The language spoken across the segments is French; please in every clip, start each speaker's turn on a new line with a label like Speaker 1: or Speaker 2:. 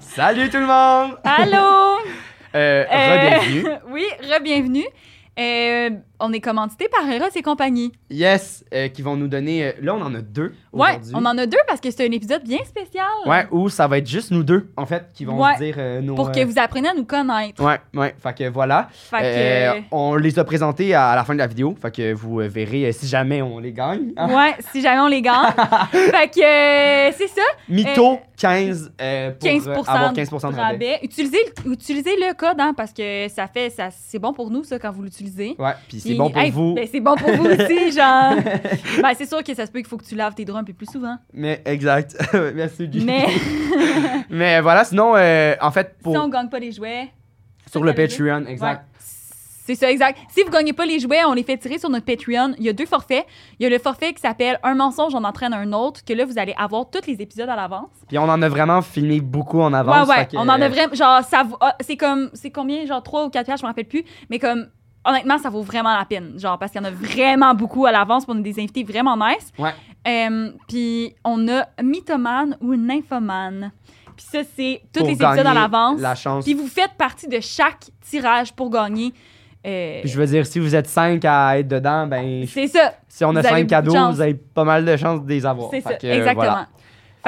Speaker 1: Salut tout le monde!
Speaker 2: Allô!
Speaker 1: Euh,
Speaker 2: Euh,
Speaker 1: re-bienvenue.
Speaker 2: oui, re-bienvenue. Euh, on est commandité par Eros et compagnie.
Speaker 1: Yes, euh, qui vont nous donner. euh, là, on en a deux.
Speaker 2: Ouais,
Speaker 1: aujourd'hui.
Speaker 2: on en a deux parce que c'est un épisode bien spécial.
Speaker 1: Ouais, ou ça va être juste nous deux, en fait, qui vont
Speaker 2: Ouais,
Speaker 1: dire euh, nos.
Speaker 2: Pour que
Speaker 1: euh,
Speaker 2: vous appreniez à nous connaître.
Speaker 1: Ouais, ouais. Fait que voilà.
Speaker 2: Fait
Speaker 1: Euh,
Speaker 2: que.
Speaker 1: on les a présentés à la fin de la vidéo. Fait que vous euh, verrez euh, si jamais on les gagne. hein.
Speaker 2: euh, Ouais, si jamais on les gagne. fait que euh, c'est ça,
Speaker 1: Mytho, 15, euh, pour
Speaker 2: 15
Speaker 1: euh, avoir 15
Speaker 2: de
Speaker 1: de
Speaker 2: rabais.
Speaker 1: rabais.
Speaker 2: Utilisez, le- utilisez le code hein, parce que ça fait ça c'est bon pour nous ça quand vous l'utilisez.
Speaker 1: Ouais, puis c'est
Speaker 2: Puis,
Speaker 1: bon pour
Speaker 2: hey,
Speaker 1: vous.
Speaker 2: ben, c'est bon pour vous aussi, genre. ben, c'est sûr que ça se peut qu'il faut que tu laves tes draps un peu plus souvent.
Speaker 1: Mais exact. Merci, Julie.
Speaker 2: Mais
Speaker 1: Mais voilà, sinon, euh, en fait, pour,
Speaker 2: si on gagne pas les jouets,
Speaker 1: sur le
Speaker 2: ça veut dire-
Speaker 1: Patreon, exact.
Speaker 2: Ouais. C'est ça, exact. Si vous gagnez pas les jouets, on les fait tirer sur notre Patreon. Il y a deux forfaits. Il y a le forfait qui s'appelle Un mensonge, on entraîne un autre, que là, vous allez avoir tous les épisodes à l'avance.
Speaker 1: Puis on en a vraiment filmé beaucoup en
Speaker 2: Ouais,
Speaker 1: avance.
Speaker 2: ouais.
Speaker 1: fait que,
Speaker 2: On en a
Speaker 1: euh,
Speaker 2: vraiment. Genre, ça vaut- ah, C'est comme. C'est combien? Genre, trois ou quatre pièces, je m'en rappelle plus. Mais comme. Honnêtement, ça vaut vraiment la peine. Genre, parce qu'il y en a vraiment beaucoup à l'avance. puis On a des invités vraiment nice.
Speaker 1: Ouais.
Speaker 2: Euh, Puis, on a Mythomane ou Nymphomane. Puis, ça, c'est tous
Speaker 1: pour
Speaker 2: les épisodes à
Speaker 1: gagner
Speaker 2: l'avance.
Speaker 1: La chance.
Speaker 2: Puis, vous faites partie de chaque tirage pour gagner. euh,
Speaker 1: Puis je veux dire, si vous êtes 5 à être dedans, ben
Speaker 2: C'est ça,
Speaker 1: si on a
Speaker 2: vous avez
Speaker 1: 5
Speaker 2: beaucoup de
Speaker 1: cadeaux,
Speaker 2: chance.
Speaker 1: vous avez pas mal de chances de les avoir.
Speaker 2: c'est
Speaker 1: Fait
Speaker 2: ça,
Speaker 1: que, euh,
Speaker 2: exactement.
Speaker 1: voilà.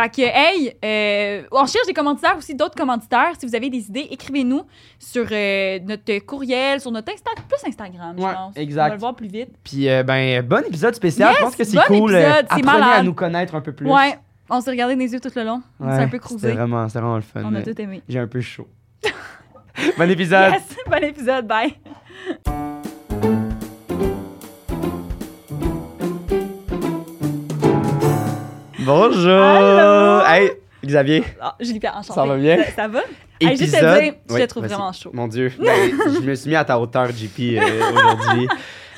Speaker 2: Fait que, hey, euh, on cherche des commanditaires aussi, d'autres commanditaires. Si vous avez des idées, écrivez-nous sur euh, notre courriel, sur notre Instagram, plus Instagram, je
Speaker 1: Ouais,
Speaker 2: pense.
Speaker 1: exact.
Speaker 2: On va le voir plus vite.
Speaker 1: Puis euh, ben bon épisode spécial,
Speaker 2: Yes,
Speaker 1: je pense que c'est
Speaker 2: bon
Speaker 1: cool. euh,
Speaker 2: épisode, c'est
Speaker 1: apprenez
Speaker 2: malade.
Speaker 1: à nous connaître un peu plus.
Speaker 2: Ouais, on s'est regardé des yeux tout le long. On s'est
Speaker 1: Ouais,
Speaker 2: un peu
Speaker 1: C'était
Speaker 2: cruisé.
Speaker 1: vraiment, c'était vraiment le fun.
Speaker 2: On a
Speaker 1: euh,
Speaker 2: tout aimé.
Speaker 1: J'ai un peu chaud. bon épisode.
Speaker 2: Yes, bon épisode, bye.
Speaker 1: Bonjour.
Speaker 2: Allô.
Speaker 1: Hey Xavier,
Speaker 2: Ah, Julie Pierre, enchantée.
Speaker 1: Ça va bien?
Speaker 2: Ça, ça va? Hey, juste te
Speaker 1: épisode.
Speaker 2: dire, je
Speaker 1: Oui,
Speaker 2: te trouve
Speaker 1: vas-y.
Speaker 2: vraiment chaud.
Speaker 1: Mon Dieu, ben, je me suis mis à ta hauteur, JP, euh, aujourd'hui.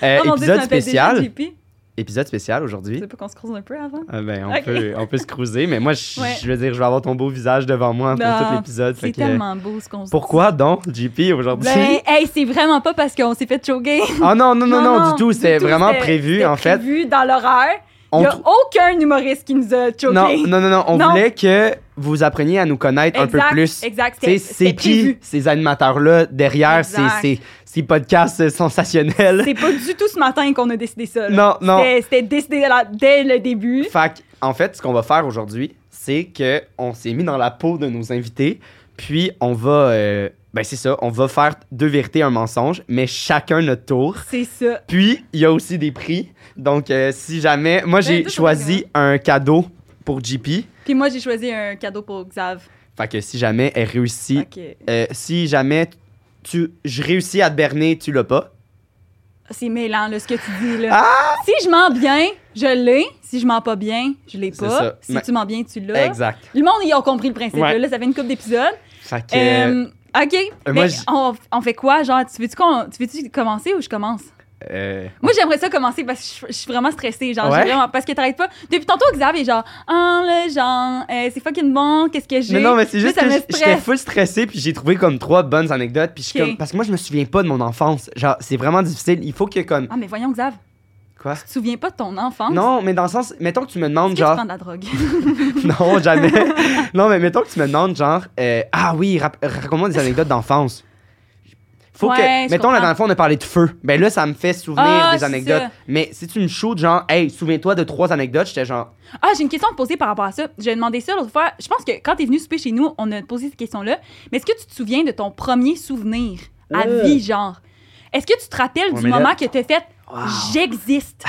Speaker 1: Euh,
Speaker 2: Oh mon Dieu, tu
Speaker 1: épisode
Speaker 2: m'appelles
Speaker 1: spécial.
Speaker 2: déjà JP?
Speaker 1: Épisode spécial
Speaker 2: Tu
Speaker 1: aujourd'hui.
Speaker 2: veux pas qu'on se croise un peu avant?
Speaker 1: Ah ben, on,
Speaker 2: Ok.
Speaker 1: peut, on peut se cruiser, mais moi, je,
Speaker 2: Ouais.
Speaker 1: je veux dire, je vais avoir ton beau visage devant moi pour
Speaker 2: Non,
Speaker 1: tout l'épisode. fait
Speaker 2: C'est
Speaker 1: que-
Speaker 2: tellement beau ce qu'on se
Speaker 1: Pourquoi donc, JP, aujourd'hui?
Speaker 2: Ben, hey, c'est vraiment pas parce qu'on s'est fait choguer.
Speaker 1: oh non, non, non, non, du tout. C'était vraiment
Speaker 2: c'était-
Speaker 1: prévu,
Speaker 2: c'était
Speaker 1: en fait.
Speaker 2: prévu dans l'horaire. Il
Speaker 1: On
Speaker 2: n'y a
Speaker 1: trou-
Speaker 2: aucun humoriste qui nous a choqué.
Speaker 1: non, non, non, non, on
Speaker 2: Non.
Speaker 1: voulait que vous appreniez à nous connaître un peu plus.
Speaker 2: Exact,
Speaker 1: Tu sais,
Speaker 2: c'était-
Speaker 1: c'est
Speaker 2: c'était
Speaker 1: qui
Speaker 2: prévu.
Speaker 1: ces animateurs-là derrière ces,
Speaker 2: Exact.
Speaker 1: ces, ces podcasts euh, sensationnels?
Speaker 2: C'est pas du tout ce matin qu'on a décidé ça. là.
Speaker 1: Non, non.
Speaker 2: C'était- C'était décidé là- dès le début.
Speaker 1: Fait que, en fait, ce qu'on va faire aujourd'hui, c'est que on s'est mis dans la peau de nos invités, puis on va, euh, ben c'est ça, on va faire deux vérités, un mensonge, mais chacun notre tour.
Speaker 2: C'est ça.
Speaker 1: Puis il y a aussi des prix, donc euh, si jamais, moi j'ai
Speaker 2: tout ça,
Speaker 1: choisi un cadeau pour JP.
Speaker 2: Puis moi, j'ai choisi un cadeau pour Xav.
Speaker 1: Fait que si jamais elle réussit,
Speaker 2: Fait que
Speaker 1: euh, si jamais tu, je réussis à te berner, tu l'as pas.
Speaker 2: C'est mêlant, là, ce que tu dis. Là.
Speaker 1: Ah!
Speaker 2: Si je mens bien, je l'ai. Si je mens pas bien, je l'ai
Speaker 1: C'est
Speaker 2: pas.
Speaker 1: ça.
Speaker 2: Si
Speaker 1: Mais-
Speaker 2: tu mens bien, tu l'as.
Speaker 1: Exact.
Speaker 2: Le monde, ils ont compris le principe.
Speaker 1: Ouais.
Speaker 2: Là, ça fait une couple d'épisodes.
Speaker 1: Fait que,
Speaker 2: Euh, OK.
Speaker 1: euh,
Speaker 2: Mais
Speaker 1: moi, j-
Speaker 2: on, on fait quoi? Genre, tu veux-tu, qu'on- tu veux-tu commencer ou je commence?
Speaker 1: euh,
Speaker 2: Moi, j'aimerais ça commencer parce que je- je suis vraiment stressée. Genre, j'ai
Speaker 1: Ouais?
Speaker 2: vraiment- parce que t'arrêtes pas. Depuis tantôt, Xav est genre, ah, là, genre, euh, c'est fucking bon, qu'est-ce que j'ai?
Speaker 1: Mais non, mais c'est
Speaker 2: Là,
Speaker 1: juste
Speaker 2: ça
Speaker 1: que
Speaker 2: me
Speaker 1: j- j'étais
Speaker 2: stresse.
Speaker 1: full stressé, puis j'ai trouvé comme trois bonnes anecdotes, puis je suis
Speaker 2: Ok.
Speaker 1: comme parce que moi je me souviens pas de mon enfance. Genre c'est vraiment difficile, il faut que comme
Speaker 2: Ah, mais voyons, Xav,
Speaker 1: quoi
Speaker 2: tu te souviens pas de ton enfance?
Speaker 1: Non, mais dans le sens mettons que tu me
Speaker 2: Est-ce
Speaker 1: demandes
Speaker 2: que tu prends
Speaker 1: genre
Speaker 2: de la drogue?
Speaker 1: non, jamais. non, mais mettons que tu me demandes genre euh, ah oui, rap- raconte-moi des anecdotes d'enfance. Faut
Speaker 2: Ouais,
Speaker 1: que
Speaker 2: je
Speaker 1: mettons la
Speaker 2: comprends.
Speaker 1: dernière fois on a parlé de feu. Ben là ça me fait souvenir
Speaker 2: Ah,
Speaker 1: des
Speaker 2: c'est
Speaker 1: anecdotes.
Speaker 2: ça.
Speaker 1: Mais si tu me shootes genre hey, souviens-toi de trois anecdotes, j'étais genre
Speaker 2: Ah, j'ai une question à te poser par rapport à ça. J'ai demandé ça l'autre fois. Je pense que quand t'es venu souper chez nous, on a posé cette question-là. Mais est-ce que tu te souviens de ton premier souvenir à
Speaker 1: Euh.
Speaker 2: vie, genre? Est-ce que tu te rappelles
Speaker 1: Ouais,
Speaker 2: du
Speaker 1: mais là-
Speaker 2: moment que t'as fait
Speaker 1: Wow.
Speaker 2: j'existe?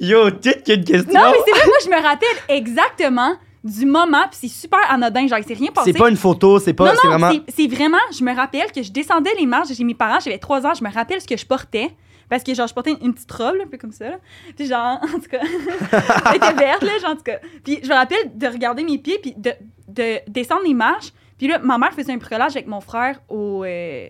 Speaker 1: yo, titre qu'il y a une question.
Speaker 2: Non, mais c'est vrai, moi, je me rappelle exactement du moment, puis c'est super anodin, genre, il s'est rien passé.
Speaker 1: c'est pas une photo, c'est pas
Speaker 2: non,
Speaker 1: c'est
Speaker 2: non,
Speaker 1: vraiment
Speaker 2: c'est- c'est vraiment, je me rappelle que je descendais les marches chez mes parents, j'avais trois ans, je me rappelle ce que je portais. Parce que, genre, je portais une, une petite robe, là, un peu comme ça. là. Puis, genre, en tout cas, elle était verte, là, genre, en tout cas. Puis, je me rappelle de regarder mes pieds, puis de, de descendre les marches. Puis là, ma mère faisait un brûlage avec mon frère au, euh,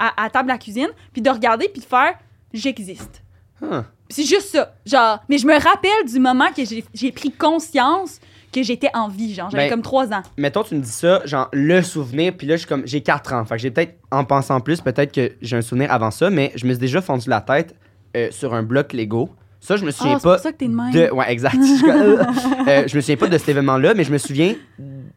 Speaker 2: à, à table de la cuisine. Puis de regarder, puis de faire « j'existe ».
Speaker 1: Huh.
Speaker 2: C'est juste ça. Genre, mais je me rappelle du moment que j'ai j'ai pris conscience que j'étais en vie, genre, j'avais
Speaker 1: Ben,
Speaker 2: comme trois ans.
Speaker 1: mettons tu me dis ça genre le souvenir puis là je suis comme j'ai 4 ans fait que j'ai peut-être en pensant plus peut-être que j'ai un souvenir avant ça mais je me suis déjà fondu la tête euh, sur un bloc Lego ça je me
Speaker 2: Ah,
Speaker 1: souviens
Speaker 2: c'est
Speaker 1: pas
Speaker 2: pour ça que t'es de même.
Speaker 1: de ouais euh, exact Euh, je me souviens pas de cet événement là mais je me souviens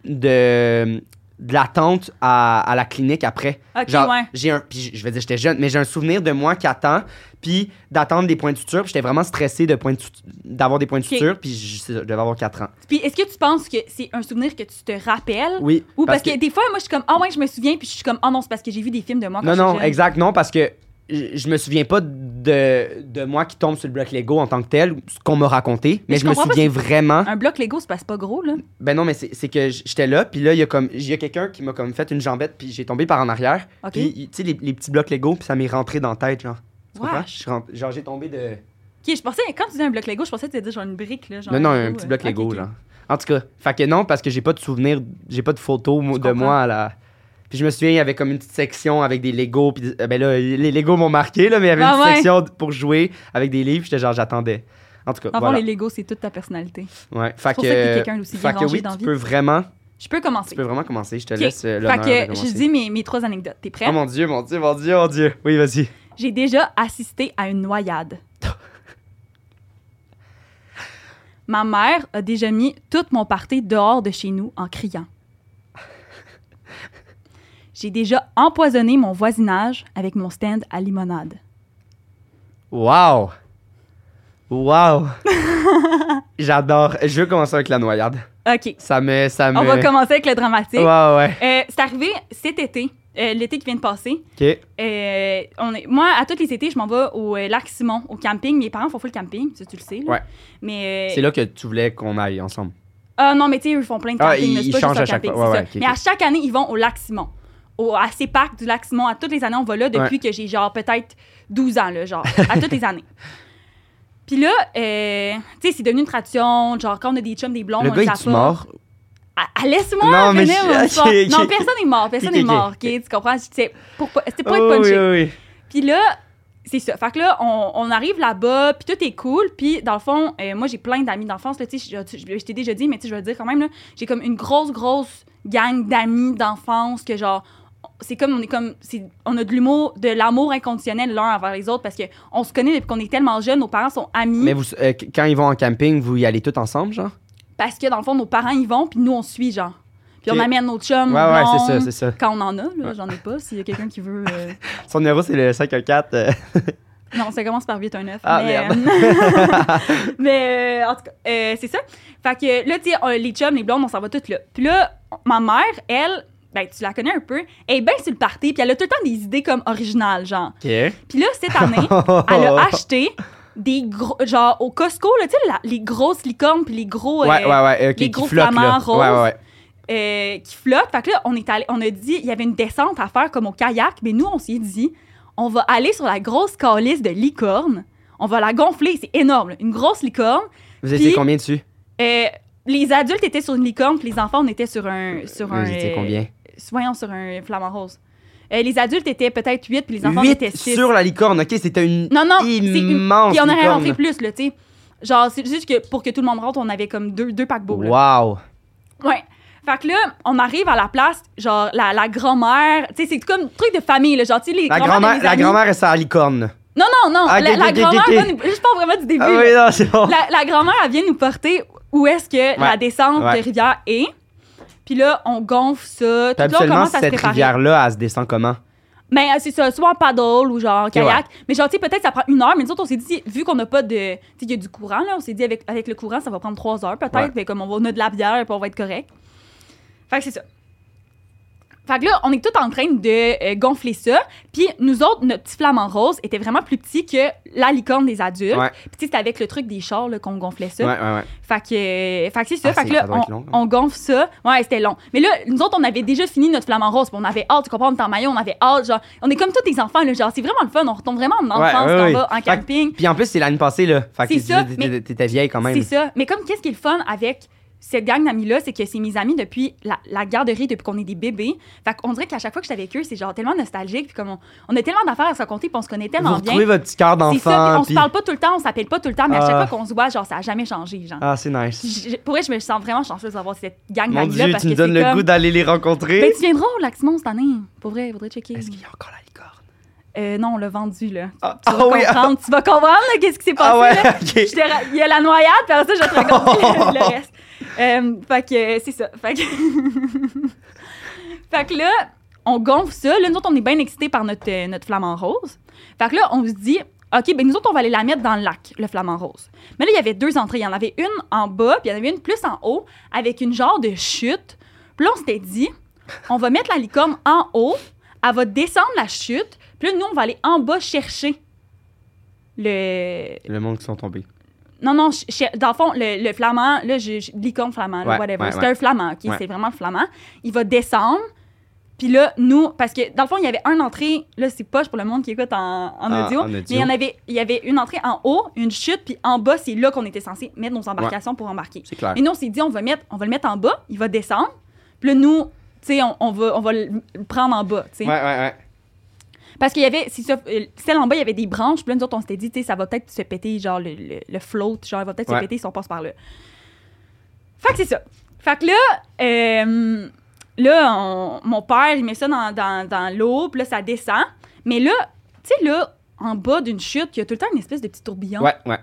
Speaker 1: de de l'attente à, à la clinique après.
Speaker 2: Ok,
Speaker 1: Genre,
Speaker 2: ouais.
Speaker 1: j'ai un. Puis je- je vais dire, j'étais jeune, mais j'ai un souvenir de moi qui attend, puis d'attendre des points de suture. puis J'étais vraiment stressé de points de suture- d'avoir des points de
Speaker 2: Ok.
Speaker 1: suture, puis je, c'est ça, je devais avoir 4 ans.
Speaker 2: Puis est-ce que tu penses que c'est un souvenir que tu te rappelles?
Speaker 1: Oui.
Speaker 2: Ou parce, que, des fois, moi, je suis comme, ah ouais, je me souviens, puis je suis comme, ah non, c'est parce que j'ai vu des films de moi quand
Speaker 1: Non, non,
Speaker 2: j'étais jeune.
Speaker 1: exact, non, parce que je je me souviens pas de, de moi qui tombe sur le bloc Lego en tant que tel, ce qu'on m'a raconté, mais,
Speaker 2: je
Speaker 1: je, me
Speaker 2: comprends pas Ah.
Speaker 1: souviens vraiment.
Speaker 2: Un bloc Lego, c'est pas, c'est pas gros, là.
Speaker 1: Ben non, mais c'est c'est que j- j'étais là, puis là, il y a comme. Il y a quelqu'un qui m'a comme fait une jambette, puis j'ai tombé par en arrière.
Speaker 2: OK.
Speaker 1: Puis, il- tu sais, les, les petits blocs Lego, puis ça m'est rentré dans la tête, genre. Tu
Speaker 2: Wesh.
Speaker 1: comprends? Je suis rentré- Genre, j'ai tombé de.
Speaker 2: Ok, je pensais, quand tu disais un bloc Lego, je pensais que tu disais genre une brique, là. Genre
Speaker 1: Non, non, un
Speaker 2: Lego,
Speaker 1: petit
Speaker 2: euh.
Speaker 1: bloc
Speaker 2: Ok,
Speaker 1: Lego,
Speaker 2: ok.
Speaker 1: genre. En tout cas, fait que non, parce que j'ai pas de souvenir, j'ai pas de photo mo-
Speaker 2: Je
Speaker 1: de moi à la. Puis je me souviens, il y avait comme une petite section avec des Lego. Puis euh, ben là, les Lego m'ont marqué, là, mais il y avait
Speaker 2: Ah
Speaker 1: une
Speaker 2: ouais.
Speaker 1: petite section pour jouer avec des livres. J'étais genre, j'attendais. En tout cas,
Speaker 2: Dans le fond,
Speaker 1: voilà.
Speaker 2: les Lego, c'est toute ta personnalité.
Speaker 1: Ouais. Fait
Speaker 2: pour
Speaker 1: que,
Speaker 2: ça que t'es
Speaker 1: euh,
Speaker 2: quelqu'un d'aussi
Speaker 1: fait que
Speaker 2: dérangé
Speaker 1: oui,
Speaker 2: dans la
Speaker 1: tu
Speaker 2: vie.
Speaker 1: peux vraiment,
Speaker 2: Je peux commencer.
Speaker 1: tu peux vraiment commencer. Je te
Speaker 2: Ok.
Speaker 1: laisse euh, l'honneur
Speaker 2: Fait
Speaker 1: de
Speaker 2: que
Speaker 1: commencer.
Speaker 2: je dis mes, mes trois anecdotes. T'es prêt?
Speaker 1: Oh mon dieu, mon dieu, mon dieu, mon dieu. Oui, vas-y.
Speaker 2: J'ai déjà assisté à une noyade. Ma mère a déjà mis tout mon party dehors de chez nous en criant. J'ai déjà empoisonné mon voisinage avec mon stand à limonade.
Speaker 1: Wow! Wow! J'adore. Je veux commencer avec la noyade.
Speaker 2: OK,
Speaker 1: Ça me. Ça me...
Speaker 2: on va commencer avec le dramatique.
Speaker 1: Ouais, ouais.
Speaker 2: Euh, c'est arrivé cet été, euh, l'été qui vient de passer.
Speaker 1: Ok.
Speaker 2: Euh, on est- moi, à tous les étés, je m'en vais au euh, lac Simon, au camping. Mes parents font full camping, ça tu le sais. là.
Speaker 1: Ouais.
Speaker 2: Mais, euh,
Speaker 1: C'est là que tu voulais qu'on aille ensemble.
Speaker 2: Ah non, mais tu sais, eux, ils font plein de
Speaker 1: Ah,
Speaker 2: campings.
Speaker 1: ils-
Speaker 2: là, c'est
Speaker 1: ils
Speaker 2: pas juste
Speaker 1: changent
Speaker 2: un
Speaker 1: à chaque
Speaker 2: camping,
Speaker 1: fois.
Speaker 2: c'est
Speaker 1: Ouais,
Speaker 2: ça.
Speaker 1: ouais, ok,
Speaker 2: mais à
Speaker 1: ok.
Speaker 2: chaque année, ils vont au lac Simon. Au, à ces parcs du lac Simon. À toutes les années, on va là depuis que j'ai genre peut-être 12 ans, là, genre. À toutes les années. Puis là, euh, tu sais, c'est devenu une tradition. Genre, quand on a des chums, des blondes,
Speaker 1: le
Speaker 2: on
Speaker 1: gars,
Speaker 2: les
Speaker 1: il
Speaker 2: appelle.
Speaker 1: est mort.
Speaker 2: Ah, ah, Laisse-moi
Speaker 1: Non, mais
Speaker 2: venir
Speaker 1: je-
Speaker 2: mon
Speaker 1: ok,
Speaker 2: histoire.
Speaker 1: ok.
Speaker 2: Non, personne n'est mort. Personne
Speaker 1: Ok,
Speaker 2: n'est
Speaker 1: ok.
Speaker 2: mort, OK? Tu comprends? C'était pour pas, c'était pas être
Speaker 1: Oh,
Speaker 2: punché.
Speaker 1: oui, oui,
Speaker 2: Puis là, c'est ça. Fait que là, on, on arrive là-bas, puis tout est cool. Puis dans le fond, euh, moi, j'ai plein d'amis d'enfance. là, tu sais, Je, je- je t'ai déjà dit, mais tu sais, je vais le dire quand même. là, J'ai comme une grosse, grosse gang d'amis d'enfance que genre... C'est comme, on est comme, c'est- on a de l'humour, de l'amour inconditionnel l'un envers les autres parce que on se connaît depuis qu'on est tellement jeunes, nos parents sont amis.
Speaker 1: Mais vous, euh, qu- quand ils vont en camping, vous y allez tous ensemble, genre?
Speaker 2: Parce que dans le fond, nos parents y vont, puis nous, on suit, genre. Puis
Speaker 1: Ok.
Speaker 2: on amène nos chums.
Speaker 1: Ouais, ouais, c'est ça,
Speaker 2: blondes,
Speaker 1: c'est ça.
Speaker 2: Quand on en a, là, j'en ai pas. S'il y a quelqu'un qui veut. euh,
Speaker 1: Son numéro, c'est le 514. euh,
Speaker 2: Non, ça commence par 8, un 9.
Speaker 1: Ah,
Speaker 2: mais,
Speaker 1: merde.
Speaker 2: euh, mais, euh, en tout cas, euh, c'est ça. Fait que là, tu sais, on- les chums, les blondes, on s'en va toutes là. Puis là, ma mère, elle, ben, tu la connais un peu, elle est bien sur le party, puis elle a tout le temps des idées comme originales, genre.
Speaker 1: Ok.
Speaker 2: Puis là, cette année, elle
Speaker 1: Oh.
Speaker 2: a acheté des gros, genre au Costco, là, tu sais, la- les grosses licornes, puis les gros.
Speaker 1: Ouais, ouais,
Speaker 2: euh,
Speaker 1: ouais. ok,
Speaker 2: les
Speaker 1: qui
Speaker 2: gros
Speaker 1: flottent, là.
Speaker 2: flamants
Speaker 1: Ouais,
Speaker 2: roses.
Speaker 1: ouais, ouais.
Speaker 2: euh, qui flotte. Fait que là, on, est allé, on a dit, il y avait une descente à faire comme au kayak, mais nous, on s'est dit, on va aller sur la grosse calice de licorne. On va la gonfler, c'est énorme, là. une grosse licorne.
Speaker 1: Vous étiez
Speaker 2: Puis-
Speaker 1: combien dessus?
Speaker 2: Euh, les adultes étaient sur une licorne, puis les enfants, on était sur un. Sur
Speaker 1: Vous
Speaker 2: un
Speaker 1: étiez
Speaker 2: euh,
Speaker 1: combien?
Speaker 2: Soyons sur un flamant rose. Euh, les adultes étaient peut-être 8, puis les enfants étaient
Speaker 1: 8
Speaker 2: 6.
Speaker 1: sur la licorne, ok? C'était une
Speaker 2: Non, non, c'est une.
Speaker 1: immense
Speaker 2: Puis on aurait rentré
Speaker 1: licorne.
Speaker 2: plus, là, tu sais. Genre, c'est juste que pour que tout le monde rentre, on avait comme deux, deux paquebots. là.
Speaker 1: Wow!
Speaker 2: Ouais. Fait que là, on arrive à la place, genre, la, la grand-mère, tu sais, c'est comme truc de famille, là, genre, tu sais, les
Speaker 1: La
Speaker 2: grand-mères de
Speaker 1: grand-mère,
Speaker 2: mes
Speaker 1: la
Speaker 2: amis-
Speaker 1: grand-mère, elle sert la licorne.
Speaker 2: Non, non, non,
Speaker 1: Ah,
Speaker 2: la,
Speaker 1: ok,
Speaker 2: la
Speaker 1: ok, ok,
Speaker 2: grand-mère,
Speaker 1: ok.
Speaker 2: va nous- je parle vraiment du début.
Speaker 1: Ah
Speaker 2: là.
Speaker 1: oui, non, c'est bon.
Speaker 2: la, la grand-mère, elle vient nous porter où est-ce que la
Speaker 1: Ouais.
Speaker 2: descente
Speaker 1: Ouais.
Speaker 2: de rivière est. Puis là, on gonfle ça.
Speaker 1: Puis
Speaker 2: Tout là, on
Speaker 1: Habituellement,
Speaker 2: commence à se
Speaker 1: cette
Speaker 2: préparer.
Speaker 1: rivière-là, elle se descend comment?
Speaker 2: Mais euh, c'est ça, soit en paddle ou genre en
Speaker 1: ouais.
Speaker 2: kayak. Mais genre, tu sais, peut-être ça prend une heure, mais nous autres, on s'est dit, vu qu'on n'a pas de. Tu sais, il y a du courant, là, on s'est dit, avec, avec le courant, ça va prendre trois heures peut-être,
Speaker 1: Ouais.
Speaker 2: mais comme on, va, on a de la bière, puis on va être correct. Fait que c'est ça. Fait que là, on est tout en train de euh, gonfler ça. Puis nous autres, notre petit flamant rose était vraiment plus petit que la licorne des adultes.
Speaker 1: Ouais.
Speaker 2: Puis tu sais, c'était avec le truc des chars là, qu'on gonflait ça.
Speaker 1: Ouais, ouais, ouais.
Speaker 2: Fait que, euh, fait que c'est ça.
Speaker 1: Ah,
Speaker 2: fait
Speaker 1: c'est-
Speaker 2: que là,
Speaker 1: ça doit être
Speaker 2: on,
Speaker 1: long, hein.
Speaker 2: on gonfle ça. Ouais, c'était long. Mais là, nous autres, on avait déjà fini notre flamant rose. puis on avait hâte, tu comprends, on était en maillot, on avait hâte. Genre, on est comme tous des enfants, là. Genre, c'est vraiment le fun. On retombe vraiment en enfance
Speaker 1: Ouais, ouais,
Speaker 2: quand
Speaker 1: ouais.
Speaker 2: on va en
Speaker 1: Fait que-
Speaker 2: camping.
Speaker 1: Puis en plus, c'est l'année passée, là. Fait que
Speaker 2: C'est ça,
Speaker 1: t'étais-
Speaker 2: mais-
Speaker 1: t'étais vieille quand même.
Speaker 2: C'est ça. Mais comme, qu'est-ce qui est le fun avec cette gang d'amis-là, c'est que c'est mes amis depuis la, la garderie, depuis qu'on est des bébés. Fait qu'on dirait qu'à chaque fois que je suis avec eux, c'est genre tellement nostalgique. Puis comme on, on a tellement d'affaires à se raconter, puis on se connaît
Speaker 1: Vous
Speaker 2: tellement bien.
Speaker 1: retrouvez votre petit cœur
Speaker 2: C'est ça. puis
Speaker 1: d'enfant.
Speaker 2: on se
Speaker 1: puis-
Speaker 2: parle pas tout le temps, on s'appelle pas tout le temps, mais à
Speaker 1: Ah.
Speaker 2: chaque fois qu'on se voit, genre, ça a jamais changé, genre.
Speaker 1: Ah, c'est nice.
Speaker 2: Je- je- pour vrai, je me sens vraiment chanceuse d'avoir cette gang
Speaker 1: Mon
Speaker 2: d'amis-là
Speaker 1: Dieu,
Speaker 2: parce
Speaker 1: tu me
Speaker 2: que
Speaker 1: donnes
Speaker 2: c'est
Speaker 1: le
Speaker 2: comme-
Speaker 1: goût d'aller les rencontrer.
Speaker 2: Ben, tu viendras au Lac Simon cette année. Pour vrai, il faudrait checker.
Speaker 1: Est-ce qu'il y a encore la licorne?
Speaker 2: Euh, non, on l'a vendu, là.
Speaker 1: Ah,
Speaker 2: Tu vas
Speaker 1: ah oui, ah,
Speaker 2: comprendre, tu vas comprendre, là, qu'est-ce qui s'est passé,
Speaker 1: ah ouais,
Speaker 2: là. Je
Speaker 1: ok.
Speaker 2: te ra- Il y a la noyade, puis après ça, je vais te raconter le, le reste. Euh, fait que, euh, c'est ça. Fait que... Fait que là, on gonfle ça. Là, nous autres, on est bien excités par notre, euh, notre flamant rose. Fait que là, on se dit, OK, ben nous autres, on va aller la mettre dans le lac, le flamant rose. Mais là, il y avait deux entrées. Il y en avait une en bas, puis il y en avait une plus en haut, avec une genre de chute. Puis là, on s'était dit, on va mettre la licorne en haut, elle va descendre la chute, puis là, nous, on va aller en bas chercher le...
Speaker 1: Le monde qui sont tombés.
Speaker 2: Non, non, je- je- dans le fond, le, le flamand, là, je, je- l'icône flamand, là,
Speaker 1: Ouais,
Speaker 2: whatever.
Speaker 1: ouais,
Speaker 2: c'est
Speaker 1: ouais.
Speaker 2: un flamand, OK?
Speaker 1: Ouais.
Speaker 2: C'est vraiment le flamand. Il va descendre. Puis là, nous, parce que dans le fond, il y avait une entrée, là, c'est poche pour le monde qui écoute en, en
Speaker 1: Ah,
Speaker 2: audio,
Speaker 1: en
Speaker 2: mais
Speaker 1: audio.
Speaker 2: il y, en avait, il y avait une entrée en haut, une chute, puis en bas, c'est là qu'on était censé mettre nos embarcations pour embarquer.
Speaker 1: C'est clair.
Speaker 2: Et nous, on s'est dit, on va, mettre, on va le mettre en bas, il va descendre. Puis là, nous, tu sais, on, on va, on va le le prendre en bas, tu sais.
Speaker 1: Ouais, ouais, ouais.
Speaker 2: Parce qu'il y avait, c'est ça, euh, celle en bas, il y avait des branches, puis là, nous autres, on s'était dit, tu sais, ça va peut-être se péter, genre le, le, le float, genre, il va peut-être
Speaker 1: Ouais.
Speaker 2: se péter si on passe par là. Fait que c'est ça. Fait que là, euh, là, on- mon père, il met ça dans, dans, dans l'eau, puis là, ça descend. Mais là, tu sais, là, en bas d'une chute, il y a tout le temps une espèce de petit tourbillon.
Speaker 1: Ouais, ouais.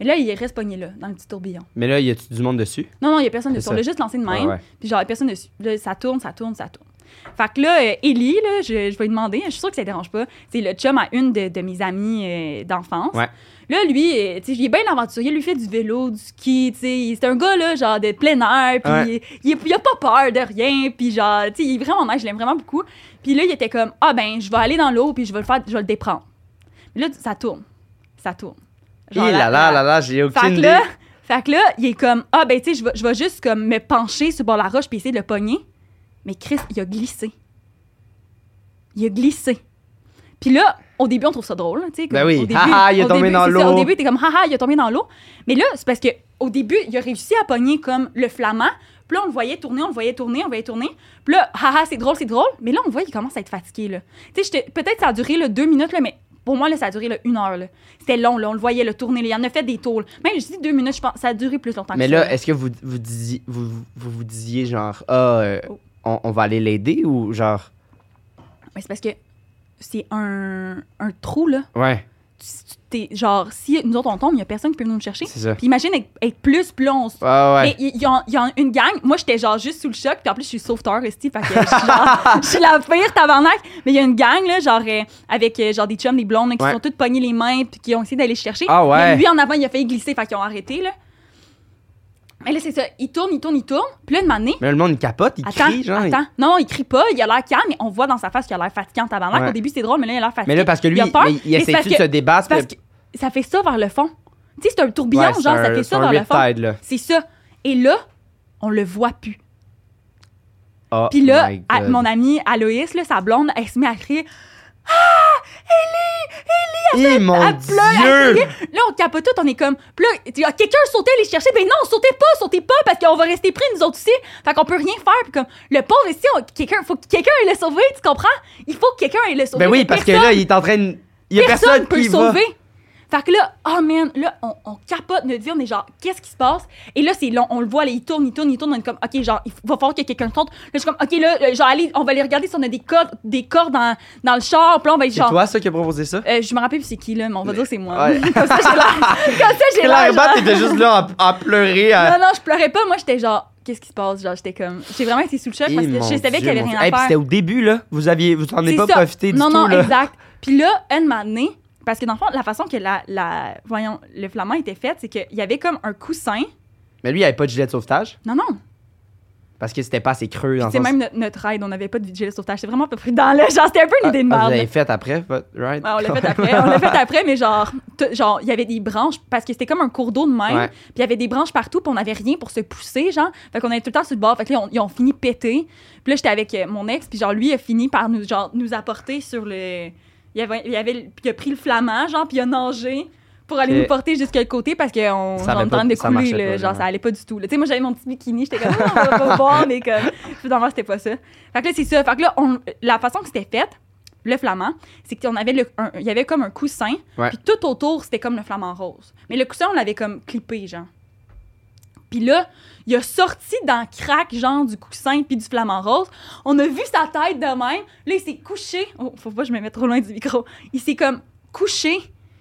Speaker 2: Mais là, il reste pogné là, dans le petit tourbillon.
Speaker 1: Mais là, y a-tu du monde dessus?
Speaker 2: Non, non, il y a personne
Speaker 1: C'est
Speaker 2: dessus.
Speaker 1: ça.
Speaker 2: On l'a juste lancé de même.
Speaker 1: Ouais, ouais.
Speaker 2: Puis genre, il y a personne dessus. Là, ça tourne, ça tourne, ça tourne. Fait que là, euh, Ellie, là, je, je vais lui demander, je suis sûre que ça ne dérange pas. C'est le chum à une de, de mes amies euh, d'enfance.
Speaker 1: Ouais.
Speaker 2: Là, lui, euh, tu sais, il est bien aventurier. Il lui fait du vélo, du ski, tu sais. il- C'est un gars, là, genre, de plein air. Puis
Speaker 1: Ouais.
Speaker 2: il, il, il a pas peur de rien. Puis genre, tu sais, il est vraiment nice. Je l'aime vraiment beaucoup. Puis là, il était comme, ah ben, je vais aller dans l'eau, puis je vais le faire, je vais le déprendre. Mais là, ça tourne. Ça tourne.
Speaker 1: Hé
Speaker 2: Genre, la-
Speaker 1: là là
Speaker 2: la-
Speaker 1: là là, j'ai
Speaker 2: fait
Speaker 1: aucune
Speaker 2: que
Speaker 1: idée.
Speaker 2: là, fait que là, il est comme ah ben tu sais, je vais- je vais juste comme me pencher sur le bord de la roche puis essayer de le pogner. Mais Chris, il a glissé. Il a glissé. Puis là, au début, on trouve ça drôle, tu sais. comme
Speaker 1: Ben oui.
Speaker 2: au début-
Speaker 1: Haha, il est
Speaker 2: au
Speaker 1: tombé
Speaker 2: début,
Speaker 1: dans
Speaker 2: c'est ça,
Speaker 1: l'eau.
Speaker 2: Au début, t'es comme, haha, il est tombé dans l'eau. Mais là, c'est parce que au début, il a réussi à pogner comme le flamand. Puis là, on le voyait tourner, on le voyait tourner, on le voyait tourner. Puis là, haha, c'est drôle, c'est drôle. Mais là, on voit qu'il commence à être fatigué, là. Tu sais, j'étais- peut-être ça a duré là, deux minutes, là, mais pour moi, là, ça a duré là, une heure, là. C'était long, là, on le voyait, le tourner, là. Il en a fait des tours. là. Même, je dis deux minutes, je pense, ça a duré plus longtemps
Speaker 1: Mais
Speaker 2: que ça.
Speaker 1: là, est-ce que vous vous disiez, vous, vous, vous disiez genre, ah, euh,
Speaker 2: Oh.
Speaker 1: on, on va aller l'aider ou genre.
Speaker 2: Mais c'est parce que c'est un, un trou, là.
Speaker 1: Ouais,
Speaker 2: Tu- tu- t'es- genre, si nous autres, on tombe, il y a personne qui peut venir nous chercher.
Speaker 1: c'est ça.
Speaker 2: Puis imagine être, être plus plonge.
Speaker 1: Ouais, ouais.
Speaker 2: Mais il y, a une gang. Moi, j'étais genre juste sous le choc. Puis en plus, je suis sauveteur, Esti. Fait que je suis genre- je suis la pire tabarnak. Mais il y a une gang, là, genre, euh, avec euh, genre des chums, des blondes, là, qui
Speaker 1: Ouais.
Speaker 2: sont toutes pognées les mains, puis qui ont essayé d'aller chercher.
Speaker 1: Ah ouais.
Speaker 2: Mais lui, en avant, il a failli glisser, fait qu'ils ont arrêté, là. Mais là, c'est ça. Il tourne, il tourne, il tourne. Puis là, une année,
Speaker 1: Mais là, le monde il capote, il
Speaker 2: attends,
Speaker 1: crie, genre. il-
Speaker 2: attends. Non, non, il crie pas, il a l'air calme, mais on voit dans sa face qu'il a l'air fatigué en tabarnak.
Speaker 1: Ouais.
Speaker 2: Au début, c'est drôle, mais là, il a l'air fatigué.
Speaker 1: Mais là, parce que lui,
Speaker 2: Il a peur,
Speaker 1: mais il
Speaker 2: mais
Speaker 1: essaie
Speaker 2: c'est parce
Speaker 1: de se
Speaker 2: que-
Speaker 1: débattre.
Speaker 2: parce
Speaker 1: mais-
Speaker 2: que ça fait ça vers le fond. Tu sais, c'est un tourbillon,
Speaker 1: Ouais,
Speaker 2: genre,
Speaker 1: c'est
Speaker 2: ça
Speaker 1: un-
Speaker 2: fait
Speaker 1: c'est
Speaker 2: ça
Speaker 1: un
Speaker 2: vers le fond.
Speaker 1: riptide, là.
Speaker 2: C'est ça. Et là, on le voit plus.
Speaker 1: Oh
Speaker 2: Puis là,
Speaker 1: my
Speaker 2: à-
Speaker 1: God.
Speaker 2: mon amie Aloïs, là, sa blonde, elle se met à crier.
Speaker 1: Eh mon
Speaker 2: elle pleure, elle
Speaker 1: dieu!
Speaker 2: criait. Là, on capote tout, on est comme. Puis là, tu- ah, quelqu'un sautait aller chercher. Ben non, sautez pas, sautez pas, parce qu'on va rester pris, nous autres aussi. Fait qu'on peut rien faire. Puis comme, le pauvre ici, on- quelqu'un, faut que quelqu'un aille le sauver, tu comprends? Il faut que quelqu'un aille le sauver.
Speaker 1: Ben oui,
Speaker 2: mais
Speaker 1: parce que
Speaker 2: personne-
Speaker 1: là, il est en train de. Il y a
Speaker 2: personne,
Speaker 1: personne
Speaker 2: peut
Speaker 1: qui
Speaker 2: le
Speaker 1: va.
Speaker 2: sauver. Fait que là, oh man, là, on, on capote notre vie, on est genre, qu'est-ce qui se passe? Et là, c'est long, on le voit, là, il tourne, il tourne, il tourne, on est comme, ok, genre, il va falloir que quelqu'un compte. Là, je suis comme, ok, là, euh, genre, allez, on va aller regarder si on a des cordes, des cordes dans, dans le char, puis là, on va être
Speaker 1: C'est
Speaker 2: genre.
Speaker 1: toi, ça, qui a proposé ça?
Speaker 2: Euh, je me rappelle plus c'est qui, là, mais on va
Speaker 1: Mais-
Speaker 2: dire que c'est moi.
Speaker 1: Ouais.
Speaker 2: comme ça, j'ai l'air. Comme ça, j'ai l'air.
Speaker 1: Clairement,
Speaker 2: genre-
Speaker 1: t'étais juste là à, à pleurer. À...
Speaker 2: Non, non, je pleurais pas, moi, j'étais genre, qu'est-ce qui se passe? Genre, j'étais comme, j'ai vraiment été sous le choc
Speaker 1: Eh,
Speaker 2: parce que je
Speaker 1: mon
Speaker 2: savais qu'il y
Speaker 1: Dieu,
Speaker 2: avait
Speaker 1: mon
Speaker 2: rien
Speaker 1: Dieu. Eh, puis
Speaker 2: à faire.
Speaker 1: C'était au début, là. Vous aviez, vous en avez
Speaker 2: C'est
Speaker 1: pas
Speaker 2: ça.
Speaker 1: profité du
Speaker 2: non,
Speaker 1: tout,
Speaker 2: non,
Speaker 1: là.
Speaker 2: exact. Puis là, une manée, parce que dans le fond, la façon que la, la voyons, le flamand était fait, c'est qu'il y avait comme un coussin.
Speaker 1: Mais lui, il avait pas de gilet de sauvetage
Speaker 2: Non, non.
Speaker 1: parce que c'était pas assez creux. dans le
Speaker 2: C'est
Speaker 1: sens-
Speaker 2: même notre, notre raid, on n'avait pas de gilet de sauvetage. C'est vraiment pas prudent, là. Genre, c'était un peu une idée de
Speaker 1: Ah, vous
Speaker 2: merde.
Speaker 1: l'avez fait après, but- right?
Speaker 2: Ouais, on l'a fait après. On l'a fait après, mais genre, tout- genre, il y avait des branches parce que c'était comme un cours d'eau de même.
Speaker 1: Ouais.
Speaker 2: Puis il y avait des branches partout, puis on n'avait rien pour se pousser, genre. Fait qu'on était tout le temps sur le bord. Fait que là, on- ils ont fini pété. Puis là, j'étais avec euh, mon ex, puis genre, lui, il a fini par nous, genre, nous apporter sur le. Il avait, il avait, puis il a pris le flamand, genre, puis il a nagé pour aller
Speaker 1: Et-
Speaker 2: nous porter jusqu'à le côté parce qu'on
Speaker 1: Ça avait
Speaker 2: en train
Speaker 1: pas-
Speaker 2: de
Speaker 1: ça
Speaker 2: couler,
Speaker 1: marchait
Speaker 2: là,
Speaker 1: pas,
Speaker 2: genre
Speaker 1: ouais.
Speaker 2: ça allait pas du tout. là. Tu sais, moi j'avais mon petit bikini, j'étais comme Ah, on va pas voir, mais comme finalement c'était pas ça. Fait que là c'est ça. Fait que là on- la façon que c'était faite, le flamand, c'est qu'on avait le, un- il y avait comme un coussin,
Speaker 1: Ouais.
Speaker 2: puis tout autour, c'était comme le flamant rose. Mais le coussin, on l'avait comme clippé, genre. Puis là, il a sorti dans le crack, genre, du coussin puis du flamant rose. On a vu sa tête de même. Là, il s'est couché. Oh, faut pas que je me mette trop loin du micro. Il s'est comme couché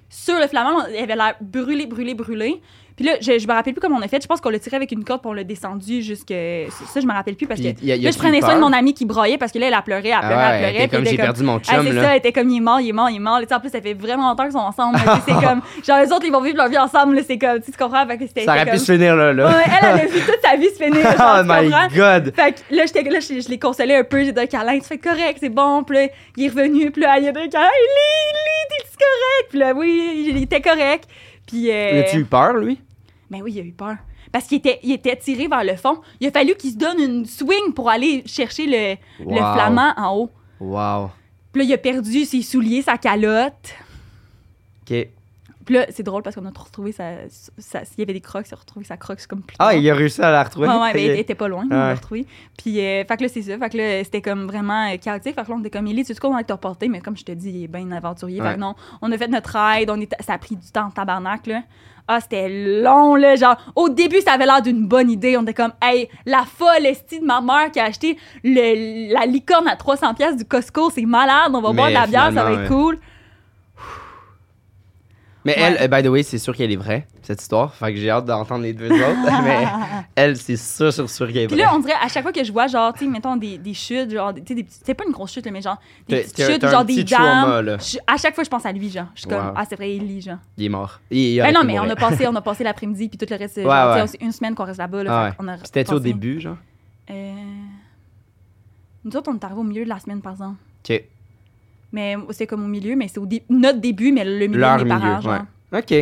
Speaker 2: sur le flamand. Il avait l'air brûlé, brûlé, brûlé. Puis là, je, je me rappelle plus comment on a fait. Je pense qu'on l'a tiré avec une corde, puis on l'a descendu jusque. Ça, je me rappelle plus parce que.
Speaker 1: Puis, y a- y
Speaker 2: Là,
Speaker 1: a
Speaker 2: je prenais
Speaker 1: peur?
Speaker 2: soin de mon amie qui broyait parce que là, elle a pleuré, elle
Speaker 1: Ah
Speaker 2: pleurait,
Speaker 1: ouais,
Speaker 2: elle pleurait.
Speaker 1: t'es
Speaker 2: puis
Speaker 1: comme
Speaker 2: elle
Speaker 1: j'ai
Speaker 2: était
Speaker 1: perdu mon
Speaker 2: Ah,
Speaker 1: chum,
Speaker 2: c'est
Speaker 1: là.
Speaker 2: ça, elle était comme il est mort, il est mort, il est mort. Tu sais, en plus, ça fait vraiment longtemps qu'ils sont ensemble. là. Tu sais, c'est comme, genre, les autres, ils vont vivre leur vie ensemble. là, C'est comme, tu sais, tu comprends? Fait que c'était
Speaker 1: Ça aurait
Speaker 2: c'était
Speaker 1: pu
Speaker 2: comme-
Speaker 1: se finir là, là.
Speaker 2: Ouais, elle avait vu toute sa vie se finir.
Speaker 1: oh
Speaker 2: Genre, tu
Speaker 1: my
Speaker 2: comprends?
Speaker 1: god!
Speaker 2: Fait que là, j'étais- là, je, je l'ai consolé un peu, j'ai dit un câlin, tu fais correct, c'est bon. Puis là, il est revenu, puis là, il a dit un câlin, Lily, t'es correct. Puis là, oui, il était correct. Puis. euh,
Speaker 1: As-tu eu peur, lui?
Speaker 2: ben oui, il a eu peur. Parce qu'il était, il était tiré vers le fond. Il a fallu qu'il se donne une swing pour aller chercher le, le
Speaker 1: Wow.
Speaker 2: flamand en haut.
Speaker 1: Wow.
Speaker 2: Puis là, il a perdu ses souliers, sa calotte.
Speaker 1: Ok.
Speaker 2: Puis là, c'est drôle parce qu'on a retrouvé sa, sa- Il y avait des crocs, on a retrouvé sa crocs comme plus tard.
Speaker 1: Ah, il a réussi à la retrouver.
Speaker 2: Ouais, ouais, mais elle
Speaker 1: Ok.
Speaker 2: était pas loin, on l'a
Speaker 1: Ouais.
Speaker 2: retrouvé. Puis, euh, fait que là, c'est ça. Fait que là, c'était comme vraiment euh, chaotique. Fait que là, on était comme, Élie, tu sais quoi, on va te reporter, mais comme je te dis, il est bien aventurier. Fait
Speaker 1: Ouais.
Speaker 2: que non, on a fait notre ride, on est, ça a pris du temps, tabarnak, là. Ah, c'était long, là. Genre, au début, ça avait l'air d'une bonne idée. On était comme, hey, la folle estie de ma mère qui a acheté le, la licorne à 300 pièces du Costco, c'est malade, on va
Speaker 1: Mais
Speaker 2: boire de la bière, ça va
Speaker 1: finalement,
Speaker 2: être cool.
Speaker 1: Mais
Speaker 2: Ouais.
Speaker 1: elle, euh, by the way, c'est sûr qu'elle est vraie, cette histoire. Fait que j'ai hâte d'entendre les deux autres. mais elle, c'est sûr, sûr, sûr qu'elle est
Speaker 2: Puis
Speaker 1: vraie.
Speaker 2: là, on dirait, à chaque fois que je vois, genre, tu sais, mettons des, des chutes, genre, tu sais, des petites- c'est pas une grosse chute, là, mais genre, des
Speaker 1: T'as-
Speaker 2: petites
Speaker 1: t'as-
Speaker 2: chutes,
Speaker 1: t'as un
Speaker 2: genre
Speaker 1: petit
Speaker 2: des dames.
Speaker 1: trauma, là.
Speaker 2: Je- à chaque fois, je pense à lui, genre. Je suis comme,
Speaker 1: Wow.
Speaker 2: ah, c'est vrai, il lit, genre.
Speaker 1: Il est mort. Il, il
Speaker 2: Mais
Speaker 1: aurait
Speaker 2: Ben non,
Speaker 1: pu
Speaker 2: mais on
Speaker 1: mourir.
Speaker 2: a passé, on a passé l'après-midi, puis tout le reste,
Speaker 1: Ouais,
Speaker 2: genre, tu sais,
Speaker 1: ouais.
Speaker 2: c'est une semaine qu'on reste là-bas, là.
Speaker 1: Ah
Speaker 2: fait qu'on a
Speaker 1: C'était-tu au
Speaker 2: passé-
Speaker 1: début, genre?
Speaker 2: Euh, Nous autres, on est arrivés au milieu de la semaine, par exemple.
Speaker 1: Ok.
Speaker 2: Mais c'est comme au milieu, mais c'est au dé- notre début, mais le milieu
Speaker 1: Leur
Speaker 2: de mes
Speaker 1: milieu,
Speaker 2: parents, genre.
Speaker 1: Ok.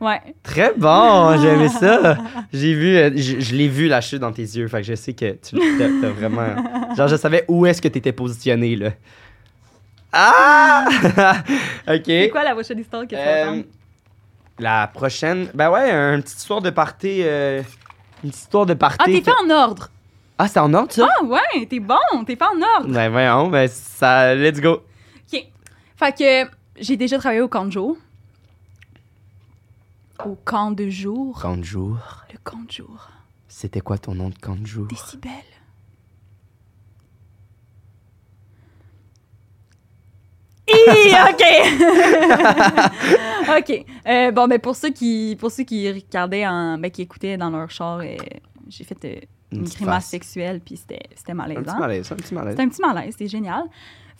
Speaker 2: Ouais.
Speaker 1: Très bon, j'aimais ça. J'ai vu, euh, je, je l'ai vu la chute dans tes yeux. Fait que je sais que tu t'as t'as vraiment. Genre, je savais où est-ce que t'étais positionné, là. Ah! ok.
Speaker 2: C'est quoi la prochaine histoire que tu vas
Speaker 1: Euh,
Speaker 2: entendre?
Speaker 1: la prochaine. Ben ouais, un petit histoire de party. euh, une petite histoire de party.
Speaker 2: Ah, t'es
Speaker 1: que-
Speaker 2: fait en Ah! ordre!
Speaker 1: Ah, c'est en ordre, ça?
Speaker 2: Ah, ouais, t'es bon, t'es fait en ordre!
Speaker 1: Ben voyons, ben ça. Let's go.
Speaker 2: OK. Fait que j'ai déjà travaillé au camp de jour. Au camp de jour.
Speaker 1: Camp de jour.
Speaker 2: Le camp de jour.
Speaker 1: C'était quoi ton nom de camp de jour?
Speaker 2: T'es si belle. Hi, OK. OK. Euh, bon, ben pour ceux qui, pour ceux qui regardaient, en, ben, qui écoutaient dans leur char, euh, j'ai fait euh, une,
Speaker 1: petite
Speaker 2: grimace
Speaker 1: face.
Speaker 2: sexuelle, puis c'était c'était
Speaker 1: Un petit
Speaker 2: malaisant.
Speaker 1: malaise, un petit malaise.
Speaker 2: C'était un petit malaise, c'était génial.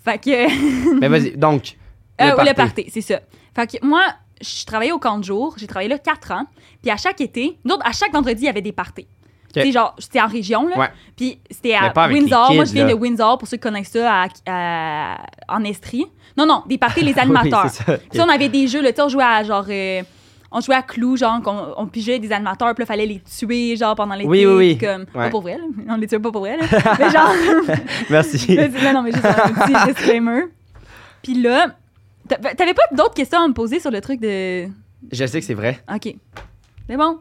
Speaker 2: Fait que...
Speaker 1: Mais vas-y, donc.
Speaker 2: Euh,
Speaker 1: le
Speaker 2: oui, le
Speaker 1: party.
Speaker 2: party, c'est ça. Fait que moi, je travaillais au camp de jour, j'ai travaillé là quatre ans, puis à chaque été, d'autres, à chaque vendredi, il y avait des parties. Tu sais, genre, c'était en région, là.
Speaker 1: Ouais.
Speaker 2: Puis c'était
Speaker 1: Mais
Speaker 2: à
Speaker 1: pas avec les
Speaker 2: Windsor. Moi,
Speaker 1: kids,
Speaker 2: je viens
Speaker 1: là.
Speaker 2: de Windsor, pour ceux qui connaissent ça, à- à- en Estrie. Non, non, des parties, les animateurs.
Speaker 1: Oui, c'est ça.
Speaker 2: Puis ça, on avait des jeux, là, tu sais, on jouait à genre. euh, on jouait à clou, genre, qu'on- on, pigeait des animateurs, puis là, fallait les tuer, genre, pendant l'été.
Speaker 1: Oui, oui, oui.
Speaker 2: puis Comme, Pas
Speaker 1: Ouais.
Speaker 2: pour vrai, là. On les tuait pas pour vrai, là. Mais genre.
Speaker 1: Merci.
Speaker 2: Mais c'est- Non, non, mais juste un petit disclaimer. Puis là, t'a- ben, t'avais pas d'autres questions à me poser sur le truc de.
Speaker 1: Je sais que c'est vrai.
Speaker 2: OK. C'est bon.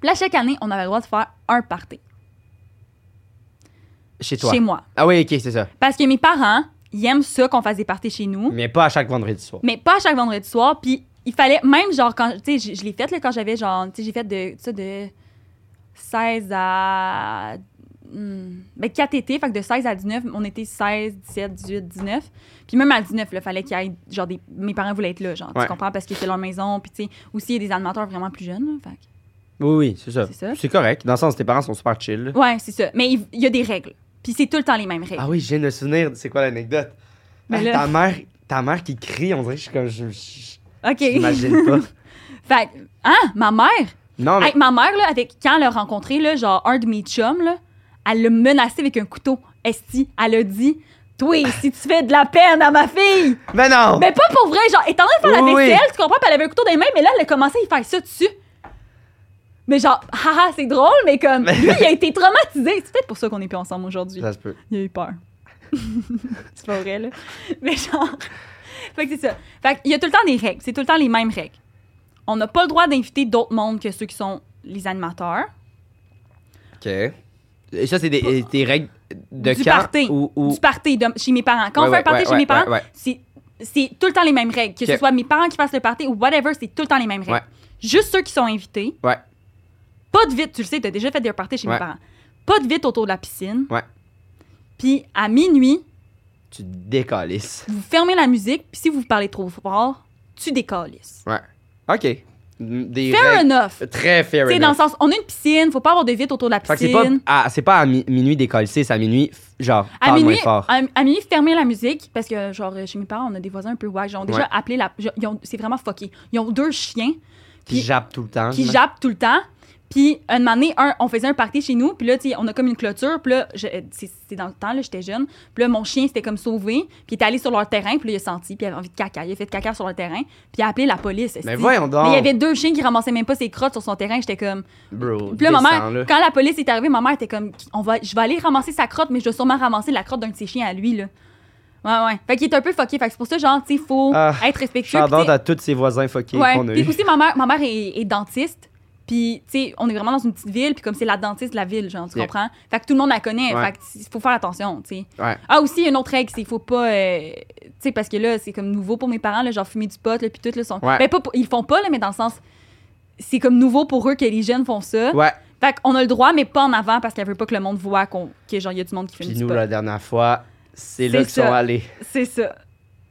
Speaker 2: Puis là, chaque année, on avait le droit de faire un party
Speaker 1: Chez toi.
Speaker 2: chez moi.
Speaker 1: Ah oui, ok, c'est ça.
Speaker 2: Parce que mes parents, ils aiment ça qu'on fasse des parties chez nous,
Speaker 1: Mais pas à chaque vendredi soir.
Speaker 2: mais pas à chaque vendredi soir. Puis il fallait, même genre, quand. Tu sais, je, je l'ai faite, là, quand j'avais genre. Tu sais, j'ai fait de, ça de 16 à. hmm, ben, 4 étés, fait que de 16 à 19, on était 16, 17, 18, 19. Puis même à 19, il fallait qu'il y ait, genre, des, mes parents voulaient être là, genre,
Speaker 1: Ouais.
Speaker 2: tu comprends, parce qu'ils étaient dans leur maison, puis tu sais, aussi, il y a des animateurs vraiment plus jeunes, là, fait que-
Speaker 1: Oui, oui, c'est ça.
Speaker 2: C'est ça.
Speaker 1: C'est correct. Dans le sens, tes parents sont super chill.
Speaker 2: Ouais, c'est ça. Mais il il y a des règles. Puis c'est tout le temps les mêmes règles.
Speaker 1: Ah oui, je viens de me souvenir. C'est quoi l'anecdote?
Speaker 2: Mais
Speaker 1: Ah,
Speaker 2: là-
Speaker 1: Ta mère, ta mère qui crie, on dirait que je suis comme. Je, je-
Speaker 2: OK.
Speaker 1: Ah, j'imagine pas.
Speaker 2: fait que, hein, ma mère,
Speaker 1: Non, Ah, mais.
Speaker 2: Hey, ma mère, là, avec, quand elle l'a rencontré, là, genre, un de mes chums, là, elle l'a menacé avec un couteau. Esti, elle a dit, toi, si tu fais de la peine à ma fille,
Speaker 1: Mais non!
Speaker 2: mais pas pour vrai, genre, elle est en train de faire
Speaker 1: Oh. Oui,
Speaker 2: la
Speaker 1: oui.
Speaker 2: vaisselle, tu comprends, puis elle avait un couteau dans les mains, mais là, elle a commencé à y faire ça dessus. Mais genre, haha, c'est drôle, mais comme,
Speaker 1: Mais-
Speaker 2: lui, il a été traumatisé. C'est peut-être pour ça qu'on est plus ensemble aujourd'hui.
Speaker 1: Ça se peut.
Speaker 2: Il a eu peur. c'est pas vrai, là. Mais genre. fait que c'est ça. Fait qu'il y a tout le temps des règles. C'est tout le temps les mêmes règles. On n'a pas le droit d'inviter d'autres mondes que ceux qui sont les animateurs.
Speaker 1: Ok. Et ça, c'est des, euh, tes règles de
Speaker 2: Du
Speaker 1: camp
Speaker 2: party.
Speaker 1: Ou, ou-
Speaker 2: Du party de- chez mes parents. Quand
Speaker 1: Ouais,
Speaker 2: on fait
Speaker 1: ouais,
Speaker 2: un party
Speaker 1: ouais,
Speaker 2: chez
Speaker 1: ouais,
Speaker 2: mes parents,
Speaker 1: ouais, ouais.
Speaker 2: c'est, c'est tout le temps les mêmes règles. Que
Speaker 1: Ok.
Speaker 2: ce soit mes parents qui fassent le party ou whatever, c'est tout le temps les mêmes règles.
Speaker 1: Ouais.
Speaker 2: Juste ceux qui sont invités.
Speaker 1: Ouais.
Speaker 2: Pas de vite, tu le sais, t'as déjà fait des parties chez
Speaker 1: Ouais.
Speaker 2: mes parents. Pas de vite autour de la piscine.
Speaker 1: Ouais.
Speaker 2: Puis à minuit,
Speaker 1: Tu décalisses.
Speaker 2: vous fermez la musique, puis si vous parlez trop fort, tu décalisses.
Speaker 1: Ok. des
Speaker 2: Fair
Speaker 1: règles
Speaker 2: enough.
Speaker 1: très fair
Speaker 2: Tu sais,
Speaker 1: enough.
Speaker 2: dans le sens, on a une piscine, faut pas avoir de vitre autour de la
Speaker 1: Fait que
Speaker 2: piscine.
Speaker 1: c'est pas à, c'est pas à mi- minuit décollissé, c'est à minuit, f- genre,
Speaker 2: À
Speaker 1: parle
Speaker 2: minuit, ah,
Speaker 1: moins fort.
Speaker 2: à, à minuit, fermer la musique parce que, genre, chez mes parents, on a des voisins un peu wack. Genre, ont déjà
Speaker 1: Ouais.
Speaker 2: appelé la. genre, ils ont- C'est vraiment fucké. Ils ont deux chiens
Speaker 1: Qui
Speaker 2: qui-
Speaker 1: jappe tout le temps.
Speaker 2: qui
Speaker 1: là.
Speaker 2: jappent tout le temps. Puis, une année, un, on faisait un party chez nous. Puis là, tu sais, on a comme une clôture. Puis là, je- euh, c'est c'est dans le temps, là, j'étais jeune. Puis là, mon chien s'était comme sauvé. Puis il était allé sur leur terrain. Puis là, il a senti. Puis il avait envie de caca. Il a fait caca sur leur terrain. Puis il a appelé la police.
Speaker 1: Mais
Speaker 2: esti.
Speaker 1: voyons donc.
Speaker 2: Mais il y avait deux chiens qui ramassaient même pas ses crottes sur son terrain. J'étais comme.
Speaker 1: Bro,
Speaker 2: Puis là, ma
Speaker 1: descends,
Speaker 2: mère,
Speaker 1: là.
Speaker 2: quand la police est arrivée, ma mère était comme, on va, je vais aller ramasser sa crotte, mais je dois sûrement ramasser la crotte d'un de ses chiens à lui, là. Ouais, ouais. Fait qu'il est un peu fucké. Fait que c'est pour ça, genre, tu sais, faut
Speaker 1: Ah,
Speaker 2: être respectueux.
Speaker 1: Shout-out
Speaker 2: Puis, tu
Speaker 1: à tous ces voisins fuckés
Speaker 2: sais, ouais.
Speaker 1: qu'on a
Speaker 2: Puis
Speaker 1: eu.
Speaker 2: aussi, ma mère, ma mère est, est dentiste. Puis, tu sais, on est vraiment dans une petite ville, puis comme c'est la dentiste de la ville, genre, tu
Speaker 1: Yeah.
Speaker 2: comprends? Fait que tout le monde la connaît.
Speaker 1: Ouais.
Speaker 2: Fait qu'il faut faire attention, tu sais.
Speaker 1: Ouais.
Speaker 2: Ah, aussi, une autre règle, c'est qu'il faut pas. euh, tu sais, parce que là, c'est comme nouveau pour mes parents, là, genre fumer du pot, là, puis tout, là. Sont...
Speaker 1: Ouais.
Speaker 2: Ben, pas, pour- ils le font pas, là, mais dans le sens. C'est comme nouveau pour eux que les jeunes font ça.
Speaker 1: Ouais.
Speaker 2: Fait qu'on a le droit, mais pas en avant parce qu'elle veut pas que le monde voit qu'on, qu'il y a du monde qui fait
Speaker 1: Puis
Speaker 2: une
Speaker 1: nous, la dernière fois, c'est là
Speaker 2: C'est
Speaker 1: qu'ils sont
Speaker 2: ça.
Speaker 1: allés.
Speaker 2: C'est ça.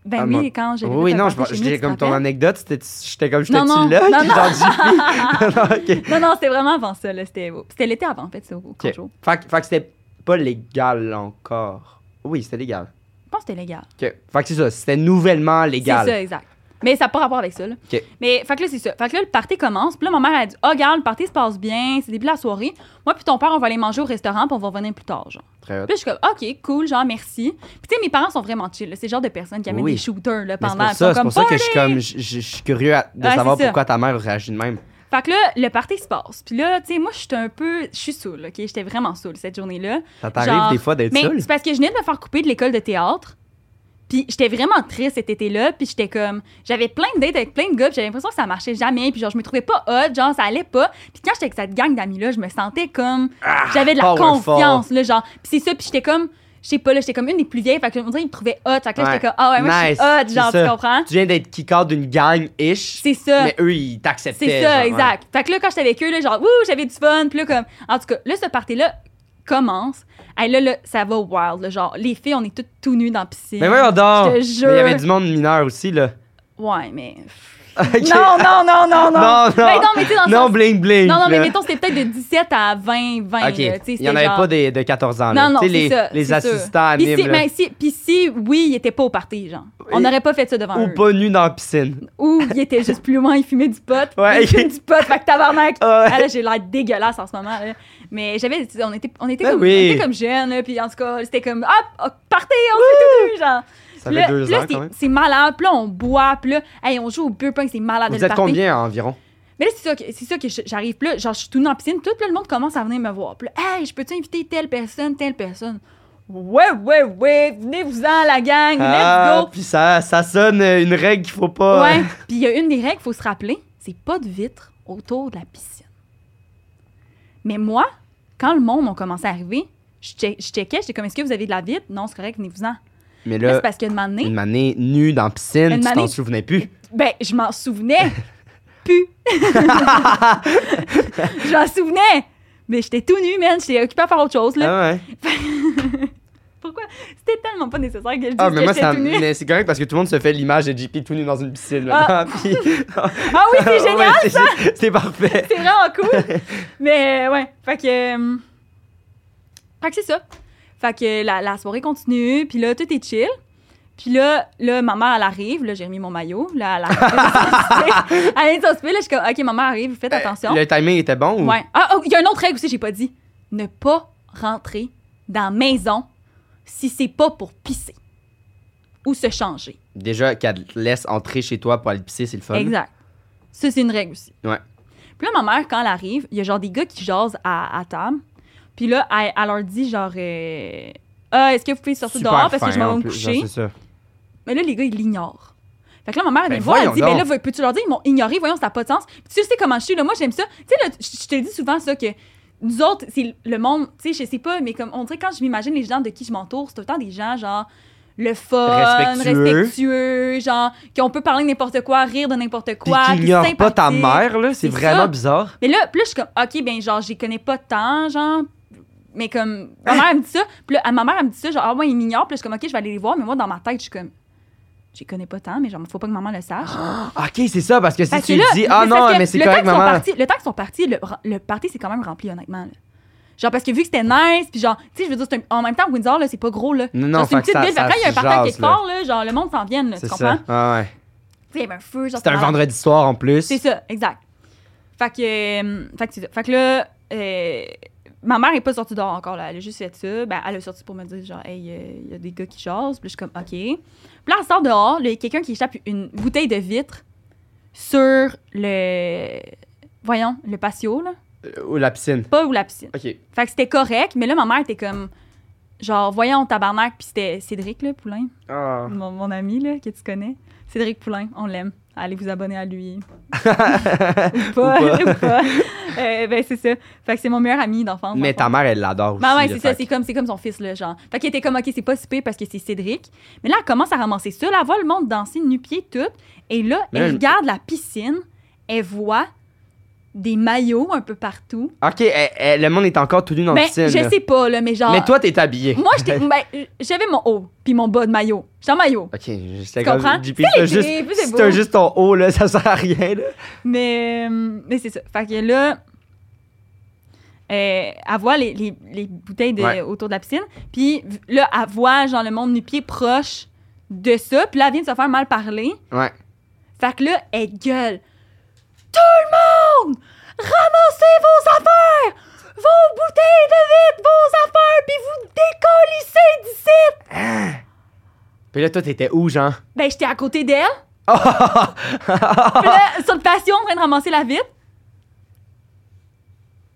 Speaker 2: Ben
Speaker 1: Ah,
Speaker 2: oui,
Speaker 1: mon-
Speaker 2: quand j'ai
Speaker 1: Oui, non, je
Speaker 2: pense
Speaker 1: je dirais comme ton anecdote, c'était- j'étais comme,
Speaker 2: Non, non,
Speaker 1: j'étais-tu là?
Speaker 2: non,
Speaker 1: Puis
Speaker 2: non.
Speaker 1: genre, j'ai- Non, ok.
Speaker 2: Non, non, c'était vraiment avant ça, là. C'était, c'était l'été avant, en fait, c'est au au
Speaker 1: Ok.
Speaker 2: Conjo.
Speaker 1: Fait que- fait que c'était pas légal encore. Oui, c'était légal.
Speaker 2: Je pense que c'était légal.
Speaker 1: Ok. Fait que c'est ça, c'était nouvellement légal.
Speaker 2: C'est ça, exact. Mais ça n'a pas rapport avec ça. Là.
Speaker 1: OK.
Speaker 2: Mais fait que là, c'est ça. Fait que là, le party commence. Puis là, ma mère, elle dit Oh, regarde, le party se passe bien. C'est début de la soirée. Moi, puis ton père, on va aller manger au restaurant, puis on va revenir plus tard. Genre.
Speaker 1: Très hot.
Speaker 2: Puis là, je suis comme OK, cool, genre, merci. Puis tu sais, mes parents sont vraiment chill. là. C'est le genre de personnes qui amènent
Speaker 1: Oui.
Speaker 2: des shooters là,
Speaker 1: Mais
Speaker 2: pendant.
Speaker 1: C'est pour ça,
Speaker 2: Ils sont
Speaker 1: c'est pour ça que je suis
Speaker 2: Party!
Speaker 1: comme, je- je je suis curieux à- de
Speaker 2: Ouais,
Speaker 1: savoir
Speaker 2: c'est ça.
Speaker 1: pourquoi ta mère réagit de même.
Speaker 2: Fait que là, le party se passe. Puis là, tu sais, moi, j'étais un peu. Je suis saoule, OK? J'étais vraiment saoule cette journée-là.
Speaker 1: Ça t'arrive
Speaker 2: Genre,
Speaker 1: des fois d'être
Speaker 2: Mais
Speaker 1: seul?
Speaker 2: c'est parce que je venais de me faire couper de l'école de théâtre. Puis j'étais vraiment triste cet été-là. Puis j'étais comme. J'avais plein de dates avec plein de gars. Puis j'avais l'impression que ça marchait jamais. Puis genre, je me trouvais pas hot. Genre, ça allait pas. Puis quand j'étais avec cette gang d'amis-là, je me sentais comme. J'avais de la
Speaker 1: Ah, powerful.
Speaker 2: confiance, là. Genre. Puis c'est ça. Puis j'étais comme. Je sais pas, là, j'étais comme une des plus vieilles. Fait que je me disais, ils me trouvaient hot. Fait que là,
Speaker 1: Ouais.
Speaker 2: j'étais comme. Ah ouais, moi,
Speaker 1: Nice,
Speaker 2: je
Speaker 1: c'est
Speaker 2: suis hot. Genre,
Speaker 1: ça.
Speaker 2: tu comprends?
Speaker 1: Tu viens d'être kick-out d'une gang-ish,
Speaker 2: C'est ça.
Speaker 1: mais eux, ils t'acceptaient.
Speaker 2: C'est ça,
Speaker 1: genre, ouais.
Speaker 2: exact. Fait que là, quand j'étais avec eux, là, genre, wouh, j'avais du fun. Puis là, comme, en tout cas, là, ce party-là commence. Hey, là, là, ça va wild. là. genre, les filles, on est toutes tout nues dans la piscine.
Speaker 1: Mais Ben, voyons donc!
Speaker 2: Je te
Speaker 1: Mais
Speaker 2: jure.
Speaker 1: il y avait du monde mineur aussi, là.
Speaker 2: Ouais, mais.
Speaker 1: Ok.
Speaker 2: Non, non, non, non, non.
Speaker 1: Non, non.
Speaker 2: Ben non, mais tu sais, dans le
Speaker 1: Non,
Speaker 2: sens-
Speaker 1: bling-bling.
Speaker 2: non, non, mais
Speaker 1: là.
Speaker 2: mettons, c'était peut-être de 17 à 20, 20.
Speaker 1: OK.
Speaker 2: là, tu sais,
Speaker 1: Il
Speaker 2: c'était
Speaker 1: y en avait
Speaker 2: genre-
Speaker 1: pas des, de 14 ans, là.
Speaker 2: Non, non,
Speaker 1: Tu sais,
Speaker 2: c'est
Speaker 1: les,
Speaker 2: ça,
Speaker 1: les
Speaker 2: c'est sûr.
Speaker 1: assistants
Speaker 2: Puis si,
Speaker 1: animent, là.
Speaker 2: ben, si- puis si, oui, ils étaient pas au party, genre. On
Speaker 1: Et-
Speaker 2: n'aurait pas fait ça devant
Speaker 1: Ou
Speaker 2: eux.
Speaker 1: pas nus dans la piscine.
Speaker 2: Ou ils étaient juste plus loin, ils fumaient du pot.
Speaker 1: Ouais.
Speaker 2: Ils fumaient du pot, fait que tabarnak,
Speaker 1: Ah ouais.
Speaker 2: Ah, là, j'ai l'air dégueulasse en ce moment. là. Mais j'avais, on était, on était
Speaker 1: Ben
Speaker 2: comme,
Speaker 1: oui.
Speaker 2: on était comme jeunes, là, puis en tout cas, c'était comme, hop, hop, partez, on se fait tout nu, genre.
Speaker 1: Ça
Speaker 2: Puis
Speaker 1: fait
Speaker 2: là-
Speaker 1: deux
Speaker 2: puis là,
Speaker 1: ans,
Speaker 2: c'est-
Speaker 1: quand même.
Speaker 2: C'est malade, puis là, on boit, puis là, hey, on joue au beer pong, c'est malade.
Speaker 1: Vous
Speaker 2: le
Speaker 1: êtes
Speaker 2: party.
Speaker 1: combien environ?
Speaker 2: Mais là, c'est ça que, c'est ça que je- j'arrive, puis là, genre, je suis tout nu en piscine, tout puis là, le monde commence à venir me voir. Puis là, hey, je peux-tu inviter telle personne, telle personne? Ouais, ouais, ouais, venez-vous-en, la gang,
Speaker 1: Ah,
Speaker 2: let's go!
Speaker 1: Puis ça, ça sonne euh, une règle qu'il faut pas...
Speaker 2: Ouais, puis il y a une des règles qu'il faut se rappeler, c'est pas de vitre autour de la piscine. Mais moi, quand le monde a commencé à arriver, je, che- je checkais, j'étais comme, est-ce que vous avez de la vitre? Non, c'est correct, venez-vous-en.
Speaker 1: Mais
Speaker 2: Là,
Speaker 1: là,
Speaker 2: c'est parce qu'une
Speaker 1: une
Speaker 2: année,
Speaker 1: manée nue dans la piscine,
Speaker 2: Hein? Une
Speaker 1: tu t'en
Speaker 2: manée-
Speaker 1: souvenais plus.
Speaker 2: ben, je m'en souvenais. Pu. J'en souvenais. Mais j'étais tout nu, man. J'étais occupée à faire autre chose, là.
Speaker 1: Ah ouais.
Speaker 2: Pourquoi? C'était tellement pas nécessaire que je dise
Speaker 1: Ah,
Speaker 2: que
Speaker 1: mais moi,
Speaker 2: j'étais
Speaker 1: ça,
Speaker 2: tout nue.
Speaker 1: mais c'est correct parce que tout le monde se fait l'image de JP tout nu dans une piscine.
Speaker 2: Ah.
Speaker 1: maintenant, puis-
Speaker 2: Ah oui, c'est génial!
Speaker 1: Ouais, c'est- c'est- C'est parfait.
Speaker 2: C'est vraiment cool. Mais euh, ouais, fait que. euh, Fait que c'est ça. Fait que la, la soirée continue, puis là, tout est chill. Puis là, là, ma mère, elle arrive. Là, j'ai remis mon maillot. Là, elle arrive. elle est inspirée. Là, je suis comme, OK, maman arrive, faites attention.
Speaker 1: Le timing était bon ou?
Speaker 2: Ouais. Ah, oh, il y a une autre règle aussi, j'ai pas dit. Ne pas rentrer dans la maison si c'est pas pour pisser ou se changer.
Speaker 1: Déjà, qu'elle te laisse entrer chez toi pour aller pisser, c'est le fun.
Speaker 2: Exact. Ça, c'est une règle aussi.
Speaker 1: Ouais.
Speaker 2: Puis là, ma mère, quand elle arrive, il y a genre des gars qui jasent à, à table. Puis là, elle, elle leur dit genre... euh, Ah, est-ce que vous pouvez sortir
Speaker 1: Super
Speaker 2: dehors parce que
Speaker 1: fin,
Speaker 2: je m'en vais
Speaker 1: en
Speaker 2: me
Speaker 1: plus.
Speaker 2: coucher?
Speaker 1: Genre, c'est ça.
Speaker 2: Mais là, les gars, ils l'ignorent. Fait que là, ma mère, elle
Speaker 1: Ben,
Speaker 2: vient me voir, elle
Speaker 1: voyons
Speaker 2: dit, ben
Speaker 1: donc.
Speaker 2: là, peux-tu leur dire, ils m'ont ignoré, voyons, ça n'a pas de sens. Puis tu sais comment je suis, là, moi, j'aime ça. Tu sais, là, je je te le dis souvent, ça, que nous autres, c'est le monde, tu sais, je sais pas, mais comme, on dirait, quand je m'imagine les gens de qui je m'entoure, c'est tout le temps des gens, genre, le fun,
Speaker 1: Respectueux.
Speaker 2: respectueux, genre, qu'on peut parler de n'importe quoi, rire de n'importe
Speaker 1: Puis
Speaker 2: quoi.
Speaker 1: qu'il ignore pas ta
Speaker 2: sympathique.
Speaker 1: mère, là. C'est
Speaker 2: C'est
Speaker 1: vraiment
Speaker 2: ça.
Speaker 1: bizarre.
Speaker 2: Mais là, plus je suis comme, OK, ben genre, j'y connais pas tant, genre. Mais comme, ma mère, elle me dit ça. Puis là, à ma mère, elle me dit ça, genre, ah ouais, ils m'ignorent. Puis là, je suis comme, OK, je vais aller les voir. Mais moi, dans ma tête, je suis comme, je les connais pas tant, mais genre, faut pas que maman le sache.
Speaker 1: Ok, c'est ça, parce que Ah, si
Speaker 2: Parce
Speaker 1: tu
Speaker 2: que là,
Speaker 1: dis, ah
Speaker 2: parce
Speaker 1: non,
Speaker 2: que
Speaker 1: mais c'est
Speaker 2: le temps
Speaker 1: correct,
Speaker 2: qu'ils sont
Speaker 1: maman.
Speaker 2: partis- le temps qu'ils sont partis, le, le party, c'est quand même rempli, honnêtement. là. Genre, parce que vu que c'était nice, puis genre, tu sais, je veux dire, c'est un- en même temps, Windsor, là, c'est pas gros, là.
Speaker 1: Non, non,
Speaker 2: c'est une
Speaker 1: fait que
Speaker 2: petite
Speaker 1: ça-
Speaker 2: ville, fait
Speaker 1: ça
Speaker 2: que quand il y a un
Speaker 1: se
Speaker 2: party à
Speaker 1: jase,
Speaker 2: quelque
Speaker 1: là.
Speaker 2: part, là, genre, le monde s'en vient, là, tu
Speaker 1: C'est
Speaker 2: comprends?
Speaker 1: ça.
Speaker 2: Tu
Speaker 1: Ah, ouais.
Speaker 2: sais, il y avait un feu, genre.
Speaker 1: C'était un
Speaker 2: malade.
Speaker 1: vendredi soir en plus.
Speaker 2: C'est ça, exact. Fait que, euh, fait que, c'est ça. Fait que là, euh, ma mère est pas sortie dehors encore, là. Elle a juste fait ça. Ben, elle a sorti pour me dire, genre, hey, euh, il y a des gars qui jasent. Puis là, je suis comme, OK. Puis là, elle sort dehors. là, Il y a quelqu'un qui échappe une bouteille de vitre sur le. Voyons, le patio, là.
Speaker 1: Euh, Ou la piscine.
Speaker 2: Pas où la piscine.
Speaker 1: Ok.
Speaker 2: Fait que c'était correct, mais là, ma mère était comme, genre, voyons, tabarnak. Puis c'était Cédric, là, Poulain,
Speaker 1: Ah.
Speaker 2: mon, mon ami, là, que tu connais. Cédric Poulain, on l'aime. Allez vous abonner à lui
Speaker 1: Ou
Speaker 2: ou pas,
Speaker 1: pas.
Speaker 2: ou pas. Euh, ben c'est ça. Fait que c'est mon meilleur ami d'enfance.
Speaker 1: mais
Speaker 2: dans
Speaker 1: ta
Speaker 2: le fond.
Speaker 1: mère, elle l'adore aussi.
Speaker 2: Ben ouais,
Speaker 1: là,
Speaker 2: c'est ça,
Speaker 1: fait
Speaker 2: c'est comme, c'est comme son fils, là, genre. Fait qu'il était comme, OK, c'est pas super parce que c'est Cédric. Mais là, elle commence à ramasser ça. Là, elle voit le monde danser nu-pied, tout. Et là,
Speaker 1: Mais
Speaker 2: elle
Speaker 1: elle-
Speaker 2: regarde la piscine. Elle voit des maillots un peu partout.
Speaker 1: que- Ok, elle- elle- le monde est encore tout nu dans
Speaker 2: Ben,
Speaker 1: la piscine.
Speaker 2: je
Speaker 1: là.
Speaker 2: sais pas, là, mais genre...
Speaker 1: Mais toi, t'es habillé.
Speaker 2: Moi, j'étais- ben, j'avais mon haut, puis mon bas de maillot. J'étais en maillot.
Speaker 1: Ok, j'étais
Speaker 2: Tu
Speaker 1: comme
Speaker 2: comprends?
Speaker 1: JP, si t'as
Speaker 2: l'été,
Speaker 1: juste,
Speaker 2: puis c'est
Speaker 1: si
Speaker 2: beau.
Speaker 1: t'as juste ton haut, là, ça sert à rien, là.
Speaker 2: Mais, euh, mais c'est ça. Fait que là, euh, elle voit les, les- les bouteilles de-
Speaker 1: Ouais.
Speaker 2: autour de la piscine. Puis là, elle voit genre le monde nu-pied proche de ça. Puis là, elle vient de se faire mal parler.
Speaker 1: Ouais.
Speaker 2: Fait que là, elle gueule. Tout le monde! Ramassez vos affaires! Vos bouteilles de vide, vos affaires! Puis vous décollissez d'ici!
Speaker 1: Puis là, toi, t'étais où, genre?
Speaker 2: Ben, j'étais à côté d'elle. Puis là, sur le patio, en train de ramasser la vitre.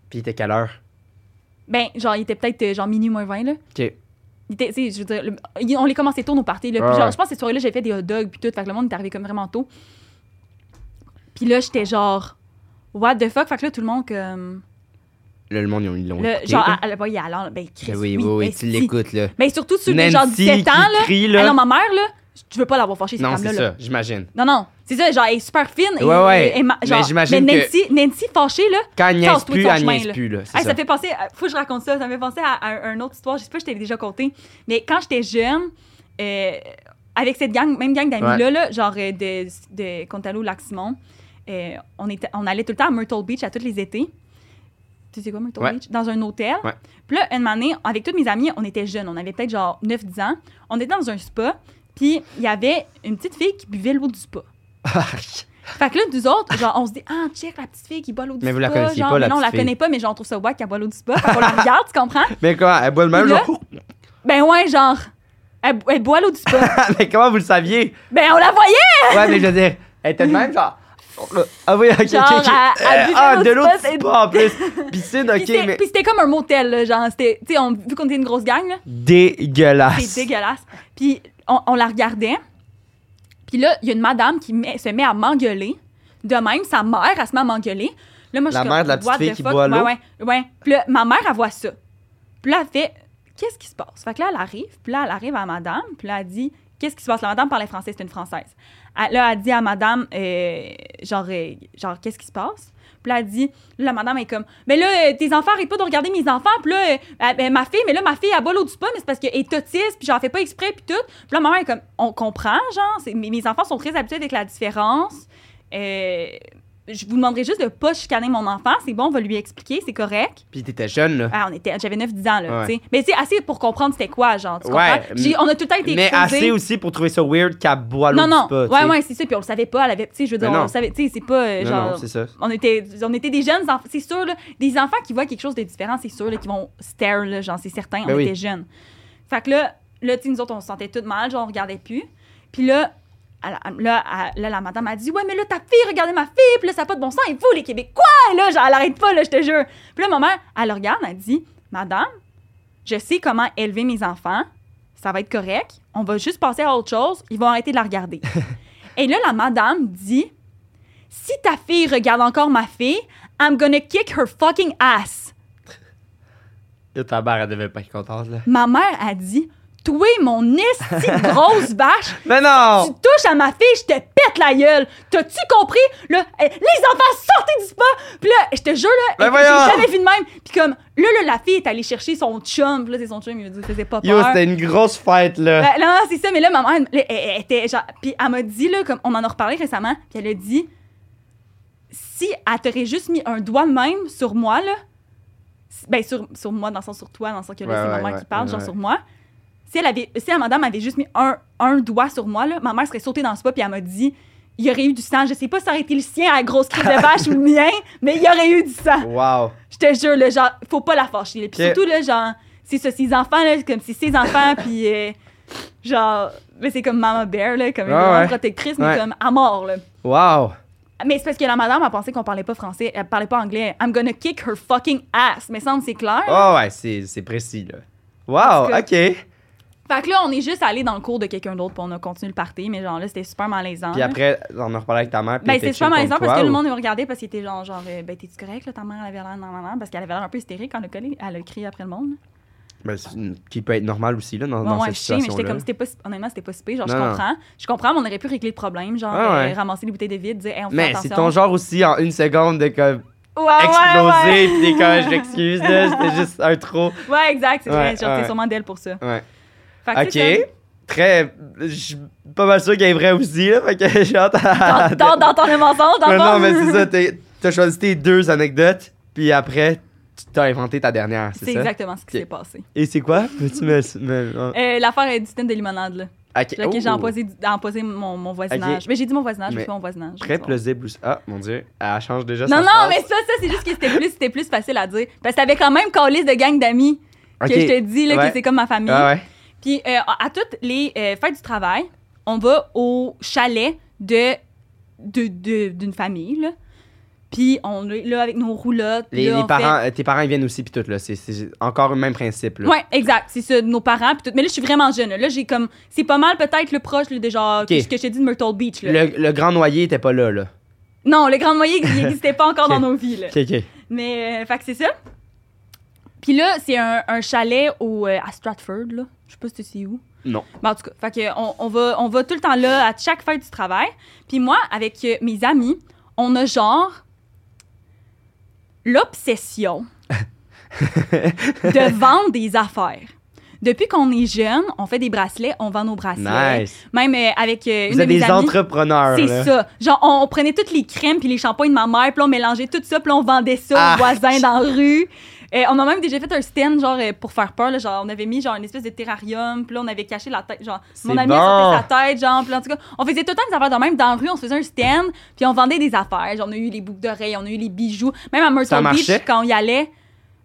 Speaker 1: Puis t'es quelle heure?
Speaker 2: Ben, genre, il était peut-être euh, genre minuit moins 20, là.
Speaker 1: Ok.
Speaker 2: Il était- tu sais, je veux dire, le- il- on les commençait tôt nos parties. Là, puis
Speaker 1: Ouais,
Speaker 2: genre,
Speaker 1: ouais.
Speaker 2: je pense que ces soirées-là, j'ai fait des hot dogs, puis tout. Fait que le monde est arrivé comme vraiment tôt. Puis là, j'étais genre, what the fuck? Fait que là, tout le monde, comme.
Speaker 1: Là, le monde, ils ont- ils l'ont
Speaker 2: là,
Speaker 1: écouté,
Speaker 2: genre,
Speaker 1: là.
Speaker 2: elle ben, il est allant, ben, Chris,
Speaker 1: Ben oui, oui, oui, tu
Speaker 2: esti.
Speaker 1: l'écoutes, là.
Speaker 2: Ben, surtout ceux des
Speaker 1: Nancy
Speaker 2: genre 17 ans,
Speaker 1: qui
Speaker 2: là.
Speaker 1: crie,
Speaker 2: Ah
Speaker 1: là.
Speaker 2: non, ma mère, là, je veux pas l'avoir fâchée, cette
Speaker 1: Non, c'est
Speaker 2: femme-là. là.
Speaker 1: ça, j'imagine.
Speaker 2: Non, non, c'est ça, genre, elle est super fine. et-
Speaker 1: Ouais, ouais.
Speaker 2: et- et ma-
Speaker 1: Mais
Speaker 2: genre,
Speaker 1: j'imagine
Speaker 2: mais
Speaker 1: que-
Speaker 2: Nancy, Nancy fâchée, là.
Speaker 1: Quand elle niaise
Speaker 2: Casse-toi
Speaker 1: plus,
Speaker 2: ton
Speaker 1: elle
Speaker 2: chemin,
Speaker 1: niaise
Speaker 2: là.
Speaker 1: plus, là. c'est
Speaker 2: Hey, ça.
Speaker 1: ça.
Speaker 2: fait penser, à- faut que je raconte ça, ça me fait penser à, à une autre histoire, je sais pas si je t'avais déjà conté, mais quand j'étais jeune, euh, avec cette gang, même gang d'amis-là, là, genre euh, de, de Contalo, Lac-Simon, euh, on, était, on allait tout le temps à Myrtle Beach à tous les étés. Tu sais quoi, Myrtle
Speaker 1: Ouais.
Speaker 2: Beach? Dans un hôtel.
Speaker 1: Ouais.
Speaker 2: Puis là, une année, avec tous mes amis, on était jeunes, on avait peut-être genre 9-10 ans, on était dans un spa, puis il y avait une petite fille qui buvait l'eau du spa. Fait que là, nous autres, genre, on se dit, ah, check, la petite fille qui boit l'eau du
Speaker 1: Mais
Speaker 2: spa.
Speaker 1: vous la connaissiez
Speaker 2: genre,
Speaker 1: pas, la
Speaker 2: mais non, on la
Speaker 1: petite fille.
Speaker 2: connaît pas, mais genre, on trouve ça wack qu'elle boit l'eau du spa. Fait qu'on la regarde, tu comprends?
Speaker 1: Mais comment, elle boit le même,
Speaker 2: Là-
Speaker 1: genre?
Speaker 2: Ben ouais, genre, elle, elle boit l'eau du spa.
Speaker 1: Mais comment vous le saviez?
Speaker 2: ben on la voyait!
Speaker 1: Ouais, mais je veux dire, elle était de même, genre. Ah oui, ok, ok,
Speaker 2: Genre,
Speaker 1: ok.
Speaker 2: elle- elle
Speaker 1: Euh,
Speaker 2: buvait
Speaker 1: ah,
Speaker 2: l'eau
Speaker 1: de
Speaker 2: du
Speaker 1: l'eau
Speaker 2: spa,
Speaker 1: du
Speaker 2: c'est-
Speaker 1: spa en plus. Piscine,
Speaker 2: Puis
Speaker 1: ok,
Speaker 2: c'était-
Speaker 1: mais.
Speaker 2: Puis c'était comme un motel, là, genre, c'était, tu sais, on- vu qu'on était une grosse gang, là,
Speaker 1: Dégueulasse.
Speaker 2: c'est dégueulasse. Puis on, on la regardait. Puis là, il y a une madame qui met- se met à m'engueuler. De même, sa mère, elle se met à m'engueuler. Là, moi, je
Speaker 1: La
Speaker 2: suis
Speaker 1: mère
Speaker 2: comme,
Speaker 1: de la petite
Speaker 2: what the
Speaker 1: fille qui
Speaker 2: fuck?
Speaker 1: boit l'eau?
Speaker 2: Ouais, ouais, ouais. Puis là, ma mère, elle voit ça. Puis là, elle fait Qu'est-ce qui se passe? Fait que là, elle arrive. Puis là, elle arrive à madame. Puis là, elle dit Qu'est-ce qui se passe? La madame parlait français, c'est une française. Elle- là, elle dit à madame euh, Genre, euh, genre qu'est-ce qui se passe? Puis là, elle dit, là, la madame est comme, mais là, euh, tes enfants arrêtent pas de regarder mes enfants. Puis là, euh, elle- elle- ma fille, mais là, ma fille, elle boit l'eau du spa, mais c'est parce qu'elle est autiste, puis j'en fais pas exprès, puis tout. Puis là, maman est comme, on comprend, genre, c'est- mes, mes enfants sont très habitués avec la différence. Euh, je vous demanderai juste de pas chicaner mon enfant, c'est bon, on va lui expliquer, c'est correct.
Speaker 1: Puis t'étais jeune, là.
Speaker 2: Ah, on était, j'avais 9-10 ans, là,
Speaker 1: Ouais.
Speaker 2: tu sais. Mais c'est assez pour comprendre c'était quoi, genre, tu
Speaker 1: Ouais,
Speaker 2: comprends? J'ai- on a tout le temps été
Speaker 1: Mais
Speaker 2: exposés.
Speaker 1: assez aussi pour trouver ça weird qu'elle boit l'eau
Speaker 2: Non,
Speaker 1: du
Speaker 2: non,
Speaker 1: spa. tu
Speaker 2: ouais,
Speaker 1: sais.
Speaker 2: ouais, c'est ça, puis on le savait pas, elle avait, tu sais, je veux dire,
Speaker 1: Mais
Speaker 2: on
Speaker 1: non.
Speaker 2: le savait, tu sais, c'est pas, euh,
Speaker 1: Non,
Speaker 2: genre...
Speaker 1: non, c'est ça.
Speaker 2: On était, on était des jeunes enfants, c'est sûr, là, des enfants qui voient quelque chose de différent, c'est sûr, là, qui vont stare, là, genre, c'est certain,
Speaker 1: Ben
Speaker 2: on
Speaker 1: oui.
Speaker 2: était jeunes. Fait que là, là, tu sais, nous autres, on se sentait toutes mal, genre, on regardait plus. Puis là, elle- elle- là, elle- là, la madame a dit, ouais, mais là, ta fille, regardez ma fille, puis là, ça n'a pas de bon sens, et vous, les Québécois, là, genre, elle arrête pas, là, je te jure. Puis là, ma mère, elle le regarde, elle dit, madame, je sais comment élever mes enfants, ça va être correct, on va juste passer à autre chose, ils vont arrêter de la regarder. et là, la madame dit, si ta fille regarde encore ma fille, I'm gonna kick her fucking ass.
Speaker 1: Là, ta mère, elle devait pas être contente, là.
Speaker 2: Ma mère a dit Toi, mon esti de grosse vache,
Speaker 1: Mais
Speaker 2: tu
Speaker 1: non!
Speaker 2: touches à ma fille, je te pète la gueule. T'as-tu compris? Là, eh, les enfants, sortez du pas! Puis là, je te jure, là,
Speaker 1: Ben
Speaker 2: eh,
Speaker 1: voyons!
Speaker 2: j'ai jamais vu de même. Puis comme, là, là, la fille est allée chercher son chum. Puis là, c'est son chum, il me dit, faisait pas
Speaker 1: Yo,
Speaker 2: peur.
Speaker 1: c'était une grosse fête, là.
Speaker 2: Ben, non, non, c'est ça, mais là, ma mère, elle, elle- elle était genre. Puis elle m'a dit, là, comme on en a reparlé récemment, puis elle a dit si elle t'aurait juste mis un doigt de même sur moi, là, si- ben, sur, sur moi, dans le sens sur toi, dans le sens que là,
Speaker 1: Ouais,
Speaker 2: c'est ma
Speaker 1: ouais,
Speaker 2: mère
Speaker 1: ouais,
Speaker 2: qui parle,
Speaker 1: ouais,
Speaker 2: genre
Speaker 1: ouais.
Speaker 2: sur moi. Si, elle avait, si la madame avait juste mis un, un doigt sur moi, là, ma mère serait sautée dans le spa, puis elle m'a dit il y aurait eu du sang. Je sais pas si ça aurait été le sien à la grosse crise de vache ou le mien, mais il y aurait eu du sang.
Speaker 1: Wow.
Speaker 2: Je te jure, là, genre, faut pas la fâcher. là. Puis
Speaker 1: Ok.
Speaker 2: surtout, là, genre, c'est ça, ses enfants, là, comme c'est ses enfants, puis euh, genre, mais c'est comme Mama Bear, là, comme une
Speaker 1: Ouais,
Speaker 2: grande
Speaker 1: ouais.
Speaker 2: protectrice, mais
Speaker 1: Ouais.
Speaker 2: comme à mort, là.
Speaker 1: Wow.
Speaker 2: Mais c'est parce que la madame a pensé qu'on parlait pas français, elle parlait pas anglais. I'm gonna kick her fucking ass, mais semble c'est clair.
Speaker 1: Oh, ouais, c'est c'est précis, là.
Speaker 2: En tout
Speaker 1: Wow,
Speaker 2: cas.
Speaker 1: OK. Puis
Speaker 2: Fait que là, on est juste allé dans le cours de quelqu'un d'autre, puis on a continué le party, mais genre là, c'était super malaisant. là.
Speaker 1: après, on en reparlait avec ta mère. puis
Speaker 2: Ben,
Speaker 1: t'étais
Speaker 2: c'est super
Speaker 1: chill
Speaker 2: malaisant
Speaker 1: contre
Speaker 2: parce que
Speaker 1: toi,
Speaker 2: le
Speaker 1: ou-
Speaker 2: monde me regardait parce qu'il était genre, genre euh, ben, t'es-tu correct, là, ta mère, elle avait l'air, non, non, non, parce qu'elle avait l'air un peu hystérique quand elle a collé, elle a crié après le monde.
Speaker 1: Ben, c'est une- qui peut être normal aussi, là, dans,
Speaker 2: Ouais,
Speaker 1: dans
Speaker 2: ouais,
Speaker 1: cette
Speaker 2: je sais, mais j'étais
Speaker 1: situation-là.
Speaker 2: comme, c'était pas, si- honnêtement, c'était pas si pire. Genre, je
Speaker 1: Non, non.
Speaker 2: comprends. Je comprends, mais on aurait pu régler le problème. Genre,
Speaker 1: Ah ouais.
Speaker 2: euh, ramasser les bouteilles de vide, dire, hey, on fait
Speaker 1: Mais c'est
Speaker 2: attention.
Speaker 1: ton genre aussi, en une seconde, de comme
Speaker 2: Ouais, ouais,
Speaker 1: exploser,
Speaker 2: ouais.
Speaker 1: puis t'es comme, je m'excuse, là, c'était juste un trop.
Speaker 2: Ouais, exact, c'est
Speaker 1: Ouais,
Speaker 2: vrai. Genre,
Speaker 1: ouais.
Speaker 2: t'es sûrement d'elle pour ça.
Speaker 1: Ouais.
Speaker 2: Fait que c'est
Speaker 1: Ok. Très. Je suis pas mal sûr qu'elle est vraie aussi, là. Fait que j'entends.
Speaker 2: ça. Dans, dans, dans ton mensonge, dans
Speaker 1: Non,
Speaker 2: le
Speaker 1: non,
Speaker 2: fond.
Speaker 1: mais c'est ça. t'es- T'as choisi tes deux anecdotes, puis après, tu t'as inventé ta dernière, c'est ça?
Speaker 2: C'est exactement ce qui
Speaker 1: Ok.
Speaker 2: s'est passé.
Speaker 1: Et c'est quoi? Peux-tu me. me-
Speaker 2: Euh, L'affaire est du thème de limonade, là.
Speaker 1: Ok.
Speaker 2: Là, que j'ai
Speaker 1: Oh!
Speaker 2: emposé, du- emposé mon, mon voisinage.
Speaker 1: Ok.
Speaker 2: Mais j'ai dit mon voisinage,
Speaker 1: Mais
Speaker 2: j'ai pas mon voisinage.
Speaker 1: Très
Speaker 2: bon.
Speaker 1: plausible aussi. Ah, mon dieu. Elle change déjà
Speaker 2: Non,
Speaker 1: sa
Speaker 2: non, mais ça, ça c'est juste que c'était plus, c'était plus facile à dire. Parce que t'avais quand même calice de gang d'amis
Speaker 1: Ok.
Speaker 2: que je te dis, là,
Speaker 1: Ouais.
Speaker 2: que c'est comme ma famille.
Speaker 1: Ah ouais.
Speaker 2: Puis euh, à à toutes les euh, fêtes du travail, on va au chalet de de- de- d'une famille. Là. Puis on est là avec nos roulottes.
Speaker 1: Les,
Speaker 2: là,
Speaker 1: les
Speaker 2: on
Speaker 1: parents, euh, tes parents, ils viennent aussi, puis tout, là. C'est- C'est encore le même principe,
Speaker 2: fait-
Speaker 1: là.
Speaker 2: Ouais, exact, c'est ça, de nos parents puis tout. Mais là je suis vraiment jeune. Là, Là, j'ai comme c'est pas mal peut-être le proche là, de genre
Speaker 1: Ok.
Speaker 2: ce que je t'ai dit de Myrtle Beach là.
Speaker 1: Le, le grand noyer était pas là, là.
Speaker 2: Non, le grand moyen il n'existait pas encore
Speaker 1: Ok.
Speaker 2: dans nos vies là.
Speaker 1: Ok, ok.
Speaker 2: Mais euh, fait que c'est ça. Puis là, c'est un, un chalet au, euh, à Stratford là. Je sais pas si tu sais où.
Speaker 1: Non.
Speaker 2: Ben, en tout cas, fait que on, on va, on va tout le temps là à chaque fête du travail. Puis moi, avec euh, mes amis, on a genre l'obsession de vendre des affaires. Depuis qu'on est jeune, on fait des bracelets, on vend nos
Speaker 1: Ah,
Speaker 2: bracelets.
Speaker 1: Nice.
Speaker 2: Même euh, avec euh, une
Speaker 1: Vous
Speaker 2: de
Speaker 1: êtes
Speaker 2: mes
Speaker 1: des
Speaker 2: amies.
Speaker 1: entrepreneurs,
Speaker 2: C'est
Speaker 1: là.
Speaker 2: ça. Genre, on, on prenait toutes les crèmes puis les shampoings de ma mère, puis là, on mélangeait tout ça, puis là, on vendait ça
Speaker 1: Ah!
Speaker 2: aux voisins dans la rue. Euh, on a même déjà fait un stand, genre, euh, pour faire peur. là, genre, on avait mis, genre, une espèce de terrarium, puis là, on avait caché la tête. Genre,
Speaker 1: C'est
Speaker 2: mon ami
Speaker 1: bon.
Speaker 2: elle sortait sa tête, genre, puis là, en tout cas, on faisait tout le temps des affaires de même. Dans la rue, on se faisait un stand, puis on vendait des affaires. Genre, on a eu les boucles d'oreilles, on a eu les bijoux. Même à
Speaker 1: Ça
Speaker 2: Myrtle
Speaker 1: marchait?
Speaker 2: Beach, quand on y allait,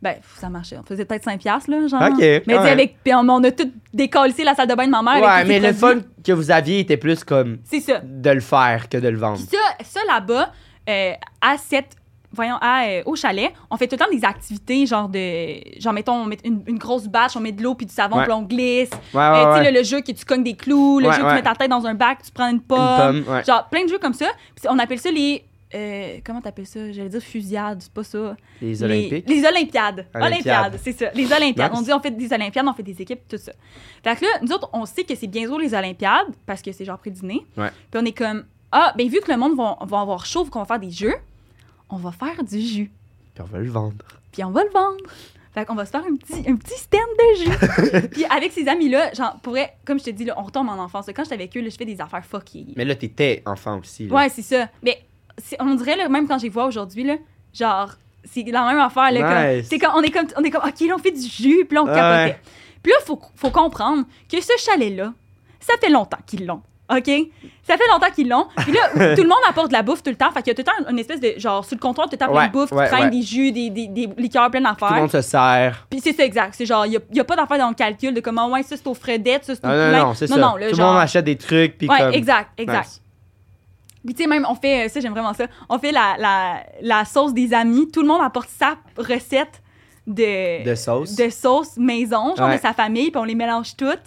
Speaker 2: ben, pff, ça marchait. On faisait peut-être 5$, piastres, là, genre.
Speaker 1: Ok,
Speaker 2: Mais tu
Speaker 1: quand
Speaker 2: sais,
Speaker 1: même.
Speaker 2: avec. Puis on, on a tout décalissé la salle de bain de ma mère.
Speaker 1: Ouais,
Speaker 2: Ah, avec tous
Speaker 1: mais
Speaker 2: ces
Speaker 1: le
Speaker 2: produits.
Speaker 1: fun que vous aviez était plus comme
Speaker 2: C'est ça.
Speaker 1: de le faire que de le vendre.
Speaker 2: Puis ça, ça là-bas, euh, à cette. Voyons, à, euh, au chalet, on fait tout le temps des activités, genre de. Genre, mettons, on met une, une grosse bâche, on met de l'eau puis du savon,
Speaker 1: Ouais.
Speaker 2: puis on glisse.
Speaker 1: Ouais,
Speaker 2: Euh,
Speaker 1: ouais,
Speaker 2: tu sais,
Speaker 1: ouais.
Speaker 2: là, le jeu que tu cognes des clous, le
Speaker 1: Ouais,
Speaker 2: jeu que
Speaker 1: ouais.
Speaker 2: tu mets ta tête dans un bac, tu prends une pomme.
Speaker 1: Une pomme, ouais.
Speaker 2: Genre, plein de jeux comme ça. Puis on appelle ça les. euh, comment t'appelles ça? J'allais dire fusillade, c'est pas ça.
Speaker 1: Les Olympiques.
Speaker 2: Les, Olympiades.
Speaker 1: Olympiades.
Speaker 2: Olympiades, c'est ça. Les Olympiades.
Speaker 1: Nice.
Speaker 2: On dit on fait des Olympiades, on fait des équipes, tout ça. Fait que là, nous autres, on sait que c'est bientôt les Olympiades parce que c'est genre après le dîner.
Speaker 1: Ouais.
Speaker 2: Puis on est comme, ah, ben vu que le monde va, va avoir chaud, vu qu'on va faire des jeux, on va faire du jus.
Speaker 1: Puis on va le vendre.
Speaker 2: Puis on va le vendre. Fait qu'on va se faire un petit, un petit stand de jus. puis avec ces amis-là, genre, pourrait, comme je te dis, là, on retombe en enfance. Quand j'étais avec eux, là, je fais des affaires fucky.
Speaker 1: Mais là, t'étais enfant aussi. là.
Speaker 2: Ouais, c'est ça. Mais c'est- on dirait, là, même quand j'y vois aujourd'hui, là, genre, c'est la même affaire. Là,
Speaker 1: Nice.
Speaker 2: comme, c'est comme, on, est comme, on est comme, OK, là, on fait du jus, puis là, on
Speaker 1: Ouais.
Speaker 2: capotait. Puis là, il faut, faut comprendre que ce chalet-là, ça fait longtemps qu'ils l'ont. OK? Ça fait longtemps qu'ils l'ont. Puis là, tout le monde apporte de la bouffe tout le temps. Fait qu'il y a tout le temps une espèce de. Genre, sur le comptoir, tout le temps plein
Speaker 1: Ouais,
Speaker 2: de bouffe,
Speaker 1: ouais,
Speaker 2: qui traîne
Speaker 1: ouais.
Speaker 2: des jus, des, des, des liqueurs, plein
Speaker 1: Tout le
Speaker 2: d'affaires.
Speaker 1: monde se sert.
Speaker 2: Puis c'est ça, exact. C'est genre, il n'y a, pas d'affaire dans le calcul de comment, ouais, ça c'est aux fredettes, ça c'est au
Speaker 1: Ah, Non, non,
Speaker 2: poulain.
Speaker 1: non, c'est ça.
Speaker 2: Non, non,
Speaker 1: Tout
Speaker 2: là,
Speaker 1: le
Speaker 2: genre-
Speaker 1: monde achète des trucs, puis
Speaker 2: Ouais,
Speaker 1: comme...
Speaker 2: exact, exact.
Speaker 1: Nice.
Speaker 2: Puis tu sais, même, on fait, euh, ça j'aime vraiment ça, on fait la, la, la sauce des amis. Tout le monde apporte sa recette de,
Speaker 1: De sauce.
Speaker 2: de sauce maison, genre
Speaker 1: Ouais.
Speaker 2: de sa famille, puis on les mélange toutes.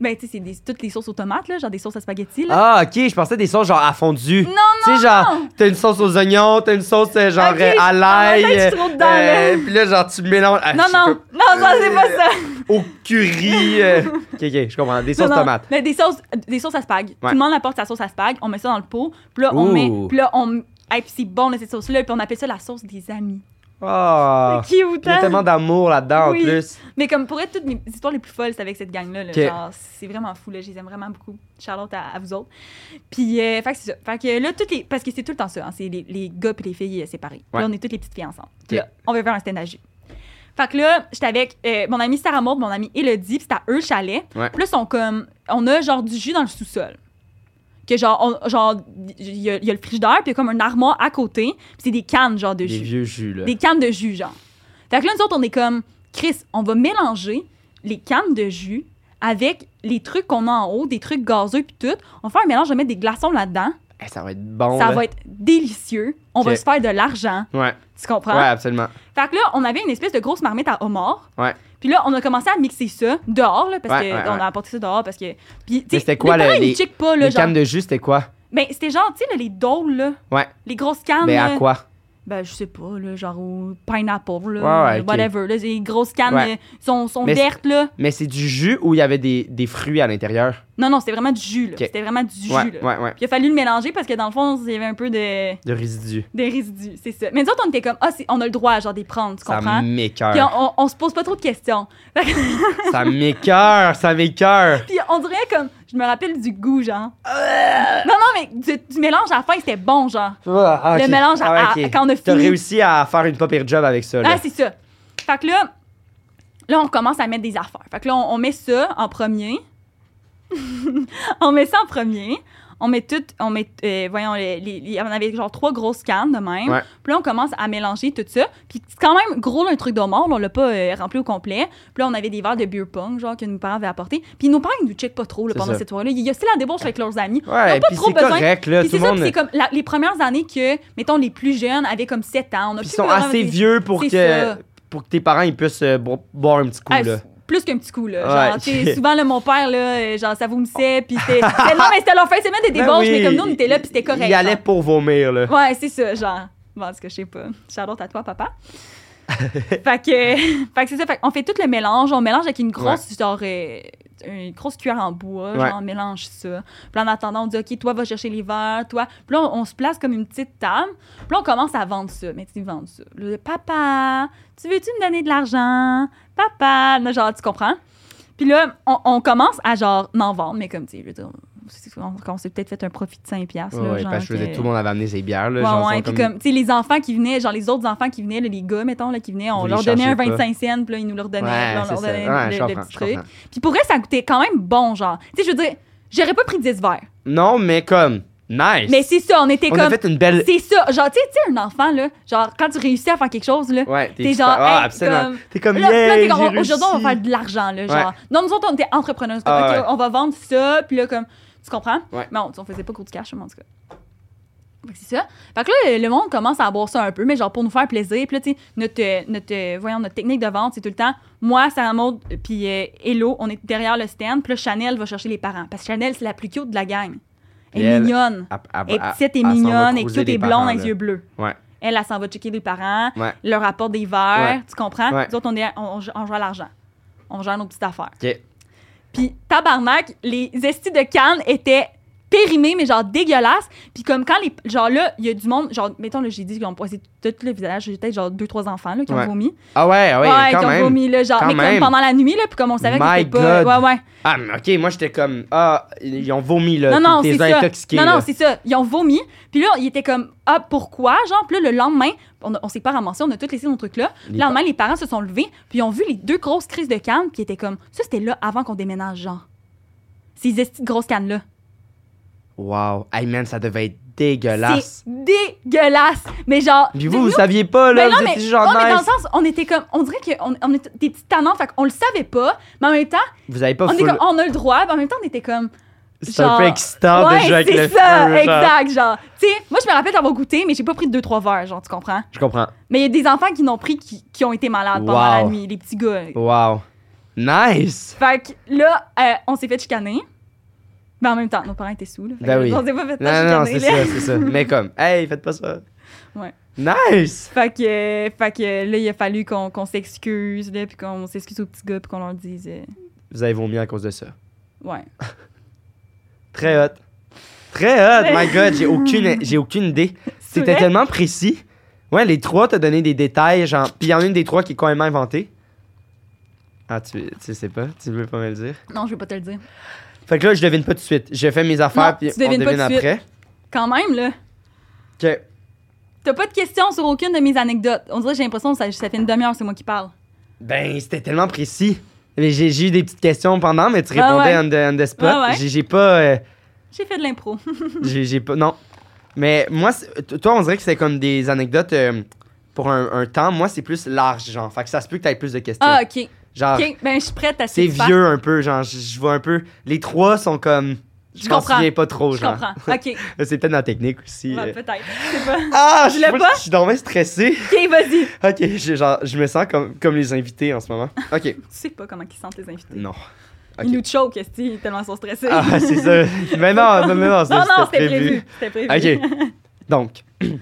Speaker 2: Ben, tu sais, c'est des- toutes les sauces aux tomates, là, genre des sauces à spaghetti. Là.
Speaker 1: Ah, ok, je pensais des sauces genre à fondu.
Speaker 2: Non,
Speaker 1: Tu sais, genre, t'as une sauce aux oignons, t'as une sauce euh, genre
Speaker 2: Ok, Ah,
Speaker 1: euh, à
Speaker 2: en même temps,
Speaker 1: l'ail. euh,
Speaker 2: tu te trouves dedans, là.
Speaker 1: Puis là, genre, tu mélanges. ah,
Speaker 2: non,
Speaker 1: je sais
Speaker 2: non, non, non, c'est pas ça.
Speaker 1: pas, Au curry. euh, ok, ok, je comprends. Des sauces
Speaker 2: Non, non.
Speaker 1: tomates.
Speaker 2: Mais des sauces, des sauces à spag. Tout
Speaker 1: Ouais.
Speaker 2: le monde apporte sa sauce à spag. On met ça dans le pot. Puis là, on
Speaker 1: Ouh.
Speaker 2: met. Puis là, on. Hey, puis c'est bon, là, cette sauce-là. Puis on appelle ça la sauce des amis. hein?
Speaker 1: Ah.
Speaker 2: Qui
Speaker 1: Il y a tellement d'amour là-dedans
Speaker 2: Oui.
Speaker 1: en plus.
Speaker 2: Mais comme pour être toutes mes histoires les plus folles, c'est avec cette gang-là. là.
Speaker 1: Ok.
Speaker 2: Genre, c'est vraiment fou. Là. Je les aime vraiment beaucoup. Charlotte à, à vous autres. Puis, euh, fait que c'est ça. Fait que là, toutes les. Parce que c'est tout le temps ça. hein, c'est les, les gars puis les filles euh, séparés. Puis
Speaker 1: Ouais.
Speaker 2: Là, on est toutes les petites filles ensemble. Puis là, on veut faire un stand à jus. Fait que là, j'étais avec euh, mon amie Sarah Maud, mon amie Elodie, puis c'était à eux le chalet.
Speaker 1: Ouais.
Speaker 2: Puis là, ils sont comme. On a genre du jus dans le sous-sol. Que genre, on- genre, il y, a- il y a le frigidaire, puis il y a comme un armoire à côté, puis c'est des cannes, genre, de
Speaker 1: Des
Speaker 2: jus
Speaker 1: vieux jus, là.
Speaker 2: des cannes de jus, genre. Fait que là, nous autres, on est comme, Chris, on va mélanger les cannes de jus avec les trucs qu'on a en haut, des trucs gazeux puis tout. On va faire un mélange, on va mettre des glaçons là-dedans.
Speaker 1: Eh, ça va être bon.
Speaker 2: ça
Speaker 1: là.
Speaker 2: va être délicieux. On va
Speaker 1: Ok.
Speaker 2: se faire de l'argent.
Speaker 1: Ouais,
Speaker 2: Tu comprends?
Speaker 1: ouais, absolument.
Speaker 2: Fait que là, on avait une espèce de grosse marmite à homard.
Speaker 1: Ouais.
Speaker 2: Puis là, on a commencé à mixer ça dehors, là, parce
Speaker 1: Ouais,
Speaker 2: que
Speaker 1: ouais,
Speaker 2: on
Speaker 1: ouais.
Speaker 2: a apporté ça dehors parce que. Puis, tu sais,
Speaker 1: c'était quoi,
Speaker 2: mes
Speaker 1: le-
Speaker 2: parents, ils
Speaker 1: les-
Speaker 2: checkent pas, là,
Speaker 1: Les
Speaker 2: genre.
Speaker 1: cannes de jus, c'était quoi?
Speaker 2: Ben, c'était genre, tu sais, là, les dôles, là.
Speaker 1: Ouais.
Speaker 2: Les grosses cannes.
Speaker 1: Mais
Speaker 2: là.
Speaker 1: à quoi?
Speaker 2: Ben, je sais pas, là, genre au pineapple, là,
Speaker 1: Ouais, ouais, ok.
Speaker 2: whatever. Là, les grosses cannes
Speaker 1: Ouais.
Speaker 2: euh, sont, sont
Speaker 1: Mais c'est-
Speaker 2: vertes, là.
Speaker 1: Mais c'est du jus ou il y avait des, des fruits à l'intérieur?
Speaker 2: Non, non, c'était vraiment du jus, là.
Speaker 1: Ok.
Speaker 2: C'était vraiment du jus,
Speaker 1: Ouais,
Speaker 2: là.
Speaker 1: ouais, ouais.
Speaker 2: Puis il a fallu le mélanger parce que dans le fond, il y avait un peu de,
Speaker 1: De résidus.
Speaker 2: de résidus, c'est ça. Mais nous autres, on était comme, ah, c'est- on a le droit, genre, d'y prendre, tu
Speaker 1: Ça
Speaker 2: comprends? Puis
Speaker 1: m'écœure.
Speaker 2: on, on, on se pose pas trop de questions.
Speaker 1: ça m'écœure, ça m'écœure.
Speaker 2: Puis on dirait comme, je me rappelle du goût, genre. non, non, mais du, du mélange à la fin, c'était bon, genre.
Speaker 1: Ah, ah,
Speaker 2: Le
Speaker 1: ok.
Speaker 2: mélange à-
Speaker 1: Ah,
Speaker 2: à-
Speaker 1: ok.
Speaker 2: quand on a
Speaker 1: T'as
Speaker 2: fini.
Speaker 1: réussi à faire une pas pire job avec ça, là.
Speaker 2: Ah, c'est ça. Fait que là, là, on commence à mettre des affaires. Fait que là, on, on met ça en premier. on met ça en premier. On met tout, on met, euh, voyons, les, les- les- on avait genre trois grosses cannes de même.
Speaker 1: Ouais.
Speaker 2: Puis là, on commence à mélanger tout ça. Puis c'est quand même gros, là, un truc de mort. là, On l'a pas euh, rempli au complet. Puis là, on avait des verres de beer pong, genre, que nos parents avaient apporté. Puis nos parents, ils nous checkent pas trop là,
Speaker 1: C'est
Speaker 2: pendant
Speaker 1: ça.
Speaker 2: cette soirée-là. Il y a aussi la débauche avec leurs amis.
Speaker 1: ouais,
Speaker 2: on a pas
Speaker 1: puis
Speaker 2: trop
Speaker 1: c'est
Speaker 2: besoin.
Speaker 1: correct, là.
Speaker 2: Puis
Speaker 1: Tout
Speaker 2: c'est
Speaker 1: le
Speaker 2: ça, puis
Speaker 1: monde.
Speaker 2: c'est comme la- les premières années que, mettons, les plus jeunes avaient comme 7 ans. On a
Speaker 1: Puis
Speaker 2: plus
Speaker 1: ils sont
Speaker 2: vraiment
Speaker 1: assez
Speaker 2: des-
Speaker 1: vieux pour
Speaker 2: C'est
Speaker 1: que,
Speaker 2: ça.
Speaker 1: pour que tes parents ils puissent euh, bo- boire un petit coup,
Speaker 2: Ah,
Speaker 1: là.
Speaker 2: c'est Plus qu'un petit coup, là. Genre,
Speaker 1: Ouais,
Speaker 2: tu sais,
Speaker 1: ok.
Speaker 2: souvent, là, mon père, là, euh, genre, ça vomissait, puis c'était... c'était- non, mais c'était leur fin de semaine des
Speaker 1: Ben
Speaker 2: débauches, mais
Speaker 1: oui,
Speaker 2: comme nous, on était là, puis c'était correct.
Speaker 1: Il allait
Speaker 2: genre.
Speaker 1: pour vomir, là.
Speaker 2: Ouais, c'est ça, genre. Bon, en tout cas, je sais pas. Charlotte, à toi, papa. fait que, fait que c'est ça. Fait qu'on fait tout le mélange. On mélange avec une grosse, genre, euh, une grosse cuillère en bois.
Speaker 1: Ouais.
Speaker 2: Genre, on mélange ça. Puis en attendant, on dit, OK, toi, va chercher les verres, toi. Puis là, on, on se place comme une petite table. Puis là, on commence à vendre ça. Mais tu sais, vendre ça. Le papa, tu veux-tu me donner de l'argent? Papa. Là, genre, tu comprends? Puis là, on, on commence à, genre, n'en vendre, mais comme, tu sais, je veux dire, on, on s'est peut-être fait un profit de 5$. piastres, là,
Speaker 1: Ouais,
Speaker 2: genre,
Speaker 1: parce que je veux
Speaker 2: que-
Speaker 1: dire, tout le monde avait amené ses bières, là.
Speaker 2: Ouais,
Speaker 1: genre,
Speaker 2: ouais,
Speaker 1: sont
Speaker 2: puis
Speaker 1: comme-
Speaker 2: comme, tu sais, les enfants qui venaient, genre les autres enfants qui venaient, là, les gars, mettons, là, qui venaient, on
Speaker 1: Vous
Speaker 2: leur
Speaker 1: les
Speaker 2: donnait un
Speaker 1: cherchez pas.
Speaker 2: 25 cents, puis là, ils nous le redonnaient,
Speaker 1: Ouais,
Speaker 2: puis on
Speaker 1: c'est
Speaker 2: leur
Speaker 1: ça.
Speaker 2: donnait
Speaker 1: Ouais,
Speaker 2: le,
Speaker 1: je
Speaker 2: le
Speaker 1: comprends,
Speaker 2: petit
Speaker 1: je
Speaker 2: truc.
Speaker 1: comprends.
Speaker 2: Puis pour eux, ça coûtait quand même bon, genre. Tu sais, je veux dire, j'aurais pas pris 10 verres.
Speaker 1: Non, mais comme, nice.
Speaker 2: Mais c'est ça, on était
Speaker 1: On
Speaker 2: comme.
Speaker 1: a fait une belle.
Speaker 2: C'est ça, genre, tu sais, tu sais, un enfant, là, genre, quand tu réussis à faire quelque chose, là.
Speaker 1: Ouais, t'es
Speaker 2: T'es
Speaker 1: super-
Speaker 2: genre,
Speaker 1: ah,
Speaker 2: hey,
Speaker 1: absolument.
Speaker 2: comme-
Speaker 1: T'es comme,
Speaker 2: Là, là,
Speaker 1: yeah,
Speaker 2: t'es comme,
Speaker 1: j'ai
Speaker 2: on- aujourd'hui, on
Speaker 1: réussi.
Speaker 2: va faire de l'argent, là, genre. Non, nous autres, on était entrepreneurs. c'était
Speaker 1: Ah,
Speaker 2: comme,
Speaker 1: ouais.
Speaker 2: OK, on va vendre ça, puis là, comme, tu comprends?
Speaker 1: Ouais.
Speaker 2: Mais on, on faisait pas gros du cash, mais en tout cas. Fait que c'est ça. Fait que là, le monde commence à boire ça un peu, mais genre pour nous faire plaisir. Puis là, tu sais, notre, euh, notre, euh, voyons, notre technique de vente, c'est tout le temps, moi, Sarah Maud, puis euh, Hello, on est derrière le stand. Puis là, Chanel va chercher les parents. Parce que Chanel, c'est la plus cute de la gang. Elle
Speaker 1: Et
Speaker 2: est
Speaker 1: elle-
Speaker 2: mignonne.
Speaker 1: À- à-
Speaker 2: Elle est
Speaker 1: à-
Speaker 2: petite, elle
Speaker 1: à s'en
Speaker 2: est
Speaker 1: va
Speaker 2: mignonne, elle est
Speaker 1: croiser
Speaker 2: cute,
Speaker 1: les
Speaker 2: elle est
Speaker 1: parents,
Speaker 2: blonde, elle a
Speaker 1: là.
Speaker 2: les yeux bleus.
Speaker 1: Ouais.
Speaker 2: Elle, elle s'en va checker les parents
Speaker 1: Ouais.
Speaker 2: leur apporte des verres,
Speaker 1: Ouais.
Speaker 2: tu comprends?
Speaker 1: Ouais.
Speaker 2: Nous autres, on, est, on, on gère l'argent. On gère nos petites affaires.
Speaker 1: Ok.
Speaker 2: Puis, tabarnak, les estis de Cannes étaient périmés, mais genre dégueulasses. Puis, comme quand les. Genre là, il y a du monde, genre, mettons, là, j'ai dit qu'ils ont poissé tout le visage, j'ai peut-être genre deux, trois enfants là, qui ont
Speaker 1: Ouais.
Speaker 2: vomi.
Speaker 1: Ah ouais, ouais,
Speaker 2: ouais, qui
Speaker 1: quand
Speaker 2: ont
Speaker 1: même.
Speaker 2: vomi, là, genre,
Speaker 1: Quand
Speaker 2: mais
Speaker 1: même.
Speaker 2: comme pendant la nuit, là, puis comme on savait que
Speaker 1: My
Speaker 2: c'était pas.
Speaker 1: God.
Speaker 2: Ouais, ouais.
Speaker 1: Ah, mais ok, moi j'étais comme, ah, ils ont vomi là.
Speaker 2: Non,
Speaker 1: puis
Speaker 2: non,
Speaker 1: Euh, t'es
Speaker 2: c'est ça.
Speaker 1: intoxiqué,
Speaker 2: non, non,
Speaker 1: là.
Speaker 2: c'est ça. Ils ont vomi. Puis là, ils étaient comme, ah, pourquoi? Genre, puis là, le lendemain, on, a- on s'est pas ramassé, on a tous laissé nos trucs là.
Speaker 1: Les
Speaker 2: Le lendemain, les parents se sont levés, puis ils ont vu les deux grosses crises de cannes, puis ils étaient comme, ça, c'était là avant qu'on déménage, genre. Ces estis de grosses cannes-là.
Speaker 1: Wow. Hey man, ça devait être
Speaker 2: C'est
Speaker 1: dégueulasse.
Speaker 2: dégueulasse. Mais genre.
Speaker 1: Puis vous,
Speaker 2: nous-
Speaker 1: vous saviez pas, là,
Speaker 2: Ben non,
Speaker 1: vous
Speaker 2: mais,
Speaker 1: étiez genre
Speaker 2: ouais, mais dans le
Speaker 1: nice.
Speaker 2: sens, on était comme, on dirait qu'on on était des petites tannantes, fait qu'on le savait pas, mais en même temps,
Speaker 1: Vous avez pas
Speaker 2: on, était
Speaker 1: full.
Speaker 2: comme, on a le droit, mais en même temps, on était comme,
Speaker 1: C'est un peu
Speaker 2: genre-
Speaker 1: excitant de
Speaker 2: ouais,
Speaker 1: jouer avec
Speaker 2: c'est
Speaker 1: le
Speaker 2: ça,
Speaker 1: feu, genre.
Speaker 2: exact, genre. Tu sais, moi, je me rappelle d'avoir goûté, mais j'ai pas pris de deux, trois verres, genre, tu comprends?
Speaker 1: Je comprends.
Speaker 2: Mais il y a des enfants qui n'ont pris, qui, qui ont été malades pendant
Speaker 1: Wow.
Speaker 2: la nuit, les petits gars.
Speaker 1: Wow. Nice!
Speaker 2: Fait que là, euh, on s'est fait chicaner. Mais en même temps, nos parents étaient saouls. là. Fait
Speaker 1: Ben
Speaker 2: que
Speaker 1: oui.
Speaker 2: On s'est pas fait
Speaker 1: Non, non, c'est
Speaker 2: chicaner. là.
Speaker 1: ça, c'est ça. Mais comme, hey, faites pas ça.
Speaker 2: Ouais.
Speaker 1: Nice!
Speaker 2: Fait que, euh, fait que euh, là, il a fallu qu'on qu'on s'excuse, là, puis qu'on s'excuse aux petits gars, puis qu'on leur dise. euh,
Speaker 1: Vous avez vomi à cause de ça.
Speaker 2: ouais.
Speaker 1: Très hot. Très hot,
Speaker 2: Mais-
Speaker 1: my god, j'ai aucune, j'ai aucune idée. C'était
Speaker 2: vrai?
Speaker 1: tellement précis. Ouais, les trois t'as donné des détails, genre. Puis il y en a une des trois qui est quand même inventée. Ah, tu, tu sais pas, tu veux pas me le dire.
Speaker 2: Non, je vais pas te le dire.
Speaker 1: Fait que là, je devine pas tout de suite. J'ai fait mes affaires,
Speaker 2: Non,
Speaker 1: puis
Speaker 2: tu
Speaker 1: on
Speaker 2: devines pas
Speaker 1: devine
Speaker 2: tout de suite.
Speaker 1: après.
Speaker 2: Quand même, là.
Speaker 1: Ok.
Speaker 2: T'as pas de questions sur aucune de mes anecdotes. On dirait que j'ai l'impression que ça, ça fait une demi-heure, c'est moi qui parle.
Speaker 1: Ben, c'était tellement précis. Mais j'ai j'ai eu des petites questions pendant, mais tu
Speaker 2: Ah Ouais,
Speaker 1: répondais
Speaker 2: ouais.
Speaker 1: on the, on the spot.
Speaker 2: Ouais, ouais.
Speaker 1: J'ai- J'ai pas. euh,
Speaker 2: J'ai fait de l'impro.
Speaker 1: J'ai j'ai pas. Non. Mais moi, c'est- t- toi, on dirait que c'est comme des anecdotes euh, pour un, un temps. Moi, c'est plus large, genre. Fait que ça se peut que t'aies plus de questions.
Speaker 2: ah, ok.
Speaker 1: genre,
Speaker 2: Ok, ben je suis prête à
Speaker 1: c'est
Speaker 2: cette part.
Speaker 1: vieux un peu, genre. Je je vois un peu. Les trois sont comme.
Speaker 2: Je
Speaker 1: Je m'en
Speaker 2: comprends.
Speaker 1: souviens pas trop,
Speaker 2: Je
Speaker 1: genre.
Speaker 2: comprends. Ok,
Speaker 1: C'est peut-être dans la technique aussi.
Speaker 2: Ouais,
Speaker 1: euh.
Speaker 2: peut-être. Je sais pas.
Speaker 1: Ah,
Speaker 2: Tu l'as
Speaker 1: je,
Speaker 2: pas?
Speaker 1: je suis dormi stressé.
Speaker 2: Ok, vas-y. Tu
Speaker 1: Ok, je, genre, je me sens comme, comme les invités en ce moment. Ok.
Speaker 2: sais pas comment ils sentent les invités.
Speaker 1: Non. Ok.
Speaker 2: Ils nous choquent, esti, tellement ils sont stressés.
Speaker 1: Ah, c'est ça. Mais non, non, mais non,
Speaker 2: non, non,
Speaker 1: c'était
Speaker 2: c'était
Speaker 1: prévu.
Speaker 2: prévu. C'était prévu. Ok.
Speaker 1: Donc,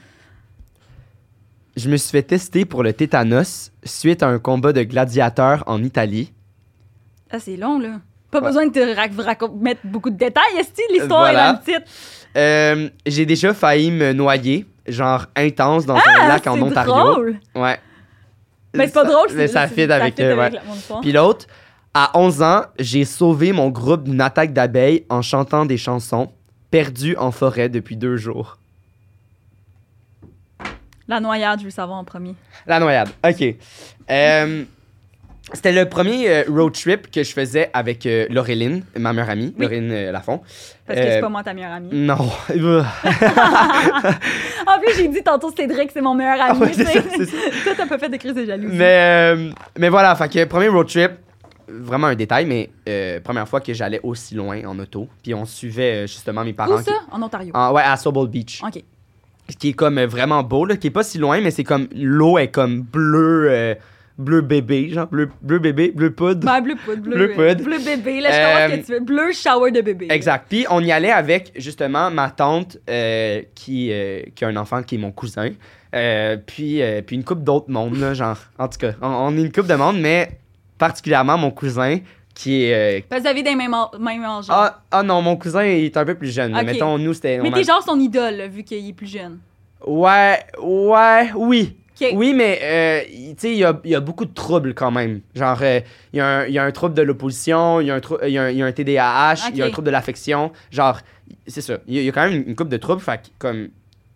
Speaker 1: je me suis fait tester pour le tétanos suite à un combat de gladiateurs en Italie.
Speaker 2: ah, c'est long, là. Pas
Speaker 1: Ouais.
Speaker 2: besoin de te rac- raco- mettre beaucoup de détails, esti. L'histoire
Speaker 1: Voilà.
Speaker 2: est dans le titre.
Speaker 1: Euh, j'ai déjà failli me noyer, genre intense, dans un
Speaker 2: Ah,
Speaker 1: lac en
Speaker 2: c'est
Speaker 1: Ontario.
Speaker 2: drôle.
Speaker 1: Ouais.
Speaker 2: Mais c'est pas
Speaker 1: Ça-
Speaker 2: drôle. c'est-
Speaker 1: Mais ça
Speaker 2: c'est-
Speaker 1: fit avec,
Speaker 2: fit
Speaker 1: euh, ouais.
Speaker 2: la- mon histoire.
Speaker 1: Puis l'autre, à 11 ans, j'ai sauvé mon groupe d'une attaque d'abeilles en chantant des chansons, perdu en forêt depuis deux jours.
Speaker 2: La noyade, je veux savoir en premier.
Speaker 1: La noyade. OK. Euh, c'était le premier euh, road trip que je faisais avec euh, Laureline, ma meilleure amie,
Speaker 2: Oui.
Speaker 1: Laureline euh, Lafont.
Speaker 2: Parce que
Speaker 1: Euh,
Speaker 2: c'est pas moi ta meilleure amie.
Speaker 1: Non.
Speaker 2: En plus, j'ai dit tantôt Cédric, c'est mon meilleur
Speaker 1: Ah
Speaker 2: ami.
Speaker 1: ouais,
Speaker 2: tu
Speaker 1: c'est
Speaker 2: sais.
Speaker 1: ça, c'est ça.
Speaker 2: Toi, t'as pas fait de crise de jalousie.
Speaker 1: mais, euh, mais voilà, fait que premier road trip, vraiment un détail, mais euh, première fois que j'allais aussi loin en auto. Puis on suivait euh, justement mes parents.
Speaker 2: Où ça? En Ontario.
Speaker 1: qui- en- ouais, à Sobol Beach.
Speaker 2: OK.
Speaker 1: Ce qui est comme euh, vraiment beau, là, qui est pas si loin, mais c'est comme l'eau est comme bleu, euh, bleu bébé, genre bleu, bleu bébé, bleu poudre.
Speaker 2: Ben, bleu poudre, bleu,
Speaker 1: Bleu poudre.
Speaker 2: bleu bébé, là, je comprends ce
Speaker 1: Euh,
Speaker 2: que tu veux. Bleu shower de bébé. là.
Speaker 1: Exact. Puis on y allait avec justement ma tante euh, qui, euh, qui a un enfant qui est mon cousin. Euh, puis, euh, puis une couple d'autres mondes, là, genre. En tout cas, on, on est une couple de monde, mais particulièrement mon cousin qui est. euh,
Speaker 2: Parce que vous avez des mêmes, or- mêmes âges.
Speaker 1: ah, ah non, mon cousin il est un peu plus jeune. là.
Speaker 2: Ok.
Speaker 1: Mettons, nous c'était.
Speaker 2: mais
Speaker 1: on
Speaker 2: t'es
Speaker 1: a-
Speaker 2: genre son idole, là, vu qu'il est plus jeune.
Speaker 1: Ouais, ouais, oui.
Speaker 2: OK.
Speaker 1: Oui, mais euh, il- tu sais, il y a, il y a beaucoup de troubles quand même. Genre, euh, il y, a un- il y a un trouble de l'opposition, il y, a un trou- il y a un- il y a un TDAH, il y a un
Speaker 2: Ok.
Speaker 1: trouble de l'affection. Genre, c'est ça. Il y, a- il y a quand même une coupe de troubles, fait que comme.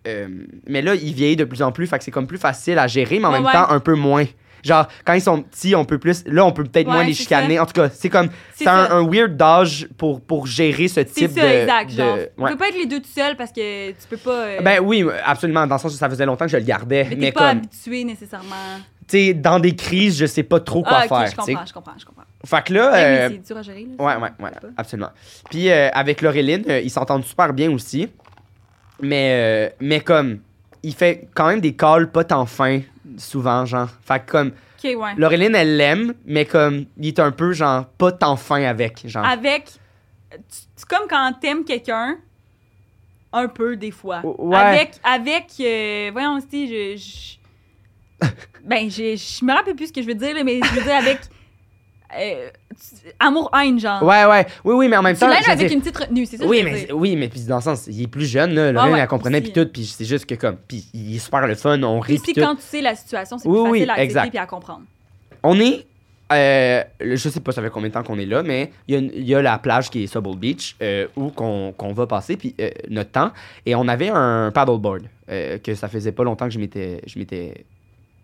Speaker 1: euh, mais là, il vieillit de plus en plus, fait que c'est comme plus facile à gérer, mais en
Speaker 2: Ouais,
Speaker 1: même
Speaker 2: ouais.
Speaker 1: temps, un peu moins. Genre, quand ils sont petits, on peut plus. Là, on peut peut-être moins
Speaker 2: Ouais,
Speaker 1: les
Speaker 2: c'est
Speaker 1: chicaner. En tout cas, c'est comme. C'est un,
Speaker 2: ça.
Speaker 1: un weird d'âge pour, pour gérer ce
Speaker 2: C'est
Speaker 1: type
Speaker 2: ça,
Speaker 1: de.
Speaker 2: exact.
Speaker 1: de-
Speaker 2: genre, tu
Speaker 1: ouais.
Speaker 2: peux pas être les deux tout seul parce que tu peux pas. euh,
Speaker 1: Ben oui, absolument. Dans le sens où ça faisait longtemps que je le gardais.
Speaker 2: mais
Speaker 1: Mais,
Speaker 2: t'es pas
Speaker 1: comme,
Speaker 2: habitué nécessairement.
Speaker 1: tu sais, dans des crises, je sais pas trop quoi
Speaker 2: ah, ok,
Speaker 1: faire.
Speaker 2: je
Speaker 1: tu sais.
Speaker 2: comprends, je comprends, je comprends.
Speaker 1: Fait que là.
Speaker 2: Ben
Speaker 1: euh,
Speaker 2: oui, c'est dur à gérer. Là,
Speaker 1: ouais,
Speaker 2: ça.
Speaker 1: ouais, ouais,
Speaker 2: Je sais pas.
Speaker 1: absolument. Puis euh, avec Laureline, euh, ils s'entendent super bien aussi. Mais, euh, mais comme, il fait quand même des calls pas tant fins, souvent, genre. Fait que comme,
Speaker 2: Ok, ouais.
Speaker 1: Laureline, elle l'aime, mais comme, il est un peu, genre, pas tant fin avec, genre.
Speaker 2: Avec. tu- C'est comme quand t'aimes quelqu'un, un peu des fois.
Speaker 1: O- ouais.
Speaker 2: Avec. avec euh, voyons, si, je. je- ben, je, je me rappelle plus ce que je veux dire, là, mais je veux dire avec. euh, tu- Amour-haine, genre.
Speaker 1: Ouais, ouais. Oui, oui, mais en même
Speaker 2: Tu
Speaker 1: temps.
Speaker 2: l'aimes
Speaker 1: je veux
Speaker 2: avec
Speaker 1: dire-
Speaker 2: une petite retenue, c'est ça? que
Speaker 1: Oui
Speaker 2: je veux
Speaker 1: mais,
Speaker 2: dire.
Speaker 1: oui, mais puis dans le sens, il est plus jeune, là, Laureline,
Speaker 2: ouais,
Speaker 1: elle comprenait, puis
Speaker 2: aussi.
Speaker 1: tout, puis c'est juste que comme, puis il est super le fun, on rit,
Speaker 2: Puis
Speaker 1: puis
Speaker 2: c'est
Speaker 1: tout.
Speaker 2: quand tu sais la situation, c'est
Speaker 1: Oui,
Speaker 2: plus
Speaker 1: oui,
Speaker 2: facile à
Speaker 1: exact.
Speaker 2: accepter puis à comprendre.
Speaker 1: On est. Euh, le- je sais pas ça fait combien de temps qu'on est là, mais il y a une- il y, a la plage qui est Sobol Beach euh, où qu'on qu'on va passer puis euh, notre temps. Et on avait un paddleboard euh, que ça faisait pas longtemps que je m'étais je m'étais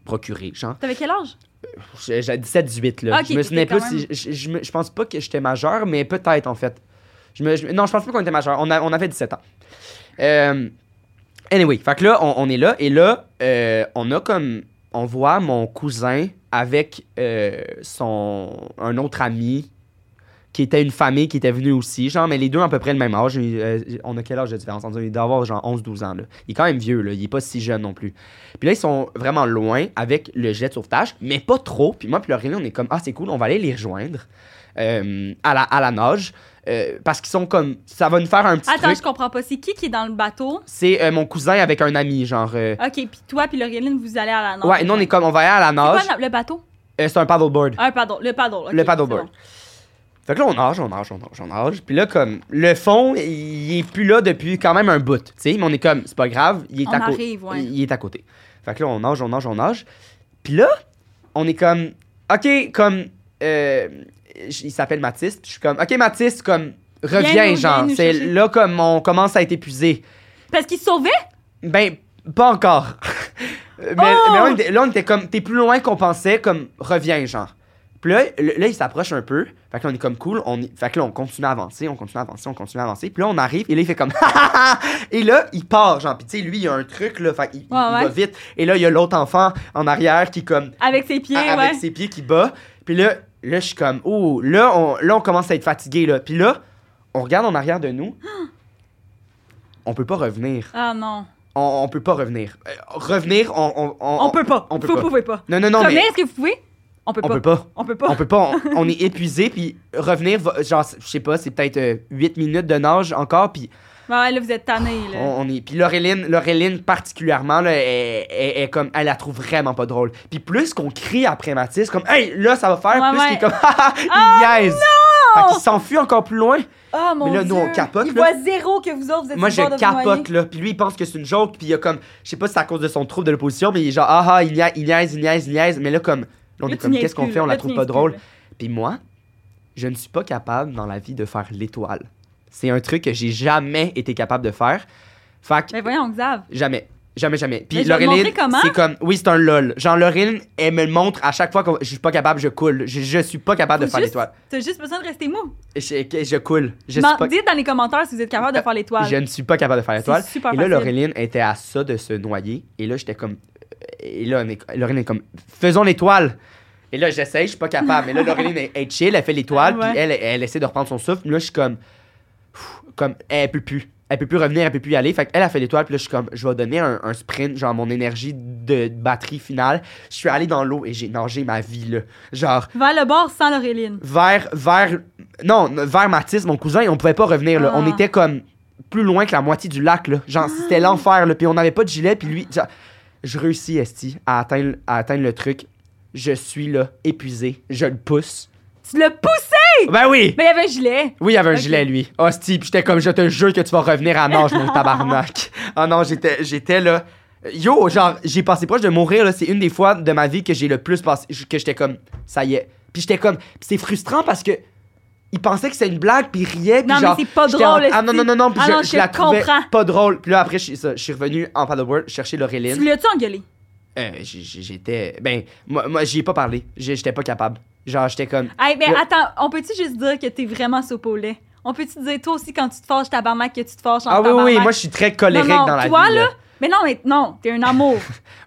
Speaker 1: procuré. Genre,
Speaker 2: T'avais quel âge?
Speaker 1: j'ai j'ai 17-18 là.
Speaker 2: Ok,
Speaker 1: je me
Speaker 2: t'étais
Speaker 1: souvenais
Speaker 2: quand
Speaker 1: plus. si- Je, je me- je pense pas que j'étais majeur, mais peut-être en fait. Je me, je- non, je pense pas qu'on était majeur. On, a- on avait 17 ans. Euh, anyway, fait que là, on, on est là et là, euh, on a comme. On voit mon cousin avec euh, son. un autre ami qui était une famille qui était venue aussi, genre, mais les deux à peu près le même âge. Euh, on a quel âge de différence? On doit avoir genre 11-12 ans, là. Il est quand même vieux, là. Il est pas si jeune non plus. Puis là, ils sont vraiment loin avec le jet de sauvetage, mais pas trop. Puis moi, puis Laureline, on est comme, ah, c'est cool, on va aller les rejoindre euh, à, la, à la nage. euh, parce qu'ils sont comme, ça va nous faire un petit
Speaker 2: Attends,
Speaker 1: truc.
Speaker 2: je comprends pas. C'est qui qui est dans le bateau?
Speaker 1: C'est euh, mon cousin avec un ami, genre. euh,
Speaker 2: OK, puis toi puis Laureline, vous allez à la nage.
Speaker 1: ouais, non, on est comme, on va aller à la
Speaker 2: Ah, C'est
Speaker 1: nage.
Speaker 2: quoi le le bateau?
Speaker 1: Euh, c'est un paddleboard.
Speaker 2: Ah, pardon, le paddle. ok,
Speaker 1: le paddleboard.
Speaker 2: c'est bon.
Speaker 1: Fait que là, on nage, on nage, on nage, on nage. Puis là, comme, le fond, il est plus là depuis quand même un bout. Tu sais, mais on est comme, c'est pas grave, il est
Speaker 2: On
Speaker 1: à côté.
Speaker 2: arrive, ouais.
Speaker 1: Il est à côté. Fait que là, on nage, on nage, on nage. Puis là, on est comme, OK, comme, euh, j- il s'appelle Mathis. Puis je suis comme, OK, Mathis, comme, reviens,
Speaker 2: nous- viens
Speaker 1: genre.
Speaker 2: nous
Speaker 1: C'est
Speaker 2: chercher.
Speaker 1: là comme on commence à être épuisé.
Speaker 2: Parce qu'il se sauvait?
Speaker 1: Ben, pas encore. mais mais
Speaker 2: Oh!
Speaker 1: on était- là, on était comme, t'es plus loin qu'on pensait, comme, reviens, genre. Puis là, le- là, il s'approche un peu. Fait que là, on est comme cool. On, est- fait que là, on continue à avancer, on continue à avancer, on continue à avancer. Puis là, on arrive et là, il fait comme. et là, il part, genre. Puis tu sais, lui, il a un truc, là. Fait qu'il il-
Speaker 2: Ouais,
Speaker 1: il
Speaker 2: ouais.
Speaker 1: va vite. Et là, il y a l'autre enfant en arrière qui, comme,
Speaker 2: Avec ses pieds,
Speaker 1: a-
Speaker 2: ouais.
Speaker 1: Ah, avec ses pieds qui bat. Puis là, là, je suis comme, oh, là on, là, on commence à être fatigué, là. Puis là, on regarde en arrière de nous. on peut pas revenir
Speaker 2: Ah non.
Speaker 1: on, on peut pas revenir. Euh, revenir, on, on,
Speaker 2: On, peut pas.
Speaker 1: on peut
Speaker 2: vous
Speaker 1: pas.
Speaker 2: pouvez pas.
Speaker 1: Non, non, non,
Speaker 2: Revenez,
Speaker 1: mais
Speaker 2: est-ce que vous pouvez? On peut
Speaker 1: on
Speaker 2: pas.
Speaker 1: peut pas.
Speaker 2: On peut pas.
Speaker 1: On peut pas, on, on est épuisé, puis revenir, va- genre, je sais pas, c'est peut-être 8 minutes de nage encore, puis
Speaker 2: Ouais, là, vous êtes tanné,
Speaker 1: on,
Speaker 2: là.
Speaker 1: on est... Puis Laureline, Laureline particulièrement, là, elle, elle- elle comme, elle la trouve vraiment pas drôle. Puis plus qu'on crie après Mathis, comme, hey, là, ça va faire,
Speaker 2: Ouais,
Speaker 1: plus
Speaker 2: ouais.
Speaker 1: qu'il est comme, Ha, ha, il niaise. Fait qu'il s'enfuit encore plus loin.
Speaker 2: Ah, mon
Speaker 1: Mais là,
Speaker 2: Dieu.
Speaker 1: nous, on capote,
Speaker 2: Il
Speaker 1: là.
Speaker 2: voit zéro que vous autres, vous êtes
Speaker 1: Moi,
Speaker 2: sur le
Speaker 1: je
Speaker 2: bord de vous noyer.
Speaker 1: capote, là. Puis lui, il pense que c'est une joke. Puis il y a comme, je sais pas si c'est à cause de son trouble de l'opposition, mais il est genre, ah ah, il niaise, il niaise, il niaise, il niaise. Mais là, comme, là, on
Speaker 2: Là,
Speaker 1: est
Speaker 2: tu
Speaker 1: comme,
Speaker 2: niaises
Speaker 1: qu'est-ce qu'on
Speaker 2: plus,
Speaker 1: fait, on
Speaker 2: là.
Speaker 1: la
Speaker 2: Là,
Speaker 1: trouve
Speaker 2: tu
Speaker 1: pas
Speaker 2: niaises plus,
Speaker 1: drôle.
Speaker 2: là.
Speaker 1: Puis moi, je ne suis pas capable dans la vie de faire l'étoile. C'est un truc que j'ai jamais été capable de faire. Fait que,
Speaker 2: Mais Ben, voyons, Xav.
Speaker 1: jamais. Jamais, jamais.
Speaker 2: Mais
Speaker 1: Puis
Speaker 2: je vais te
Speaker 1: Laureline,
Speaker 2: montrer comment.
Speaker 1: c'est comme, oui, c'est un lol. Genre, Laureline, elle me le montre à chaque fois que je suis pas capable, je coule. Je, je suis pas capable de
Speaker 2: Faut
Speaker 1: faire
Speaker 2: juste-
Speaker 1: l'étoile.
Speaker 2: T'as juste besoin de rester mou.
Speaker 1: Je, je coule. Je suis
Speaker 2: Non,
Speaker 1: pas
Speaker 2: Dites dans les commentaires si vous êtes capable de
Speaker 1: Euh,
Speaker 2: faire l'étoile.
Speaker 1: Je ne suis pas capable de faire l'étoile.
Speaker 2: C'est super
Speaker 1: Et là,
Speaker 2: facile.
Speaker 1: Laureline était à ça de se noyer. Et là, j'étais comme. Et là, on est- Laureline est comme. Faisons l'étoile! Et là, j'essaye, je suis pas capable. Mais là, Laureline est, est chill, elle fait l'étoile,
Speaker 2: Ouais.
Speaker 1: puis elle, elle essaie de reprendre son souffle. Là, je suis comme. pff, Comme, elle peut plus. Elle peut plus revenir, elle peut plus y aller. Fait qu'elle a fait l'étoile, puis là, je suis comme. Je vais donner un, un sprint, genre mon énergie de batterie finale. Je suis allé dans l'eau et j'ai nagé ma vie, là. Genre.
Speaker 2: Vers le bord sans l'auréline.
Speaker 1: Vers, vers, non, vers Mathis, mon cousin, on pouvait pas revenir, là.
Speaker 2: Ah.
Speaker 1: On était comme plus loin que la moitié du lac, là. Genre, c'était l'enfer, là. Puis on n'avait pas de gilet, puis lui, genre, je réussis, Esti, à atteindre, à atteindre le truc. Je suis là, épuisé. Je le pousse.
Speaker 2: Tu le poussais!
Speaker 1: Ben oui!
Speaker 2: Mais il y avait un gilet.
Speaker 1: Oui, il y avait un
Speaker 2: Ok.
Speaker 1: gilet, lui. Hostie, puis j'étais comme, je te jure que tu vas revenir à nage, mon tabarnak. Ah non, j'étais, j'étais là. Yo, genre, j'ai passé proche de mourir, là. C'est une des fois de ma vie que j'ai le plus passé, que j'étais comme, ça y est. Puis j'étais comme, puis c'est frustrant parce que il pensait que c'était une blague, puis il riait, puis
Speaker 2: Non, mais
Speaker 1: genre.
Speaker 2: c'est pas
Speaker 1: j'étais en-
Speaker 2: drôle,
Speaker 1: Ah non, non, non, non, puis
Speaker 2: Ah
Speaker 1: je,
Speaker 2: non,
Speaker 1: je
Speaker 2: je
Speaker 1: la trouvais
Speaker 2: comprends.
Speaker 1: pas drôle. Puis là, après, je, suis- ça, je suis revenu en paddleboard chercher Laureline.
Speaker 2: Tu l'as-tu engueulé?
Speaker 1: Euh, j'ai- j'ai- j'étais, ben, moi, moi j'y ai pas parlé. J'ai- J'étais pas capable. Genre, j'étais comme,
Speaker 2: Hey, ben
Speaker 1: Le-
Speaker 2: attends, on peut-tu juste dire que t'es vraiment sope au lait? On peut-tu dire, toi aussi, quand tu te fâches, tabarnak, que tu te fâches en
Speaker 1: ah oui,
Speaker 2: tabarnak?
Speaker 1: oui, moi, je suis très colérique
Speaker 2: Non, non,
Speaker 1: dans la
Speaker 2: toi,
Speaker 1: vie.
Speaker 2: là, Mais non, mais non, t'es un amour.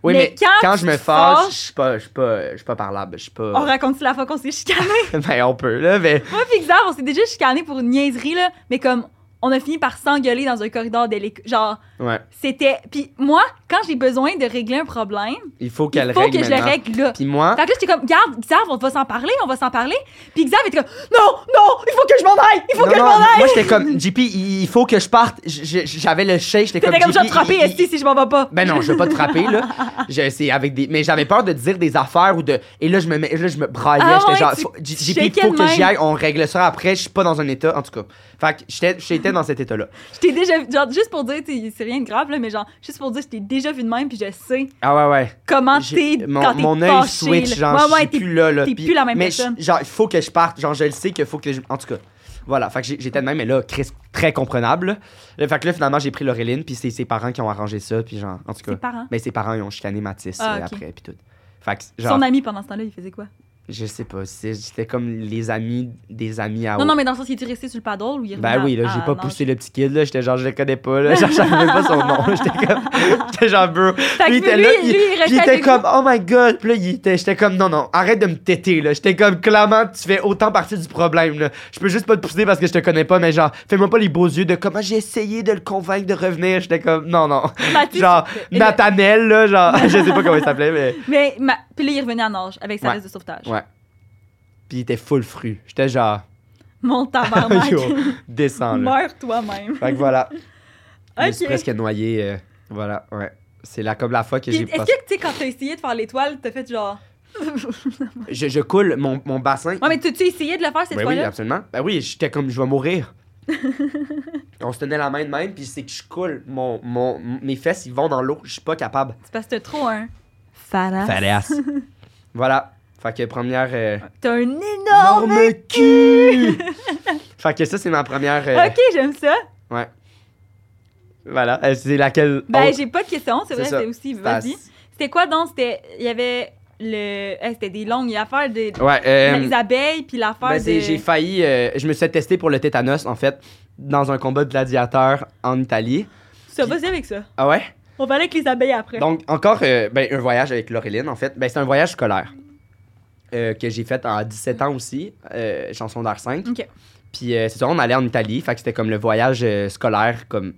Speaker 1: Oui,
Speaker 2: Mais
Speaker 1: mais,
Speaker 2: quand
Speaker 1: quand,
Speaker 2: tu
Speaker 1: je me
Speaker 2: te
Speaker 1: fâche,
Speaker 2: fâches-
Speaker 1: je suis pas, je suis pas, je suis pas parlable, je suis
Speaker 2: on
Speaker 1: pas.
Speaker 2: raconte la fois qu'on s'est chicané.
Speaker 1: ben on peut là, mais
Speaker 2: moi, pis Xav, on s'est déjà chicané pour une niaiserie, là, mais comme, on a fini par s'engueuler dans un corridor de l'école. Genre,
Speaker 1: ouais,
Speaker 2: c'était. Puis moi, quand j'ai besoin de régler un problème,
Speaker 1: il faut
Speaker 2: il
Speaker 1: qu'elle
Speaker 2: faut
Speaker 1: règle
Speaker 2: que je le
Speaker 1: maintenant.
Speaker 2: règle là.
Speaker 1: Puis moi,
Speaker 2: Fait que là, j'étais comme, garde, Xav, on va s'en parler, on va s'en parler. Puis Xav était comme, non, non, il faut que je m'en aille, il faut
Speaker 1: non,
Speaker 2: que je
Speaker 1: non,
Speaker 2: m'en aille.
Speaker 1: moi j'étais comme JP, il il faut que je parte. J- j- J'avais le shake, j'étais comme.
Speaker 2: T'étais comme, je vais te
Speaker 1: JP,
Speaker 2: frapper,
Speaker 1: il- il-
Speaker 2: esti, si je m'en vais pas.
Speaker 1: Ben non, je vais pas te frapper là. Je- c'est avec des, mais j'avais peur de dire des affaires ou de. Et là je me, mets- là je me braillais,
Speaker 2: Ah
Speaker 1: j'étais
Speaker 2: ouais,
Speaker 1: genre,
Speaker 2: tu-
Speaker 1: faut- J-
Speaker 2: tu
Speaker 1: JP, il
Speaker 2: shakais
Speaker 1: faut
Speaker 2: de
Speaker 1: que j'y
Speaker 2: même.
Speaker 1: aille, on règle ça après. Je suis pas dans un état, en tout cas. Fait que j'étais, j'étais dans cet état là.
Speaker 2: J'étais déjà, genre, juste pour dire, t'sais, c'est rien de grave, là, mais genre, juste pour dire, je t'ai déjà vu de même, puis je sais
Speaker 1: Ah ouais ouais.
Speaker 2: comment
Speaker 1: J'ai-
Speaker 2: t'es
Speaker 1: mon,
Speaker 2: quand t'es
Speaker 1: mon œil
Speaker 2: fâché,
Speaker 1: switch,
Speaker 2: là.
Speaker 1: genre,
Speaker 2: Ouais,
Speaker 1: je
Speaker 2: ouais,
Speaker 1: suis
Speaker 2: t'es-
Speaker 1: plus là. là.
Speaker 2: t'es
Speaker 1: Puis-
Speaker 2: plus la même
Speaker 1: mais je-
Speaker 2: personne.
Speaker 1: genre, il faut que je parte. Genre, je le sais qu'il faut que je. En tout cas, voilà. Fait que j'ai- j'étais de même, mais là, Chris, très comprenable. Là, fait que là, finalement, j'ai pris Laureline, puis c'est ses parents qui ont arrangé ça, puis genre, en tout
Speaker 2: Ses
Speaker 1: cas.
Speaker 2: parents.
Speaker 1: Mais ses parents, ils ont chicané Mathis
Speaker 2: Ah,
Speaker 1: euh,
Speaker 2: ok.
Speaker 1: après, puis tout. Fait que, genre.
Speaker 2: Son ami, pendant ce temps-là, il faisait quoi?
Speaker 1: Je sais pas. c'est- C'était comme les amis des amis à
Speaker 2: Non,
Speaker 1: eau.
Speaker 2: non, mais dans le sens, il était resté sur le paddle ou il
Speaker 1: Ah Ben
Speaker 2: revenait
Speaker 1: oui,
Speaker 2: à-
Speaker 1: là, j'ai
Speaker 2: à-
Speaker 1: pas
Speaker 2: non,
Speaker 1: poussé le petit kid, là. J'étais genre, je le connais pas, là. Genre, je savais même pas son nom. J'étais comme. J'étais genre, bro.
Speaker 2: Fait que
Speaker 1: Lui, il
Speaker 2: lui,
Speaker 1: était là,
Speaker 2: lui, il
Speaker 1: Puis il
Speaker 2: restait
Speaker 1: était
Speaker 2: avec
Speaker 1: comme, oh my god. Puis là, il était- j'étais comme, non, non, arrête de me téter, là. J'étais comme, clairement, tu fais autant partie du problème, là. Je peux juste pas te pousser parce que je te connais pas, mais genre, fais-moi pas les beaux yeux de comment j'ai essayé de le convaincre de revenir. J'étais comme, non, non.
Speaker 2: nous. Mathieu,
Speaker 1: Genre,
Speaker 2: Et le-
Speaker 1: Nathanel, là, genre, je sais pas comment il s'appelait, mais.
Speaker 2: Mais ma- puis là, il revenait en nage avec sa
Speaker 1: Ouais.
Speaker 2: veste de sauvetage.
Speaker 1: Ouais. Puis il était full fru. J'étais genre,
Speaker 2: Mon tabarnak.
Speaker 1: Yo, descends, là.
Speaker 2: Meurs toi-même.
Speaker 1: Fait que voilà. Je me suis
Speaker 2: Ok.
Speaker 1: presque noyé. euh, voilà, ouais. C'est là comme la fois que
Speaker 2: Puis
Speaker 1: j'ai
Speaker 2: Est-ce
Speaker 1: passé.
Speaker 2: que, tu sais, quand t'as essayé de faire l'étoile, t'as fait genre.
Speaker 1: Je, je coule mon, mon bassin.
Speaker 2: Ouais, mais tu tu as essayé de le faire cette
Speaker 1: Ben oui,
Speaker 2: fois-là?
Speaker 1: absolument. Ben oui, j'étais comme, je vais mourir. On se tenait la main de même, puis c'est que je coule. Mon, mon, mes fesses, ils vont dans l'eau. Je suis pas capable.
Speaker 2: C'est parce que t'as trop un. Farasse.
Speaker 1: Fadasse. voilà. Fait que première. euh,
Speaker 2: T'as un énorme.
Speaker 1: énorme cul! fait que ça, c'est ma première. euh,
Speaker 2: Ok, j'aime ça.
Speaker 1: Voilà. Euh, C'est laquelle.
Speaker 2: Ben,
Speaker 1: autre-
Speaker 2: j'ai pas de questions, c'est
Speaker 1: C'est
Speaker 2: vrai,
Speaker 1: ça.
Speaker 2: c'est aussi. Vas-y. C'était quoi donc? C'était. Il y avait le. eh, C'était des longues. Il y a l'affaire de.
Speaker 1: Ouais, euh,
Speaker 2: Les abeilles, puis l'affaire
Speaker 1: Ben, c'est-
Speaker 2: de.
Speaker 1: J'ai failli. euh, je me suis fait tester pour le tétanos, en fait, dans un combat de gladiateurs en Italie.
Speaker 2: Ça, vas-y avec ça.
Speaker 1: Ah ouais?
Speaker 2: On va aller avec les abeilles après.
Speaker 1: Donc, encore euh, ben, un voyage avec Laureline, en fait. Ben, c'est un voyage scolaire euh, que j'ai fait à 17 ans aussi, euh, chanson d'art 5.
Speaker 2: Ok.
Speaker 1: Puis, euh, c'est ça, on allait en Italie. Fait que c'était comme le voyage euh, scolaire, comme.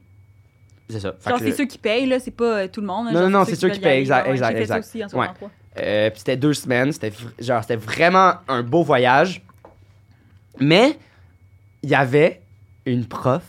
Speaker 1: C'est ça. Fait
Speaker 2: Genre,
Speaker 1: que
Speaker 2: c'est
Speaker 1: le-
Speaker 2: ceux qui payent, là, c'est pas euh, tout le monde. hein,
Speaker 1: Non,
Speaker 2: genre,
Speaker 1: non, non, c'est ceux qui
Speaker 2: veulent y aller.
Speaker 1: payent, exact,
Speaker 2: Ouais, ouais,
Speaker 1: exact,
Speaker 2: J'ai fait ça
Speaker 1: exact.
Speaker 2: aussi en
Speaker 1: Ouais.
Speaker 2: 63.
Speaker 1: Euh, puis c'était deux semaines. C'était vr- genre, c'était vraiment un beau voyage. Mais il y avait une prof.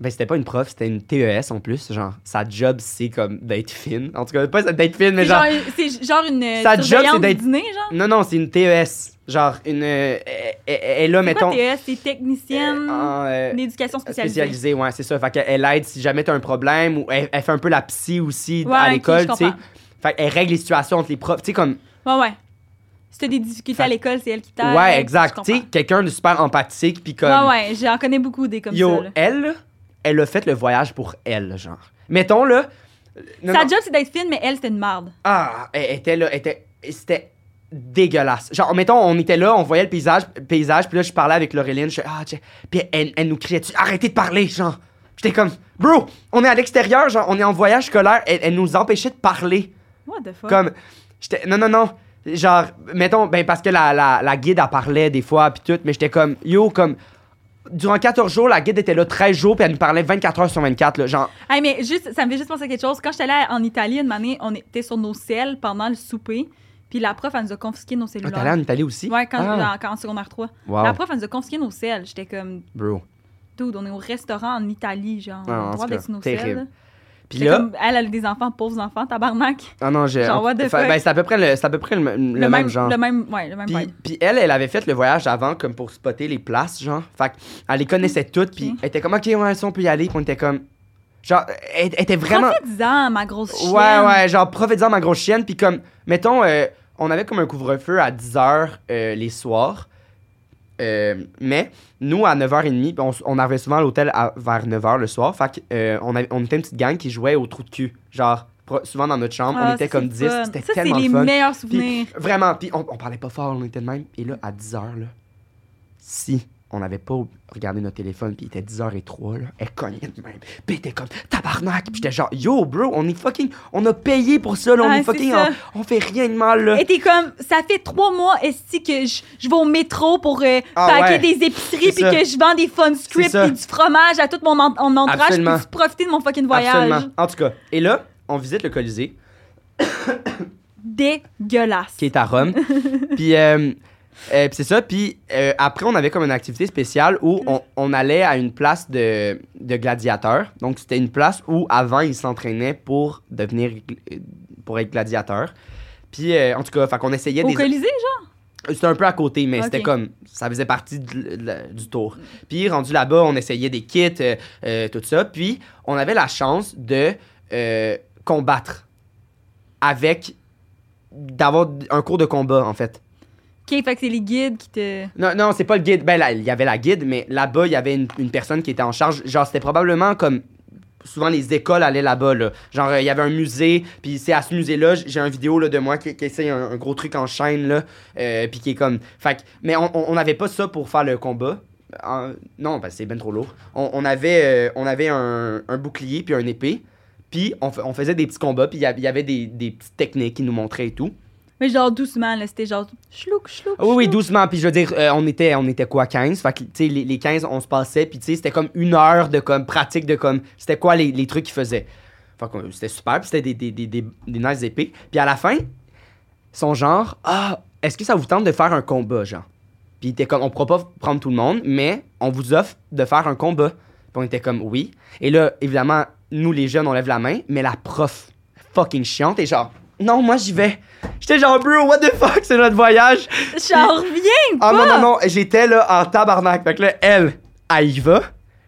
Speaker 1: Ben, c'était pas une prof, c'était une TES en plus. Genre, sa job, c'est comme d'être fine. En tout cas, pas d'être fine, mais
Speaker 2: C'est
Speaker 1: genre.
Speaker 2: genre, une- c'est genre une. euh,
Speaker 1: Sa job,
Speaker 2: surveillante
Speaker 1: c'est d'être-
Speaker 2: du dîner, genre.
Speaker 1: Non, non, c'est une TES. Genre, une. euh, elle- elle- elle est là,
Speaker 2: C'est
Speaker 1: mettons.
Speaker 2: quoi, E TES? C'est technicienne
Speaker 1: en, euh,
Speaker 2: d'éducation spécialisée.
Speaker 1: spécialisée, ouais, c'est ça. Fait qu'elle aide si jamais t'as un problème ou elle, elle fait un peu la psy aussi
Speaker 2: Ouais,
Speaker 1: à
Speaker 2: ok,
Speaker 1: l'école,
Speaker 2: je
Speaker 1: tu sais.
Speaker 2: comprends.
Speaker 1: Fait qu'elle règle les situations entre les profs. Tu sais, comme
Speaker 2: Ouais, ouais. Si t'as des difficultés
Speaker 1: Fait-
Speaker 2: à l'école, c'est elle qui t'aide.
Speaker 1: ouais,
Speaker 2: je
Speaker 1: exact.
Speaker 2: comprends.
Speaker 1: Tu sais, quelqu'un de super empathique, puis comme.
Speaker 2: Ouais, ouais, j'en connais beaucoup des comme
Speaker 1: Yo,
Speaker 2: ça. là.
Speaker 1: elle, là, elle a fait le voyage pour elle, genre. Mettons, là. euh, non,
Speaker 2: Sa
Speaker 1: non,
Speaker 2: job, c'est d'être fine, mais elle, c'était une marde.
Speaker 1: Ah, elle était là, elle était. C'était dégueulasse. Genre, mettons, on était là, on voyait le paysage, paysage puis là, je parlais avec Laureline, je fais, ah, tu sais, puis elle, elle nous criait dessus, arrêtez de parler, genre. J'étais comme, bro, on est à l'extérieur, genre, on est en voyage scolaire, elle, elle nous empêchait de parler.
Speaker 2: What the fuck?
Speaker 1: Comme, j'étais, non, non, non. Genre, mettons, ben parce que la, la, la guide, elle parlait des fois, puis tout, mais j'étais comme, yo, comme, durant 14 jours, la guide était là 13 jours, puis elle nous parlait 24 heures sur 24, là, genre,
Speaker 2: Hey, mais juste, ça me fait juste penser à quelque chose. Quand j'étais allée en Italie une année, on était sur nos selles pendant le souper, puis la prof, elle nous a confisqué nos
Speaker 1: Ah,
Speaker 2: cellulaires.
Speaker 1: t'es allé en Italie aussi?
Speaker 2: Ouais, quand,
Speaker 1: Ah,
Speaker 2: en- quand en secondaire 3.
Speaker 1: wow,
Speaker 2: La prof, elle nous a confisqué nos selles. J'étais comme,
Speaker 1: bro.
Speaker 2: dude, on est au restaurant en Italie, genre.
Speaker 1: Ah,
Speaker 2: on a
Speaker 1: en
Speaker 2: le droit
Speaker 1: tout
Speaker 2: d'être
Speaker 1: cas,
Speaker 2: sur nos
Speaker 1: terrible.
Speaker 2: selles. là.
Speaker 1: Puis
Speaker 2: J'étais
Speaker 1: là,
Speaker 2: comme, elle, elle a des enfants, pauvres enfants, tabarnak.
Speaker 1: ah non, j'ai,
Speaker 2: genre, what the
Speaker 1: fait-
Speaker 2: fuck?
Speaker 1: ben c'est à peu près le, c'est à peu près le, m- le même, genre.
Speaker 2: Le même, ouais, le même
Speaker 1: Puis,
Speaker 2: vibe.
Speaker 1: puis elle, elle avait fait le voyage avant comme pour spotter les places, genre. Fait qu'elle les connaissait toutes, puis
Speaker 2: Ok.
Speaker 1: elle était comme, ok, ouais, ça, on peut y aller, puis on était comme, genre, elle, elle était vraiment.
Speaker 2: Profites-en, ma grosse chienne.
Speaker 1: Ouais, ouais, genre, profite-en ma grosse chienne. Puis comme, mettons, euh, on avait comme un couvre-feu à 10h les soirs. Euh, mais nous, à 9h30, ben, on, s- on arrivait souvent à l'hôtel à- vers 9h le soir. Fait qu'on on avait- on était une petite gang qui jouait au trou de cul. Genre, pro- souvent dans notre chambre,
Speaker 2: Ah,
Speaker 1: on était
Speaker 2: ça,
Speaker 1: comme
Speaker 2: c'est
Speaker 1: 10.
Speaker 2: fun.
Speaker 1: C'était
Speaker 2: Ça,
Speaker 1: tellement
Speaker 2: c'est les
Speaker 1: fun.
Speaker 2: meilleurs
Speaker 1: Puis,
Speaker 2: souvenirs.
Speaker 1: vraiment, puis on, on parlait pas fort, on était de même. Et là, à 10h, là, si on n'avait pas regardé notre téléphone, puis il était 10h03, là, elle cognait de même. Puis elle était comme tabarnak. Puis j'étais genre, yo, bro, on est fucking. On a payé pour ça, là, on
Speaker 2: Ah,
Speaker 1: est
Speaker 2: c'est
Speaker 1: fucking.
Speaker 2: ça.
Speaker 1: On, on fait rien de mal, là.
Speaker 2: Et t'es comme, ça fait trois mois, est que je, je vais au métro pour euh,
Speaker 1: Ah
Speaker 2: paquer
Speaker 1: ouais.
Speaker 2: des épiceries,
Speaker 1: C'est
Speaker 2: puis
Speaker 1: ça.
Speaker 2: que je vends des fun strips,
Speaker 1: C'est ça.
Speaker 2: puis du fromage à tout mon, en- mon entourage, puis
Speaker 1: Absolument.
Speaker 2: de profiter de mon fucking voyage.
Speaker 1: Absolument. En tout cas, et là, on visite le Colisée,
Speaker 2: Dégueulasse.
Speaker 1: qui est à Rome. puis. euh, euh, puis c'est ça, puis euh, après on avait comme une activité spéciale où on, on allait à une place de, de gladiateurs. Donc c'était une place où avant ils s'entraînaient pour devenir gl- pour être gladiateur. Puis euh, en tout cas, fait qu'on essayait
Speaker 2: Au
Speaker 1: des
Speaker 2: Colisée, genre?
Speaker 1: C'était un peu à côté, mais
Speaker 2: Ok.
Speaker 1: c'était comme. Ça faisait partie de- de la- du tour. Puis, rendu là-bas, on essayait des kits, euh, euh, tout ça. Puis, on avait la chance de euh, combattre avec. d'avoir un cours de combat, en fait.
Speaker 2: OK, fait que c'est les guides qui te...
Speaker 1: Non, non, c'est pas le guide. Ben, là, il y avait la guide, mais là-bas, il y avait une, une personne qui était en charge. Genre, c'était probablement comme souvent les écoles allaient là-bas. Là. Genre, euh, il y avait un musée, puis c'est à ce musée-là, j- j'ai un vidéo là, de moi qui, qui essaye un, un gros truc en chaîne, là, euh, puis qui est comme... Fait que- mais on- on n'avait pas ça pour faire le combat. En- non, parce que c'est ben trop lourd. On, on avait, euh, on avait un, un bouclier, puis un épée, puis on, fa- on faisait des petits combats, puis il y a- il y avait des, des petites techniques qui nous montraient et tout.
Speaker 2: Mais genre doucement, là, c'était genre chlouk, chlouk.
Speaker 1: Ah Oui, oui,
Speaker 2: chlouk.
Speaker 1: doucement. Puis je veux dire, euh, on, était, on était quoi, 15? Fait que, tu sais, les, les 15, on se passait. Puis, tu sais, c'était comme une heure de comme, pratique de comme, c'était quoi les, les trucs qu'ils faisaient. Fait que euh, c'était super. Puis c'était des, des, des, des, des nice épées. Puis à la fin, son genre, ah, est-ce que ça vous tente de faire un combat, genre? Puis il était comme, on pourra pas prendre tout le monde, mais on vous offre de faire un combat. Puis on était comme, oui. Et là, évidemment, nous, les jeunes, on lève la main, mais la prof, fucking chiante, est genre, non, moi, j'y vais. J'étais genre, bro, what the fuck, c'est notre voyage.
Speaker 2: Genre, reviens!
Speaker 1: Ah non,
Speaker 2: pas.
Speaker 1: non, non, j'étais là en tabarnak. Fait que là, elle, elle y va.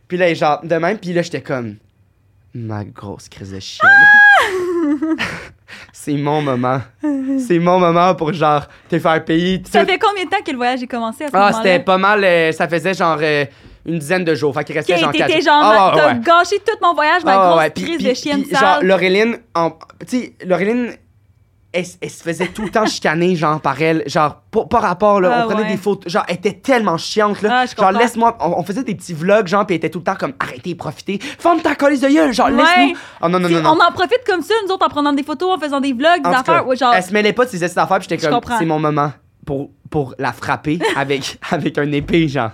Speaker 1: Puis là, elle est genre, de même, puis là, j'étais comme, ma grosse crise de chienne. C'est mon moment. C'est mon moment pour genre te faire payer. tout.
Speaker 2: Ça fait combien de temps que le voyage est commencé à ce
Speaker 1: Ah,
Speaker 2: moment-là?
Speaker 1: c'était pas mal. euh, ça faisait genre euh, une dizaine de jours. Fait qu'il restait
Speaker 2: Ok,
Speaker 1: genre quatre
Speaker 2: t'étais
Speaker 1: jours.
Speaker 2: genre,
Speaker 1: Ah, ouais, ouais,
Speaker 2: t'as
Speaker 1: ouais.
Speaker 2: gâché tout mon voyage, ma
Speaker 1: Ah,
Speaker 2: grosse
Speaker 1: ouais, puis-
Speaker 2: crise
Speaker 1: puis-
Speaker 2: de chienne
Speaker 1: puis, Genre,
Speaker 2: sale.
Speaker 1: Laureline, en- tu sais, Laureline, elle, s- elle se faisait tout le temps chicaner, genre, par elle. Genre, pas par rapport, là,
Speaker 2: Ah,
Speaker 1: on prenait
Speaker 2: ouais.
Speaker 1: des photos. Genre, elle était tellement chiante, là.
Speaker 2: Ah, je
Speaker 1: genre,
Speaker 2: comprends.
Speaker 1: laisse-moi. On, on faisait des petits vlogs, genre, puis elle était tout le temps comme, arrêtez, profitez. Forme ta colise de gueule, genre,
Speaker 2: Ouais.
Speaker 1: laisse-nous. Oh non, non,
Speaker 2: Si
Speaker 1: non, non.
Speaker 2: On en profite comme ça, nous autres, en prenant des photos, en faisant des vlogs, des
Speaker 1: En tout
Speaker 2: affaires.
Speaker 1: cas,
Speaker 2: ouais, genre,
Speaker 1: Elle se mêlait pas de ses affaires, puis j'étais
Speaker 2: Je
Speaker 1: comme,
Speaker 2: comprends.
Speaker 1: c'est mon moment pour, pour la frapper avec, avec un épée, genre.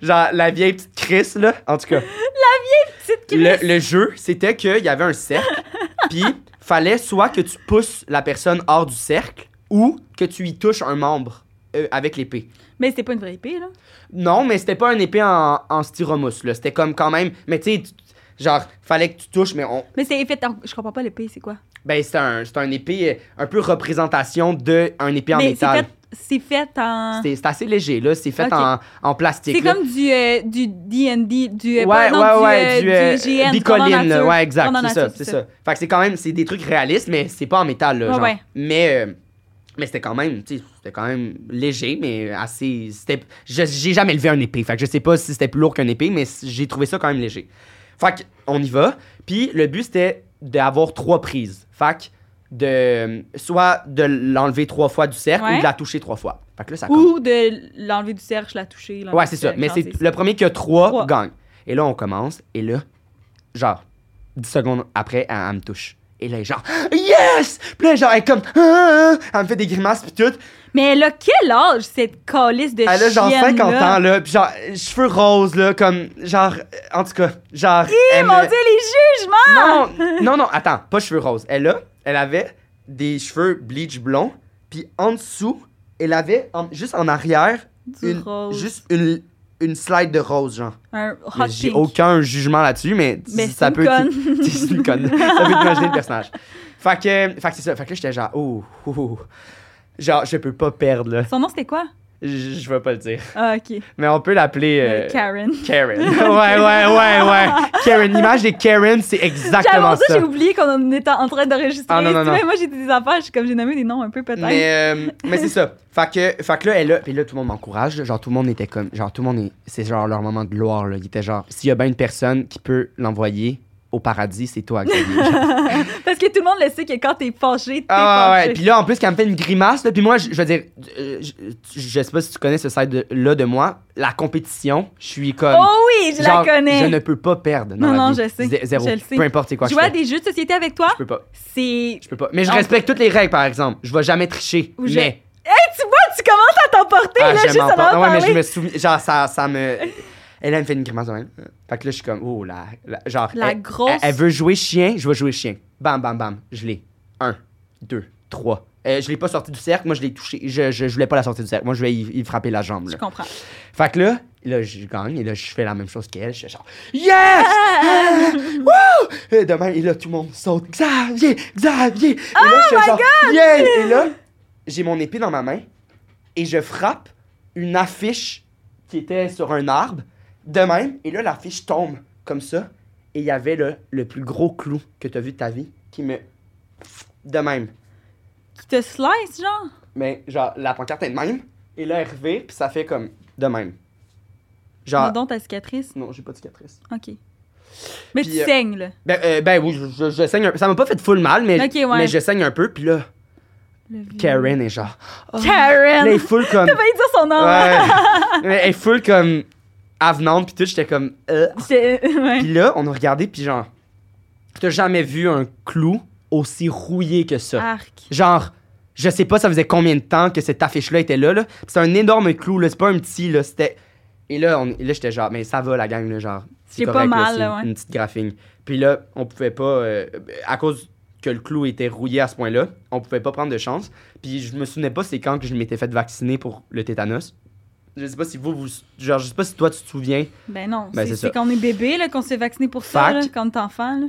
Speaker 1: Genre, la vieille petite Chris, là, en tout cas.
Speaker 2: petite crise.
Speaker 1: Le, le jeu, c'était qu'il y avait un cercle, puis fallait soit que tu pousses la personne hors du cercle ou que tu y touches un membre euh, avec l'épée.
Speaker 2: Mais c'était pas une vraie épée, là.
Speaker 1: Non, mais c'était pas un épée en, en styromousse, là. C'était comme quand même. Mais tu sais, tu- genre, fallait que tu touches, mais on.
Speaker 2: Mais c'est fait. en- Je comprends pas l'épée, c'est quoi?
Speaker 1: Ben, c'était un, c'était un épée, euh, un peu représentation d'un épée en
Speaker 2: Mais c'est
Speaker 1: métal.
Speaker 2: fait, c'est fait en.
Speaker 1: C'est c'est assez léger, là. C'est fait
Speaker 2: Ok.
Speaker 1: en, en plastique.
Speaker 2: C'est
Speaker 1: là.
Speaker 2: comme du euh, du D&D, du.
Speaker 1: Ouais,
Speaker 2: euh, pas- non,
Speaker 1: ouais,
Speaker 2: du,
Speaker 1: ouais,
Speaker 2: euh,
Speaker 1: du, euh,
Speaker 2: GN,
Speaker 1: des
Speaker 2: commande
Speaker 1: collines, là.
Speaker 2: nature.
Speaker 1: ouais, exact,
Speaker 2: Commande
Speaker 1: c'est ça,
Speaker 2: nature,
Speaker 1: c'est ça. Fait que c'est quand même, c'est des trucs réalistes, mais c'est pas en métal, là,
Speaker 2: Ouais,
Speaker 1: genre.
Speaker 2: ouais.
Speaker 1: Mais, euh, mais c'était quand même, tu sais, c'était quand même léger, mais assez, c'était, je- j'ai jamais levé un épée, fait que je sais pas si c'était plus lourd qu'un épée, mais c- j'ai trouvé ça quand même léger. Fait que, on y va, puis le but, c'était d'avoir trois prises, fait que de, soit de l'enlever trois fois du cercle
Speaker 2: Ouais.
Speaker 1: ou de la toucher trois fois. Fait que là, ça
Speaker 2: Ou de l'enlever du cercle, la toucher. l'enlever
Speaker 1: Ouais,
Speaker 2: du
Speaker 1: c'est ça.
Speaker 2: cercle,
Speaker 1: Mais
Speaker 2: genre,
Speaker 1: c'est le premier qui a trois,
Speaker 2: Trois.
Speaker 1: gagne. Et là, on commence. Et là, genre, 10 secondes après, elle, elle me touche. Et là, elle est genre, yes! Puis là, genre, elle est comme, Ah, ah, ah. elle me fait des grimaces, puis tout.
Speaker 2: Mais elle a quel âge, cette calice de
Speaker 1: Elle a genre
Speaker 2: chienne,
Speaker 1: 50
Speaker 2: là?
Speaker 1: ans, là. Puis genre, cheveux roses, là, comme, genre, euh, en tout cas, genre.
Speaker 2: Eh,
Speaker 1: elle
Speaker 2: mon
Speaker 1: me-
Speaker 2: Dieu, les jugements!
Speaker 1: Non, non, non, attends, pas cheveux roses. Elle a, elle avait des cheveux bleach blond, puis en dessous, elle avait, en- juste en arrière,
Speaker 2: Du
Speaker 1: une,
Speaker 2: rose.
Speaker 1: juste une, une slide de rose, genre.
Speaker 2: Un hot
Speaker 1: Mais J'ai
Speaker 2: pink.
Speaker 1: aucun jugement là-dessus, mais,
Speaker 2: Mais
Speaker 1: si
Speaker 2: c'est
Speaker 1: ça
Speaker 2: une
Speaker 1: peut.
Speaker 2: conne.
Speaker 1: c'est une conne. ça peut imaginer le personnage. Fait que, fait que c'est ça. Fait que là, j'étais genre, oh, oh, oh. Genre, je peux pas perdre, là.
Speaker 2: Son nom, c'était quoi?
Speaker 1: Je je vais pas le dire.
Speaker 2: Ah, OK.
Speaker 1: Mais on peut l'appeler. euh,
Speaker 2: Euh, Karen.
Speaker 1: Karen. ouais, ouais, ouais, ouais. Karen. L'image des Karen, c'est
Speaker 2: J'avais
Speaker 1: exactement
Speaker 2: ça,
Speaker 1: ça.
Speaker 2: j'ai oublié qu'on en était en train d'enregistrer.
Speaker 1: Ah, non, non,
Speaker 2: Tu
Speaker 1: non.
Speaker 2: vois, Moi, j'ai des affaires, j'ai comme j'ai nommé des noms un peu peut-être.
Speaker 1: Mais, euh, mais c'est ça. Fait que, fait que là, elle a. Puis là, tout le monde m'encourage. là. Genre, tout le monde était comme. Genre, tout le monde est. C'est genre leur moment de gloire, là. Il était genre, s'il y a bien une personne qui peut l'envoyer au paradis, c'est toi, Xavier.
Speaker 2: Parce que tout le monde le sait que quand t'es fâché, t'es
Speaker 1: Ah ouais, ouais.
Speaker 2: fâché.
Speaker 1: Puis là, en plus, qu'elle me fait une grimace, là, puis moi, je, je veux dire, euh, je, je sais pas si tu connais ce side-là de moi, la compétition, je suis comme.
Speaker 2: Oh oui, je
Speaker 1: euh, genre,
Speaker 2: la connais.
Speaker 1: Je ne peux pas perdre. dans
Speaker 2: Non,
Speaker 1: la
Speaker 2: non,
Speaker 1: vie.
Speaker 2: je sais.
Speaker 1: Zé- Zéro.
Speaker 2: Je le sais.
Speaker 1: Peu importe c'est quoi.
Speaker 2: je
Speaker 1: Je,
Speaker 2: vois
Speaker 1: fais.
Speaker 2: des jeux de société avec toi,
Speaker 1: je peux pas.
Speaker 2: c'est...
Speaker 1: Je peux pas. Mais je
Speaker 2: Non.
Speaker 1: respecte toutes les règles, par exemple. Je vais jamais tricher.
Speaker 2: Ou je-
Speaker 1: mais.
Speaker 2: Tu vois, tu commences à t'emporter,
Speaker 1: Ah,
Speaker 2: là,
Speaker 1: je
Speaker 2: juste
Speaker 1: m'en
Speaker 2: à
Speaker 1: porte.
Speaker 2: en
Speaker 1: Non, ouais, mais je
Speaker 2: parler.
Speaker 1: me souviens. Genre, ça, ça me. Elle, elle me fait une grimace de même. Fait que là, je suis comme, oh, la. la- genre,
Speaker 2: La
Speaker 1: elle,
Speaker 2: grosse...
Speaker 1: Elle, elle veut jouer chien, je vais jouer chien. Bam, bam, bam. Je l'ai. Un, deux, trois. Euh, je l'ai pas sorti du cercle, moi je l'ai touché. Je, je, je voulais pas la sortir du cercle. Moi je vais y, y frapper la jambe.
Speaker 2: Je
Speaker 1: Là.
Speaker 2: comprends.
Speaker 1: Fait que là, là, je gagne et là, je fais la même chose qu'elle. Je fais genre Yes! Ah! Wouh! Et demain, et là, tout le monde saute Xavier! Xavier! Et
Speaker 2: Oh
Speaker 1: là, je fais genre Yeah! Et là, j'ai mon épée dans ma main et je frappe une affiche qui était sur un arbre de même. Et là, l'affiche tombe comme ça. Et il y avait le, le plus gros clou que t'as vu de ta vie qui me. de même.
Speaker 2: Qui te slice, genre?
Speaker 1: Mais genre, la pancarte est de même. Et là, elle revire, puis ça fait comme de même.
Speaker 2: Genre...
Speaker 1: Genre,
Speaker 2: donc ta cicatrice.
Speaker 1: non, j'ai pas de cicatrice.
Speaker 2: OK. Mais
Speaker 1: Puis,
Speaker 2: tu
Speaker 1: euh,
Speaker 2: saignes, là.
Speaker 1: Ben, euh, ben oui, je, je- je saigne un peu. Ça m'a pas fait full mal, mais,
Speaker 2: Ok, ouais.
Speaker 1: mais je saigne un peu. Puis là,
Speaker 2: Le vieux.
Speaker 1: Karen est genre. Oh. Là, elle est
Speaker 2: Karen!
Speaker 1: full comme.
Speaker 2: T'as failli dire son nom!
Speaker 1: Ouais. Mais elle est full comme avenante, puis tout. J'étais comme. euh.
Speaker 2: C'est- ouais.
Speaker 1: Puis là, on a regardé, puis genre. T'as jamais vu un clou aussi rouillé que ça.
Speaker 2: Arc.
Speaker 1: Genre, je sais pas, ça faisait combien de temps que cette affiche-là était là. là. Puis C'est un énorme clou, là. C'est pas un petit, là. C'était. Et là, on- là j'étais genre, mais ça va, la gang, là. Genre, c'est
Speaker 2: J'ai pas
Speaker 1: correct, là,
Speaker 2: mal,
Speaker 1: c'est
Speaker 2: là,
Speaker 1: une-
Speaker 2: ouais.
Speaker 1: Une petite graphine. Puis là, on pouvait pas. euh, à cause que le clou était rouillé à ce point-là, on pouvait pas prendre de chance. Puis je me souvenais pas c'est quand que je m'étais fait vacciner pour le tétanos. Je sais pas si vous, vous. Genre, je sais pas si toi, tu te souviens.
Speaker 2: Ben non,
Speaker 1: Ben,
Speaker 2: c'est-
Speaker 1: c'est
Speaker 2: c'est
Speaker 1: ça.
Speaker 2: quand on est bébé, là, qu'on se fait vacciner pour ça,
Speaker 1: Fact.
Speaker 2: là, quand on est enfant, là.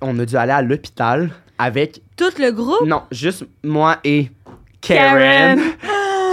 Speaker 1: On a dû aller à l'hôpital avec.
Speaker 2: Tout le groupe.
Speaker 1: Non, juste moi et Karen.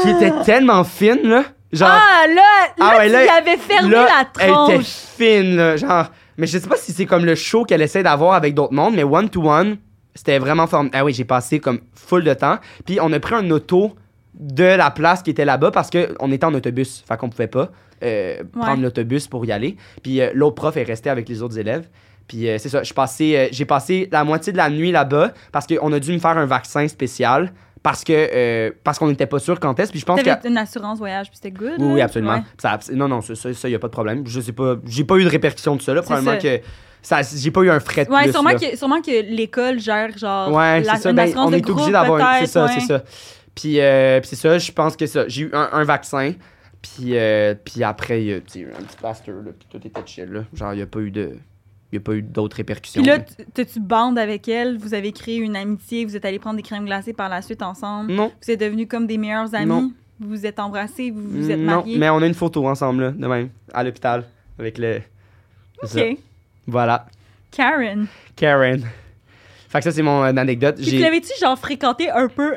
Speaker 1: qui était tellement fine, là. Genre.
Speaker 2: Ah, là, là,
Speaker 1: Ah ouais,
Speaker 2: tu
Speaker 1: là,
Speaker 2: lui avais fermé
Speaker 1: Là,
Speaker 2: la
Speaker 1: Elle était
Speaker 2: tronche.
Speaker 1: fine, là, genre. Mais je sais pas si c'est comme le show qu'elle essaie d'avoir avec d'autres mondes, mais one to one, c'était vraiment formidable. Ah oui, j'ai passé comme full de temps. Puis on a pris un auto de la place qui était là-bas parce que on était en autobus, fait qu'on pouvait pas euh, prendre l'autobus pour y aller. Puis euh, l'autre prof est resté avec les autres élèves. Puis euh, c'est ça, je passais, euh, j'ai passé la moitié de la nuit là-bas parce qu'on a dû me faire un vaccin spécial parce que euh, parce qu'on n'était pas sûr quand est-ce. Puis je pense que
Speaker 2: T'avais une assurance voyabs, puis c'était good.
Speaker 1: oui,
Speaker 2: là.
Speaker 1: oui, absolument.
Speaker 2: Ouais.
Speaker 1: Ça, abs- non, non, ça, ça, il n'y a pas de problème. Je sais pas, j'ai pas eu de répercussion de ça, là.
Speaker 2: C'est
Speaker 1: Probablement
Speaker 2: ça.
Speaker 1: que ça, j'ai pas eu un frais de
Speaker 2: Ouais,
Speaker 1: plus,
Speaker 2: sûrement,
Speaker 1: là.
Speaker 2: que, sûrement que l'école gère, genre,
Speaker 1: Ouais,
Speaker 2: la,
Speaker 1: c'est ça.
Speaker 2: une
Speaker 1: ben,
Speaker 2: assurance
Speaker 1: on
Speaker 2: de
Speaker 1: est
Speaker 2: groupe,
Speaker 1: obligé d'avoir une. C'est
Speaker 2: peut-être,
Speaker 1: ça,
Speaker 2: ouais.
Speaker 1: c'est ça. Puis, euh, puis c'est ça, je pense que ça. J'ai eu un, un vaccin, puis, euh, puis après, il y a tu sais, un petit plaster, là, puis tout était chill, là. Genre, il n'y a pas eu de. Il y a pas eu d'autres répercussions.
Speaker 2: Puis là,
Speaker 1: là.
Speaker 2: t- t'as-tu bande avec elle? Vous avez créé une amitié, vous êtes allés prendre des crèmes glacées par la suite ensemble.
Speaker 1: non,
Speaker 2: Vous êtes devenus comme des meilleurs amis.
Speaker 1: Mm. Non.
Speaker 2: Vous vous êtes embrassés, vous vous êtes
Speaker 1: non,
Speaker 2: mariés.
Speaker 1: mais on a une photo ensemble, là, de même, à l'hôpital, avec le. c'est ça.
Speaker 2: OK.
Speaker 1: Voilà,
Speaker 2: Karen.
Speaker 1: Karen. Fait que ça, c'est mon euh, anecdote.
Speaker 2: Puis tu l'avais-tu, genre, fréquenté un peu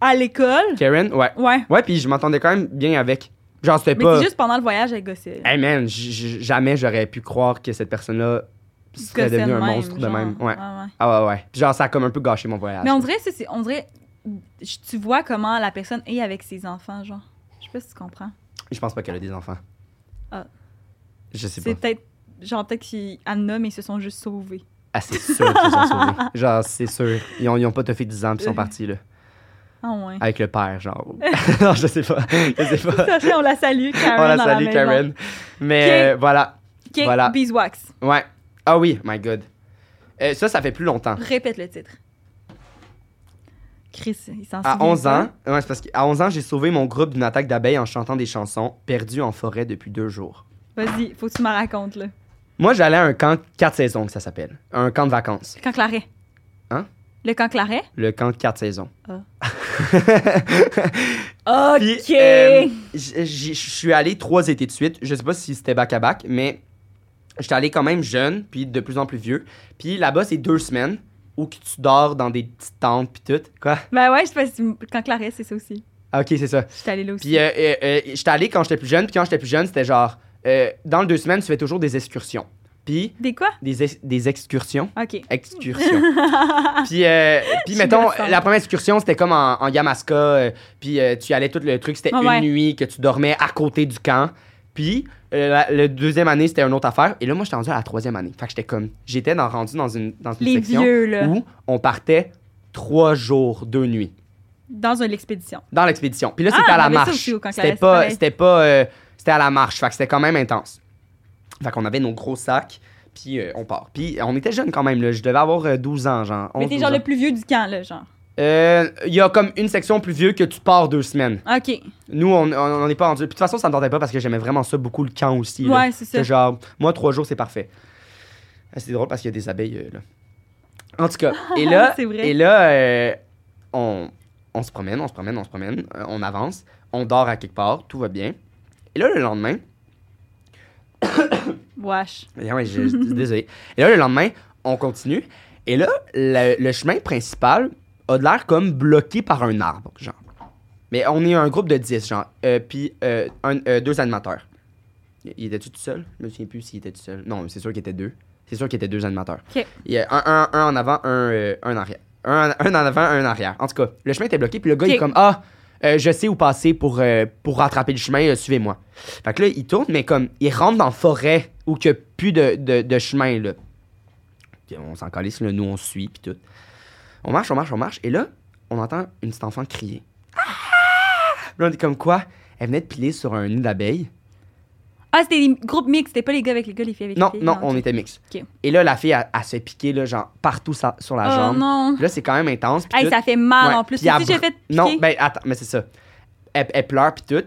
Speaker 2: à l'école?
Speaker 1: Karen, ouais.
Speaker 2: Ouais.
Speaker 1: Ouais, puis je m'entendais quand même bien avec. Genre, c'était
Speaker 2: Mais
Speaker 1: pas.
Speaker 2: c'est juste pendant le voyage, elle gossait.
Speaker 1: Hey man, j- j- jamais j'aurais pu croire que cette personne-là serait
Speaker 2: Gossait
Speaker 1: devenue
Speaker 2: de
Speaker 1: un
Speaker 2: même,
Speaker 1: monstre de
Speaker 2: genre.
Speaker 1: même. Ouais.
Speaker 2: ouais.
Speaker 1: Ah ouais, ouais. Puis Genre, ça a comme un peu gâché mon voyage.
Speaker 2: Mais on dirait, ça, c'est, on dirait, je- tu vois comment la personne est avec ses enfants, genre. Je sais pas si tu comprends.
Speaker 1: Je pense pas qu'elle a des enfants.
Speaker 2: Ah.
Speaker 1: Je sais
Speaker 2: C'est
Speaker 1: pas.
Speaker 2: peut-être, genre, peut-être qu'Anna, mais ils se sont juste sauvés.
Speaker 1: Ah, c'est sûr qu'ils sont sauvés. Genre, c'est sûr. Ils ont, ils ont pas toffé 10 ans, puis ils sont partis, là.
Speaker 2: Ah ouais.
Speaker 1: Avec le père, genre. non, je sais pas. Je sais pas.
Speaker 2: Ça fait, on la salue, Karen.
Speaker 1: On la
Speaker 2: dans
Speaker 1: salue,
Speaker 2: maison.
Speaker 1: Karen. Mais
Speaker 2: Ok.
Speaker 1: euh, voilà.
Speaker 2: Ok,
Speaker 1: Voilà.
Speaker 2: Beeswax.
Speaker 1: Ouais. Ah oui, my god. Euh, ça, ça fait plus longtemps.
Speaker 2: Répète le titre. Chris, il s'en
Speaker 1: À
Speaker 2: souvient
Speaker 1: 11
Speaker 2: pas.
Speaker 1: ans, ouais, c'est parce qu'à 11 ans, j'ai sauvé mon groupe d'une attaque d'abeilles en chantant des chansons perdues en forêt depuis deux jours.
Speaker 2: Vas-y, faut que tu me racontes, là.
Speaker 1: Moi, j'allais à un camp 4 saisons, que ça s'appelle. Un camp de vacances.
Speaker 2: Le camp Claret.
Speaker 1: Hein?
Speaker 2: Le camp Claret?
Speaker 1: Le camp de 4 saisons.
Speaker 2: OK!
Speaker 1: Puis, euh, j- j- je suis allé trois étés de suite. Je sais pas si c'était bac à bac, mais j'étais allé quand même jeune, puis de plus en plus vieux. Puis là-bas, c'est deux semaines où que tu dors dans des petites tentes, puis tout. Quoi?
Speaker 2: Ben ouais, je sais pas si... Le camp Claret, c'est ça aussi.
Speaker 1: Ah, ok, c'est ça.
Speaker 2: Je suis allée là aussi.
Speaker 1: Puis euh, euh, euh, j'étais allé quand j'étais plus jeune, puis quand j'étais plus jeune, c'était genre, euh, dans le deux semaines, tu fais toujours des excursions. Puis
Speaker 2: Des quoi?
Speaker 1: des, ex- des excursions.
Speaker 2: OK.
Speaker 1: Excursions. puis, euh, puis
Speaker 2: Je
Speaker 1: mettons,
Speaker 2: descends.
Speaker 1: la première excursion, c'était comme en, en Yamaska. euh, puis euh, tu y allais tout le truc. C'était
Speaker 2: Ah
Speaker 1: une
Speaker 2: ouais.
Speaker 1: nuit que tu dormais à côté du camp. Puis, euh, la, la deuxième année, c'était une autre affaire. Et là, moi, j'étais rendu à la troisième année. Fait que j'étais comme. J'étais dans, rendu dans une, dans une
Speaker 2: Les
Speaker 1: section
Speaker 2: vieux, là.
Speaker 1: où on partait trois jours, deux nuits
Speaker 2: Dans une expédition.
Speaker 1: dans l'expédition. Puis là,
Speaker 2: Ah,
Speaker 1: c'était à la
Speaker 2: mais ça
Speaker 1: marche.
Speaker 2: aussi, au camp
Speaker 1: C'était
Speaker 2: Claret,
Speaker 1: pas,
Speaker 2: pareil.
Speaker 1: c'était pas, euh, c'était à la marche. Fait que c'était quand même intense. Fait qu'on avait nos gros sacs, puis euh, on part. Puis on était jeunes quand même, là. Je devais avoir euh, 12 ans, genre. 11,
Speaker 2: Mais t'es genre
Speaker 1: 12
Speaker 2: le
Speaker 1: ans.
Speaker 2: plus vieux du camp, là, genre.
Speaker 1: Euh, Il y a comme une section plus vieux que tu pars deux semaines.
Speaker 2: OK.
Speaker 1: Nous, on on- on n'est pas rendu. Puis de toute façon, ça me tentait pas parce que j'aimais vraiment ça beaucoup le camp aussi. là.
Speaker 2: Ouais, c'est ça.
Speaker 1: Que genre, moi, trois jours, c'est parfait. Ah, C'est drôle parce qu'il y a des abeilles, euh, là. En tout cas, et là,
Speaker 2: C'est vrai.
Speaker 1: et là euh, on, on se promène, on se promène, on se promène, euh, on avance, on dort à quelque part, tout va bien. Et là, le lendemain,
Speaker 2: Wesh.
Speaker 1: eh ouais, je- je- désolé. Et là, le lendemain, on continue. Et là, le, le chemin principal a de l'air comme bloqué par un arbre, genre. Mais on est un groupe de 10, genre. Euh, Puis euh, un- euh, deux animateurs. Il était tout seul? Je me souviens plus s'il était tout seul. Non, mais c'est sûr qu'il était deux. C'est sûr qu'il était deux animateurs.
Speaker 2: Ok.
Speaker 1: Il y a un, un- un en avant, un, euh, un en arrière. Un, en- un en avant, un en arrière. En tout cas, le chemin était bloqué, puis le gars, il est
Speaker 2: Ok.
Speaker 1: comme Ah, euh, je sais où passer pour, euh, pour rattraper le chemin, euh, suivez-moi. Fait que là, il tourne, mais comme, il rentre dans la forêt où qu'il n'y a plus de, de, de chemin, là. Puis on s'en calisse, là, nous, on suit, puis tout. On marche, on marche, on marche, et là, on entend une petite enfant crier. Ah! Puis Là, on est comme quoi? Elle venait de piler sur un nid d'abeilles.
Speaker 2: Ah, c'était des groupes mixtes, c'était pas les gars avec les gars, les filles avec
Speaker 1: Non,
Speaker 2: les filles.
Speaker 1: non, on
Speaker 2: ok.
Speaker 1: était mix.
Speaker 2: Ok.
Speaker 1: Et là, la fille, elle, elle se fait piquer, là, genre, partout sa- sur la
Speaker 2: Oh
Speaker 1: jambe.
Speaker 2: non.
Speaker 1: Puis Là, c'est quand même intense. puis
Speaker 2: Hey,
Speaker 1: tout.
Speaker 2: ça fait mal
Speaker 1: Ouais,
Speaker 2: en plus.
Speaker 1: puis elle
Speaker 2: Si j'ai
Speaker 1: br-
Speaker 2: fait piquer.
Speaker 1: Non, ben attends, mais c'est ça. Elle, elle pleure puis tout.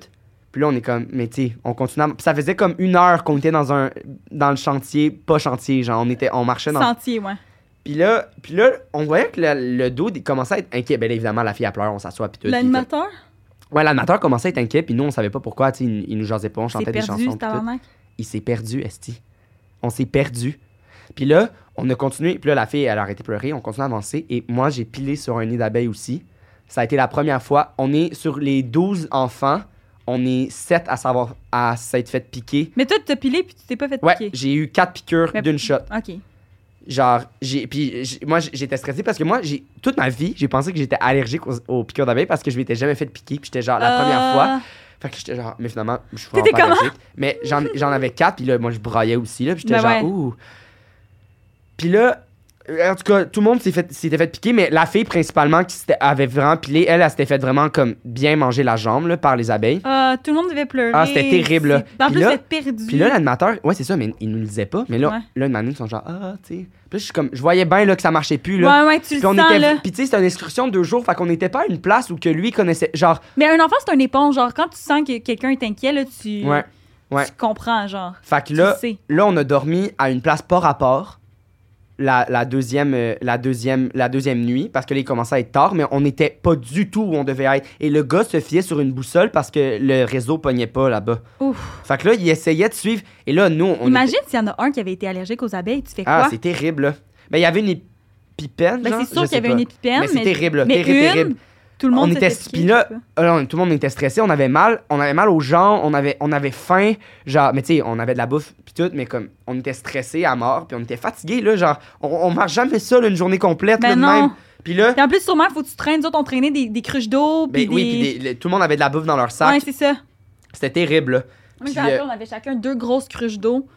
Speaker 1: Puis là, on est comme, mais tu sais, on continue. à- Puis ça faisait comme une heure qu'on était dans un, dans le chantier, pas chantier, genre on était, on marchait dans.
Speaker 2: Sentier, ouais.
Speaker 1: Puis là, puis là, on voyait que le, le dos commençait à être inquiet. Ben là, évidemment, la fille elle pleure, on s'assoit puis tout. puis
Speaker 2: L'animateur,
Speaker 1: comme- Ouais, l'animateur commençait à être inquiet, puis nous on savait pas pourquoi, tu sais, il, il nous jasait pas, on
Speaker 2: c'est
Speaker 1: chantait des
Speaker 2: perdu,
Speaker 1: chansons.
Speaker 2: ce
Speaker 1: puis tout.
Speaker 2: tabarnak.
Speaker 1: Il s'est perdu, esti. On s'est perdu. Puis là, on a continué. Puis là, la fille, elle a arrêté de pleurer. On continue à avancer. Et moi, j'ai pilé sur un nid d'abeille aussi. Ça a été la première fois. On est sur les 12 enfants. On est 7 à savoir à s'être fait piquer.
Speaker 2: Mais toi, tu t'as pilé puis tu t'es pas fait
Speaker 1: Ouais,
Speaker 2: piquer.
Speaker 1: j'ai eu 4 piqûres
Speaker 2: Mais-
Speaker 1: d'une shot.
Speaker 2: Ok.
Speaker 1: Genre, j'ai. Puis j'ai- moi, j'étais stressé parce que moi, j'ai toute ma vie, j'ai pensé que j'étais allergique aux, aux piqûres d'abeilles parce que je m'étais jamais fait piquer. Puis j'étais genre, la première
Speaker 2: Euh,
Speaker 1: fois. Fait que j'étais genre, mais finalement, je suis
Speaker 2: T'étais
Speaker 1: vraiment pas allergique. Mais j'en j'en avais quatre, puis là, moi, je braillais aussi, là, puis j'étais
Speaker 2: Ben
Speaker 1: genre,
Speaker 2: ouais.
Speaker 1: ouh. Puis là, en tout cas, tout le monde s'est fait- s'était fait, piquer, mais la fille, principalement, qui s'était- avait vraiment pilé, elle, elle, s'était fait vraiment comme bien manger la jambe, là, par les abeilles.
Speaker 2: Ah, tout le monde devait pleurer.
Speaker 1: Ah, c'était terrible, là.
Speaker 2: En
Speaker 1: Puis
Speaker 2: plus,
Speaker 1: là-
Speaker 2: c'était perdu.
Speaker 1: Puis là, l'animateur, ouais, c'est ça, mais il nous le disait pas. Mais là,
Speaker 2: Mmh. Ouais.
Speaker 1: là une manine, ils sont genre, ah, tu sais. Puis là, je suis comme, je voyais bien, là, que ça marchait plus, là.
Speaker 2: Ouais, ouais, tu le
Speaker 1: Puis on
Speaker 2: sens,
Speaker 1: était-
Speaker 2: là.
Speaker 1: puis tu sais, c'était une excursion de deux jours, fait qu'on n'était pas à une place où que lui connaissait. Genre,
Speaker 2: Mais un enfant, c'est un éponge. Genre, quand tu sens que quelqu'un est inquiet, là, tu,
Speaker 1: ouais. ouais.
Speaker 2: tu comprends, genre.
Speaker 1: Fait que
Speaker 2: Tu
Speaker 1: là,
Speaker 2: sais.
Speaker 1: Là, on a dormi à une place pas rapport. La, la deuxième, euh, la, deuxième, la deuxième nuit, parce que là, il commençait à être tard, mais on n'était pas du tout où on devait être. Et le gars se fiait sur une boussole parce que le réseau pognait pas là-bas.
Speaker 2: Ouf.
Speaker 1: Fait que là, il essayait de suivre. Et là, nous, on. était-
Speaker 2: Imagine s'il y en a un qui avait été allergique aux abeilles, tu fais
Speaker 1: Ah,
Speaker 2: quoi?
Speaker 1: c'est terrible, là. Mais il y avait une épipène.
Speaker 2: Ben,
Speaker 1: genre,
Speaker 2: c'est sûr
Speaker 1: je
Speaker 2: qu'il y
Speaker 1: sais
Speaker 2: avait
Speaker 1: pas.
Speaker 2: une épipène,
Speaker 1: Mais c'est
Speaker 2: mais,
Speaker 1: terrible, là,
Speaker 2: mais
Speaker 1: terrible,
Speaker 2: une,
Speaker 1: terrible.
Speaker 2: tout le monde
Speaker 1: On
Speaker 2: s'était
Speaker 1: était-
Speaker 2: piqué,
Speaker 1: puis là,
Speaker 2: je sais pas.
Speaker 1: Ah non, tout le monde était stressé, on avait mal, on avait mal aux jambes, on avait, on avait faim, genre, mais tu sais, on avait de la bouffe puis tout, mais comme, on était stressé à mort, puis on était fatigué là, genre, on, on marche jamais ça là, une journée complète là,
Speaker 2: Ben
Speaker 1: de
Speaker 2: non.
Speaker 1: même. Puis là,
Speaker 2: Puis en plus, sûrement, faut que tu traînes. D'autres, on traînait des, des cruches d'eau.
Speaker 1: ben
Speaker 2: Puis
Speaker 1: oui,
Speaker 2: des...
Speaker 1: puis des- les- tout le monde avait de la bouffe dans leur sac,
Speaker 2: Ouais, c'est ça.
Speaker 1: c'était terrible. là.
Speaker 2: Moi, je
Speaker 1: Puis,
Speaker 2: me rappelle,
Speaker 1: euh,
Speaker 2: on avait chacun deux grosses cruches d'eau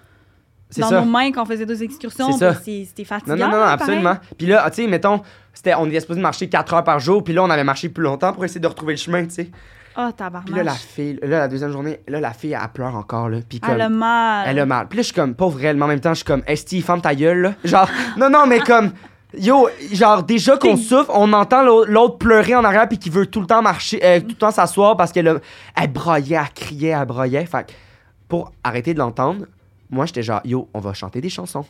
Speaker 1: C'est
Speaker 2: dans
Speaker 1: ça.
Speaker 2: nos mains quand on faisait deux excursions.
Speaker 1: C'est ça.
Speaker 2: puis c'est- C'était fatigant.
Speaker 1: Non, non, non, non,
Speaker 2: là,
Speaker 1: absolument. Puis là, ah, tu sais, mettons, c'était, on était supposé marcher 4 heures par jour, puis là, on avait marché plus longtemps pour essayer de retrouver le chemin, tu sais.
Speaker 2: pareil. Ah, tabarnak.
Speaker 1: Puis là, la fille, là, la deuxième journée, là, la fille, elle pleure encore, là. Puis comme,
Speaker 2: Elle a Ah, mal.
Speaker 1: Elle a mal. Puis là, je suis comme, pauvre elle, mais en même temps, je suis comme, Esti, ferme ta gueule, là. Genre, non, non, mais comme, yo, genre, déjà qu'on
Speaker 2: T'es-
Speaker 1: souffle, on entend l'au- l'autre pleurer en arrière, puis qui veut tout le temps marcher, euh, tout le temps s'asseoir parce qu'elle a- elle broyait, elle criait, elle broyait. Fait que pour arrêter de l'entendre, moi, j'étais genre, yo, on va chanter des chansons.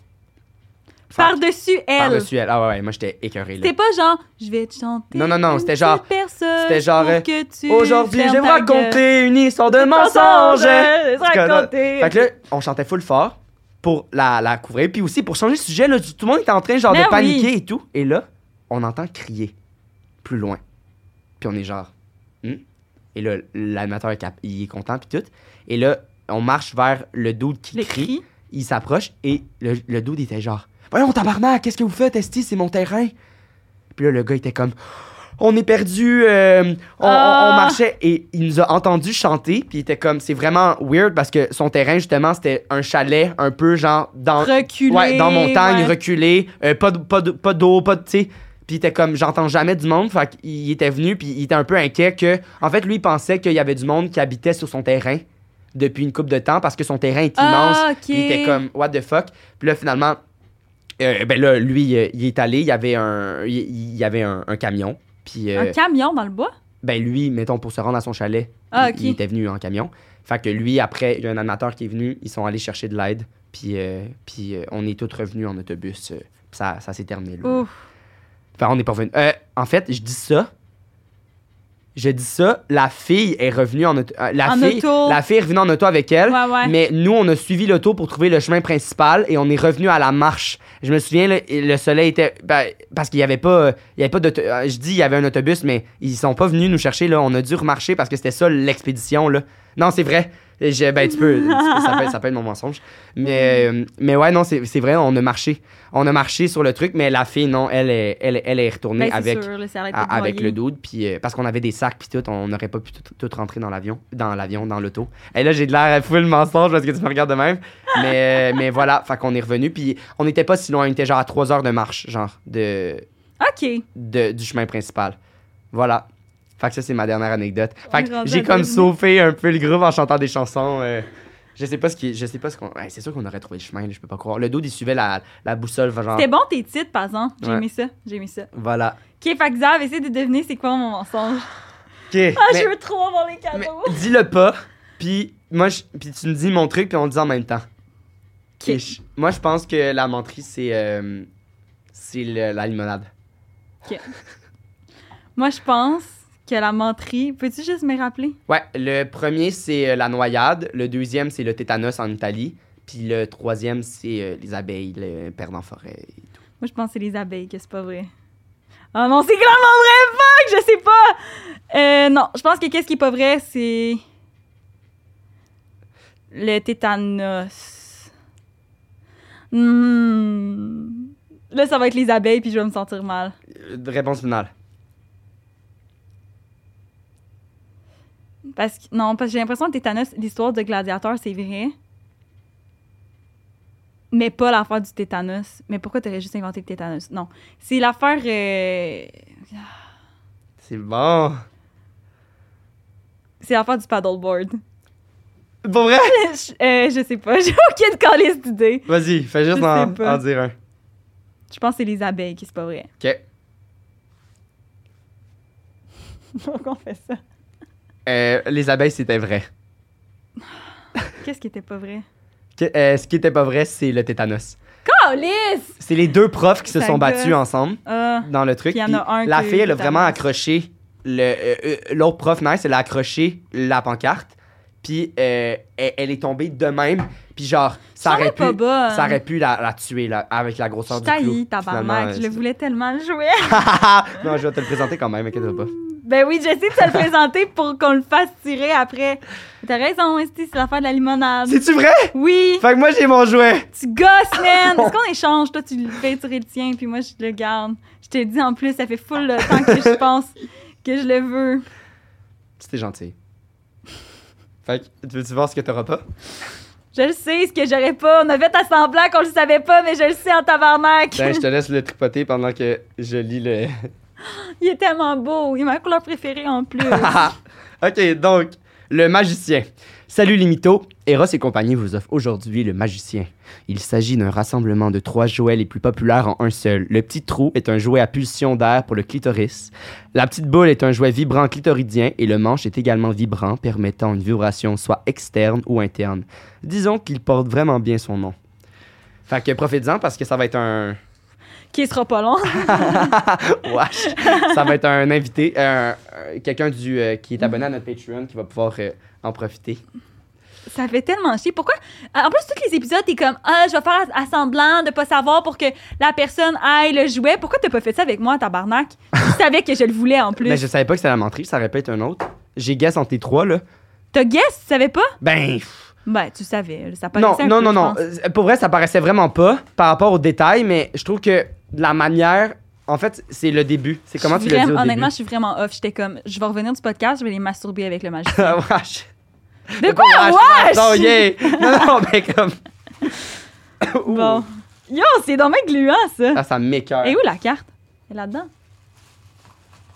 Speaker 2: Par-dessus elle.
Speaker 1: Par-dessus elle. Ah ouais, ouais, moi, j'étais écœuré, là.
Speaker 2: C'était pas genre, je vais te chanter.
Speaker 1: Non, non, non,
Speaker 2: une
Speaker 1: c'était genre-
Speaker 2: petite berceuse
Speaker 1: c'était genre,
Speaker 2: pour
Speaker 1: euh,
Speaker 2: que tu
Speaker 1: Aujourd'hui, je
Speaker 2: fermes
Speaker 1: vais vous
Speaker 2: ta gueule.
Speaker 1: raconter une histoire de
Speaker 2: Ton
Speaker 1: mensonge.
Speaker 2: songe,
Speaker 1: Parce que là-
Speaker 2: raconter.
Speaker 1: Fait que là, on chantait full fort pour la, la couvrir. Puis aussi, pour changer de sujet, là, du- tout le monde était en train genre,
Speaker 2: Ben
Speaker 1: de paniquer
Speaker 2: oui.
Speaker 1: et tout. Et là, on entend crier plus loin. Puis on est genre... Hmm? Et là, l'animateur, est cap- il est content puis tout. Et là, on marche vers le dude qui
Speaker 2: Les
Speaker 1: crie.
Speaker 2: cris.
Speaker 1: Il s'approche et le, le dude était genre... Voyons, tabarnak, qu'est-ce que vous faites, Esti? C'est mon terrain. Puis là, le gars était comme... On est perdu, euh, on, on-
Speaker 2: Ah.
Speaker 1: on marchait et il nous a entendu chanter, puis il était comme, c'est vraiment weird parce que son terrain justement c'était un chalet un peu genre dans,
Speaker 2: Reculer.
Speaker 1: ouais, dans montagne,
Speaker 2: ouais.
Speaker 1: reculé, euh, pas de- pas de- pas d'eau, pas de, tu sais. Puis il était comme, j'entends jamais du monde, fait qu'il était venu puis il était un peu inquiet que, en fait lui il pensait qu'il y avait du monde qui habitait sur son terrain depuis une coupe de temps parce que son terrain est immense.
Speaker 2: Ah, ok.
Speaker 1: Puis il était comme, what the fuck? Puis là, finalement, euh, ben là, lui, euh, il est allé, il y avait un, il, il y avait un, un camion. Puis, euh,
Speaker 2: Un camion dans le bois?
Speaker 1: ben lui, mettons, pour se rendre à son chalet,
Speaker 2: Ah,
Speaker 1: il-
Speaker 2: ok.
Speaker 1: il, était venu en camion. Fait que lui, après, il y a un animateur qui est venu, ils sont allés chercher de l'aide. Puis, euh, puis euh, on est tous revenus en autobus. euh, puis ça, ça s'est terminé. Là.
Speaker 2: Ouf.
Speaker 1: Enfin, on n'est pas revenu. Euh, en fait, je dis ça. Je dis ça, la fille est revenue en auto. euh, La
Speaker 2: En
Speaker 1: fille,
Speaker 2: auto.
Speaker 1: la fille est revenue en auto avec elle.
Speaker 2: Ouais, ouais.
Speaker 1: Mais nous, on a suivi l'auto pour trouver le chemin principal et on est revenu à la marche. Je me souviens, le, le soleil était. ben, parce qu'il n'y avait pas. Il y avait pas d'auto- euh, Je dis, il y avait un autobus, mais ils sont pas venus nous chercher. là. On a dû remarcher parce que c'était ça l'expédition. là. Non, c'est vrai. J'ai- ben, tu peux, tu peux- ça, peut être, ça peut être mon mensonge. Mais, euh, mais ouais, non, c'est c'est vrai, on a marché. On a marché sur le truc, mais la fille, non, elle est, elle, est- elle est retournée
Speaker 2: Ben, c'est
Speaker 1: avec,
Speaker 2: sûr, là, ça arrête
Speaker 1: à-
Speaker 2: pas de
Speaker 1: avec le
Speaker 2: noyer.
Speaker 1: dude, puis euh, parce qu'on avait des sacs, puis tout, on n'aurait pas pu tout, tout rentrer dans l'avion, dans l'avion, dans l'auto. Et là, j'ai de l'air full mensonge parce que tu me regardes de même. Mais, mais voilà, fait qu'on est revenu, puis on n'était pas si loin, on était genre à 3 heures de marche, genre, de,
Speaker 2: OK.
Speaker 1: de- du chemin principal. Voilà. Fait que ça, c'est ma dernière anecdote.
Speaker 2: On
Speaker 1: Fait
Speaker 2: est
Speaker 1: que
Speaker 2: rendu
Speaker 1: j'ai
Speaker 2: à
Speaker 1: comme
Speaker 2: devenir-
Speaker 1: sauvé un peu le groupe en chantant des chansons. euh, je sais pas ce qui. Je sais pas ce qu'on. ouais, c'est sûr qu'on aurait trouvé le chemin, là, je peux pas croire. Le dos, il suivait la, la boussole, genre.
Speaker 2: C'était Ah, bon tes titres, par exemple. J'ai
Speaker 1: Ah. Ouais.
Speaker 2: aimé ça. J'ai aimé ça.
Speaker 1: Voilà.
Speaker 2: OK, fait que Xav, essaie de deviner c'est quoi mon mensonge.
Speaker 1: OK. mais-
Speaker 2: Ah, je veux trop avoir les
Speaker 1: mais
Speaker 2: cadeaux.
Speaker 1: dis-le pas, puis moi, je- puis tu me dis mon truc, puis on le dit en même temps.
Speaker 2: OK.
Speaker 1: Et je- moi, je pense que la menterie, c'est. euh, c'est le- la limonade.
Speaker 2: Moi, je pense que la menterie... Peux-tu juste me rappeler?
Speaker 1: Ouais, le premier, c'est euh, la noyade. Le deuxième, c'est le tétanos en Italie. Puis le troisième, c'est euh, les abeilles, le perdant en forêt.
Speaker 2: Moi, je pense que c'est les abeilles, que c'est pas vrai. Ah non, c'est clairement vrai! Fuck! Je sais pas! Euh, non, je pense que qu'est-ce qui est pas vrai, c'est... Le tétanos. Hmm. Là, ça va être les abeilles, puis je vais me sentir mal.
Speaker 1: Euh, réponse finale.
Speaker 2: Parce que, non, parce que j'ai l'impression que tétanos, l'histoire de gladiateur, c'est vrai. Mais pas l'affaire du tétanos. Mais pourquoi t'aurais juste inventé le tétanos? Non. C'est l'affaire... euh,
Speaker 1: C'est bon.
Speaker 2: C'est l'affaire du paddleboard.
Speaker 1: Pour vrai?
Speaker 2: je, euh, je sais pas, j'ai aucune calice d'idée.
Speaker 1: Vas-y, fais
Speaker 2: Je
Speaker 1: juste
Speaker 2: sais
Speaker 1: en,
Speaker 2: pas.
Speaker 1: en dire un.
Speaker 2: Je pense que c'est les abeilles qui c'est pas vrai.
Speaker 1: OK.
Speaker 2: Pourquoi on fait ça?
Speaker 1: Euh, les abeilles, c'était vrai.
Speaker 2: Qu'est-ce qui était pas vrai?
Speaker 1: Que- euh, ce qui était pas vrai, c'est le tétanos.
Speaker 2: Calice!
Speaker 1: C'est les deux profs qui se
Speaker 2: Ça
Speaker 1: sont
Speaker 2: gosse.
Speaker 1: battus ensemble
Speaker 2: Ah,
Speaker 1: dans le truc.
Speaker 2: Puis il y en
Speaker 1: puis
Speaker 2: a un
Speaker 1: la
Speaker 2: qui a eu
Speaker 1: fille, elle
Speaker 2: le
Speaker 1: a vraiment
Speaker 2: tétanos.
Speaker 1: accroché. le- euh, euh, L'autre prof, nice, elle a accroché la pancarte. Puis euh, elle, elle est tombée de même. Puis genre, ça
Speaker 2: ça
Speaker 1: aurait, pu,
Speaker 2: pas bonne.
Speaker 1: ça aurait pu la, la tuer là, avec la grosseur
Speaker 2: Je
Speaker 1: du clou.
Speaker 2: taillis, tabarnak. Je le voulais tellement le jouer.
Speaker 1: voulais. non, je vais te le présenter quand même, inquiète pas.
Speaker 2: Ben oui, j'essaie de te le présenter pour qu'on le fasse tirer après. T'as raison, esti, c'est l'affaire de la limonade.
Speaker 1: C'est-tu vrai?
Speaker 2: Oui,
Speaker 1: Fait que moi, j'ai mon jouet.
Speaker 2: tu gosses, man! Est-ce qu'on échange? Toi, tu le fais tirer le tien, puis moi, je le garde. Je te dis en plus, ça fait full le temps que je pense que je le veux.
Speaker 1: C'était gentil. Fait que, tu veux-tu voir ce que t'auras pas?
Speaker 2: Je le sais, ce que j'aurais pas. On avait ta semblant qu'on le savait pas, mais je le sais en tabarnak.
Speaker 1: Tiens, Ben, je te laisse le tripoter pendant que je lis le.
Speaker 2: Il est tellement beau. Il est ma couleur préférée en plus.
Speaker 1: ok, donc, le magicien. Salut les mythos, Eros et compagnie vous offre aujourd'hui le magicien. Il s'agit d'un rassemblement de trois jouets les plus populaires en un seul. Le petit trou est un jouet à pulsion d'air pour le clitoris. La petite boule est un jouet vibrant clitoridien et le manche est également vibrant, permettant une vibration soit externe ou interne. Disons qu'il porte vraiment bien son nom. Fait que profitez-en parce que ça va être un...
Speaker 2: Qui sera pas long.
Speaker 1: Wesh. Ça va être un invité, euh, euh, quelqu'un du euh, qui est abonné à notre Patreon qui va pouvoir euh, en profiter.
Speaker 2: Ça fait tellement chier. Pourquoi? Ah, En plus, tous les épisodes, t'es comme, ah, je vais faire à- à semblant de pas savoir pour que la personne aille le jouet. Pourquoi t'as pas fait ça avec moi, tabarnak? Tu savais que je le voulais en
Speaker 1: Mais
Speaker 2: plus.
Speaker 1: Ben, je savais pas que c'était la menterie, ça répète un autre. J'ai guess entre les trois là.
Speaker 2: T'as guess? Tu savais pas?
Speaker 1: Ben pff,
Speaker 2: Ben, tu savais. Ça
Speaker 1: non,
Speaker 2: paraissait un
Speaker 1: non,
Speaker 2: peu,
Speaker 1: non,
Speaker 2: je
Speaker 1: non.
Speaker 2: pense.
Speaker 1: Euh, Pour vrai, ça paraissait vraiment pas par rapport aux détails, mais je trouve que la manière, en fait, c'est le début. C'est Euh, comment
Speaker 2: Je
Speaker 1: tu le
Speaker 2: suis
Speaker 1: dis
Speaker 2: vraiment-
Speaker 1: au
Speaker 2: Honnêtement,
Speaker 1: début.
Speaker 2: je suis vraiment off. J'étais comme, je vais revenir du podcast, je vais les masturber avec le magicien.
Speaker 1: Ah, Wesh. Ah,
Speaker 2: De quoi?
Speaker 1: Wesh,
Speaker 2: Wesh!
Speaker 1: Non, yeah. non, non, mais comme. Ouh.
Speaker 2: Bon. Yo, c'est dommage gluant, ça.
Speaker 1: Ah, ça m'écœure.
Speaker 2: Et où la carte? Elle est là-dedans.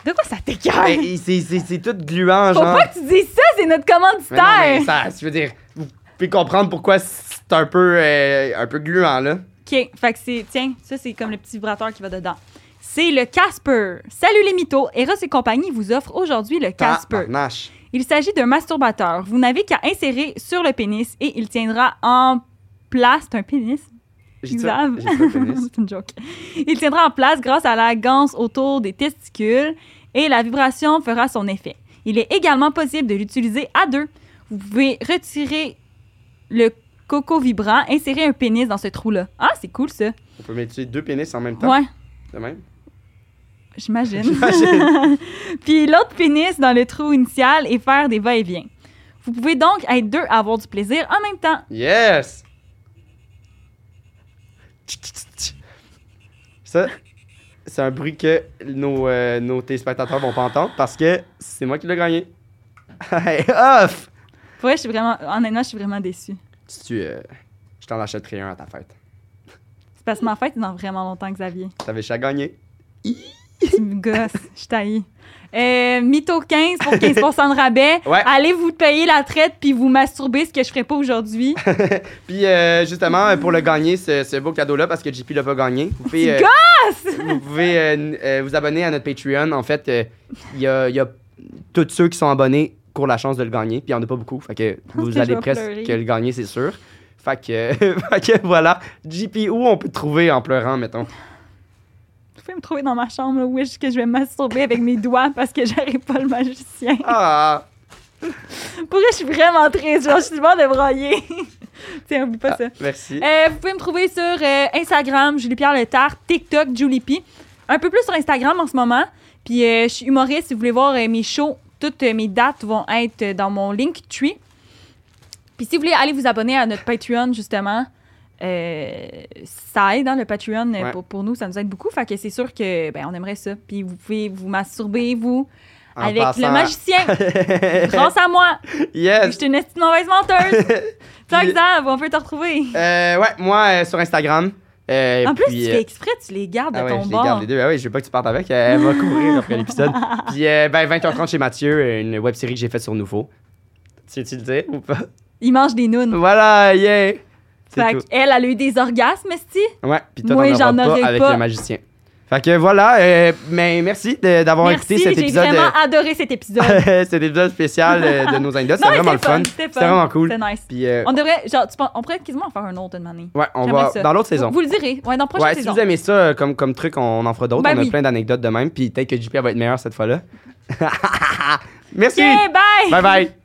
Speaker 2: De quoi ça t'écœure?
Speaker 1: Ben, c'est- C'est c'est tout gluant,
Speaker 2: Faut
Speaker 1: genre.
Speaker 2: pas que tu dises ça, c'est notre
Speaker 1: Mais non, mais
Speaker 2: commanditaire!
Speaker 1: ça, je veux dire, vous pouvez comprendre pourquoi c'est un peu, euh, un peu gluant, là.
Speaker 2: OK, fait que c'est... Tiens, ça, c'est comme le petit vibrateur qui va dedans. C'est le Casper. Salut les mythos! Eros et compagnie vous offre aujourd'hui
Speaker 1: Ah,
Speaker 2: le Casper.
Speaker 1: Tabarnache.
Speaker 2: Il s'agit d'un masturbateur. Vous n'avez qu'à insérer sur le pénis et il tiendra en place... C'est un pénis?
Speaker 1: J'ai dit ça?
Speaker 2: Xav.
Speaker 1: J'ai dit ça, pénis.
Speaker 2: C'est une joke. Il tiendra en place grâce à la ganse autour des testicules et la vibration fera son effet. Il est également possible de l'utiliser à deux. Vous pouvez retirer le coco vibrant, insérer un pénis dans ce trou-là. Ah, c'est cool ça.
Speaker 1: On peut mettre deux pénis en même temps.
Speaker 2: Ouais,
Speaker 1: De même.
Speaker 2: j'imagine.
Speaker 1: J'imagine.
Speaker 2: Puis l'autre pénis dans le trou initial et faire des va-et-vient. Vous pouvez donc être deux à avoir du plaisir en même temps.
Speaker 1: Yes! Ça, c'est un bruit que nos, euh, nos téléspectateurs vont pas entendre parce que c'est moi qui l'ai gagné. Hey, off!
Speaker 2: Pour vrai, je suis vraiment, honnêtement, je suis vraiment déçue.
Speaker 1: Si tu. euh, je t'en achèterai un à ta fête.
Speaker 2: C'est parce que ma fête est dans vraiment longtemps, Xavier.
Speaker 1: T'avais déjà gagné.
Speaker 2: Tu me gosses, je taillis. Euh, Mytho 15 pour 15 de rabais.
Speaker 1: Ouais.
Speaker 2: Allez vous payer la traite puis vous masturber, ce que je ferais pas aujourd'hui.
Speaker 1: Puis euh, justement, euh, pour le gagner, ce, ce beau cadeau-là, parce que JP l'a pas gagné, vous pouvez, euh, vous, pouvez euh, n- euh, vous abonner à notre Patreon. En fait, euh, il y, a, il y a tous ceux qui sont abonnés courent la chance de le gagner. Puis il n'y en a pas beaucoup. Fait que
Speaker 2: pense
Speaker 1: vous
Speaker 2: que je
Speaker 1: allez
Speaker 2: vais
Speaker 1: presque
Speaker 2: pleurer.
Speaker 1: le gagner, c'est sûr. Fait que, fait que voilà. JP, où on peut te trouver en pleurant, mettons?
Speaker 2: Vous pouvez me trouver dans ma chambre, là, wish que je vais masturber avec mes doigts parce que j'arrive pas le magicien.
Speaker 1: Ah!
Speaker 2: Pour vrai, je suis vraiment triste. Genre, je suis vraiment de broyer. Tiens, oublie pas
Speaker 1: Ah.
Speaker 2: ça.
Speaker 1: Merci.
Speaker 2: Euh, vous pouvez me trouver sur euh, Instagram, Julie-Pierre Letard, TikTok, Julie P. Un peu plus sur Instagram en ce moment. Puis euh, je suis humoriste. Si vous voulez voir euh, mes shows, toutes euh, mes dates vont être euh, dans mon Linktree. Puis si vous voulez aller vous abonner à notre Patreon, justement, euh, ça aide, hein, le Patreon, euh,
Speaker 1: Ouais.
Speaker 2: pour, pour nous, ça nous aide beaucoup. Fait que c'est sûr que ben, on aimerait ça. Puis vous pouvez vous masturber, vous,
Speaker 1: En
Speaker 2: avec le
Speaker 1: passant-
Speaker 2: magicien. Grâce à moi. Je
Speaker 1: yes!
Speaker 2: suis une estime mauvaise menteuse. Toi,
Speaker 1: Puis-
Speaker 2: Xav, on peut te retrouver.
Speaker 1: Euh, ouais, moi, euh, sur Instagram. euh,
Speaker 2: En plus,
Speaker 1: puis,
Speaker 2: tu
Speaker 1: euh,
Speaker 2: fais exprès, tu les gardes
Speaker 1: Ah
Speaker 2: de
Speaker 1: ouais,
Speaker 2: ton
Speaker 1: je les
Speaker 2: bord.
Speaker 1: garde les deux. Ah ouais, je veux pas que tu partes avec. Elle va courir après l'épisode. Puis euh, ben 20h30 chez Mathieu, une web série que j'ai faite sur Nouveau. Tu veux-tu le dire ou pas?
Speaker 2: Il mange des nounes.
Speaker 1: Voilà, yeah! Oh, C'est
Speaker 2: Fait
Speaker 1: tout.
Speaker 2: qu'elle, elle a eu des orgasmes, esti.
Speaker 1: Ouais, puis toi,
Speaker 2: Moi,
Speaker 1: t'en
Speaker 2: j'en
Speaker 1: auras
Speaker 2: aurais
Speaker 1: pas avec
Speaker 2: pas.
Speaker 1: le magicien. Fait que voilà, euh, mais merci de- d'avoir
Speaker 2: Merci,
Speaker 1: écouté cet
Speaker 2: j'ai
Speaker 1: épisode.
Speaker 2: vraiment adoré cet épisode.
Speaker 1: euh, cet épisode spécial euh, de nos anecdotes.
Speaker 2: Non,
Speaker 1: C'était
Speaker 2: mais
Speaker 1: vraiment le fun.
Speaker 2: C'était
Speaker 1: C'était vraiment cool.
Speaker 2: C'était nice.
Speaker 1: Puis euh,
Speaker 2: On devrait, genre, tu penses- on pourrait quasiment en faire un autre une année.
Speaker 1: ouais, on
Speaker 2: J'aimerais
Speaker 1: va
Speaker 2: ça.
Speaker 1: dans l'autre saison.
Speaker 2: Vous le direz. Ouais, dans la prochaine
Speaker 1: Ouais, si
Speaker 2: saison.
Speaker 1: vous aimez ça euh, comme, comme truc, on en fera d'autres.
Speaker 2: Ben
Speaker 1: on a
Speaker 2: oui.
Speaker 1: plein d'anecdotes de même. Puis peut-être que JP elle va être meilleur cette fois-là. Merci!
Speaker 2: Ok,
Speaker 1: Bye
Speaker 2: bye!
Speaker 1: bye!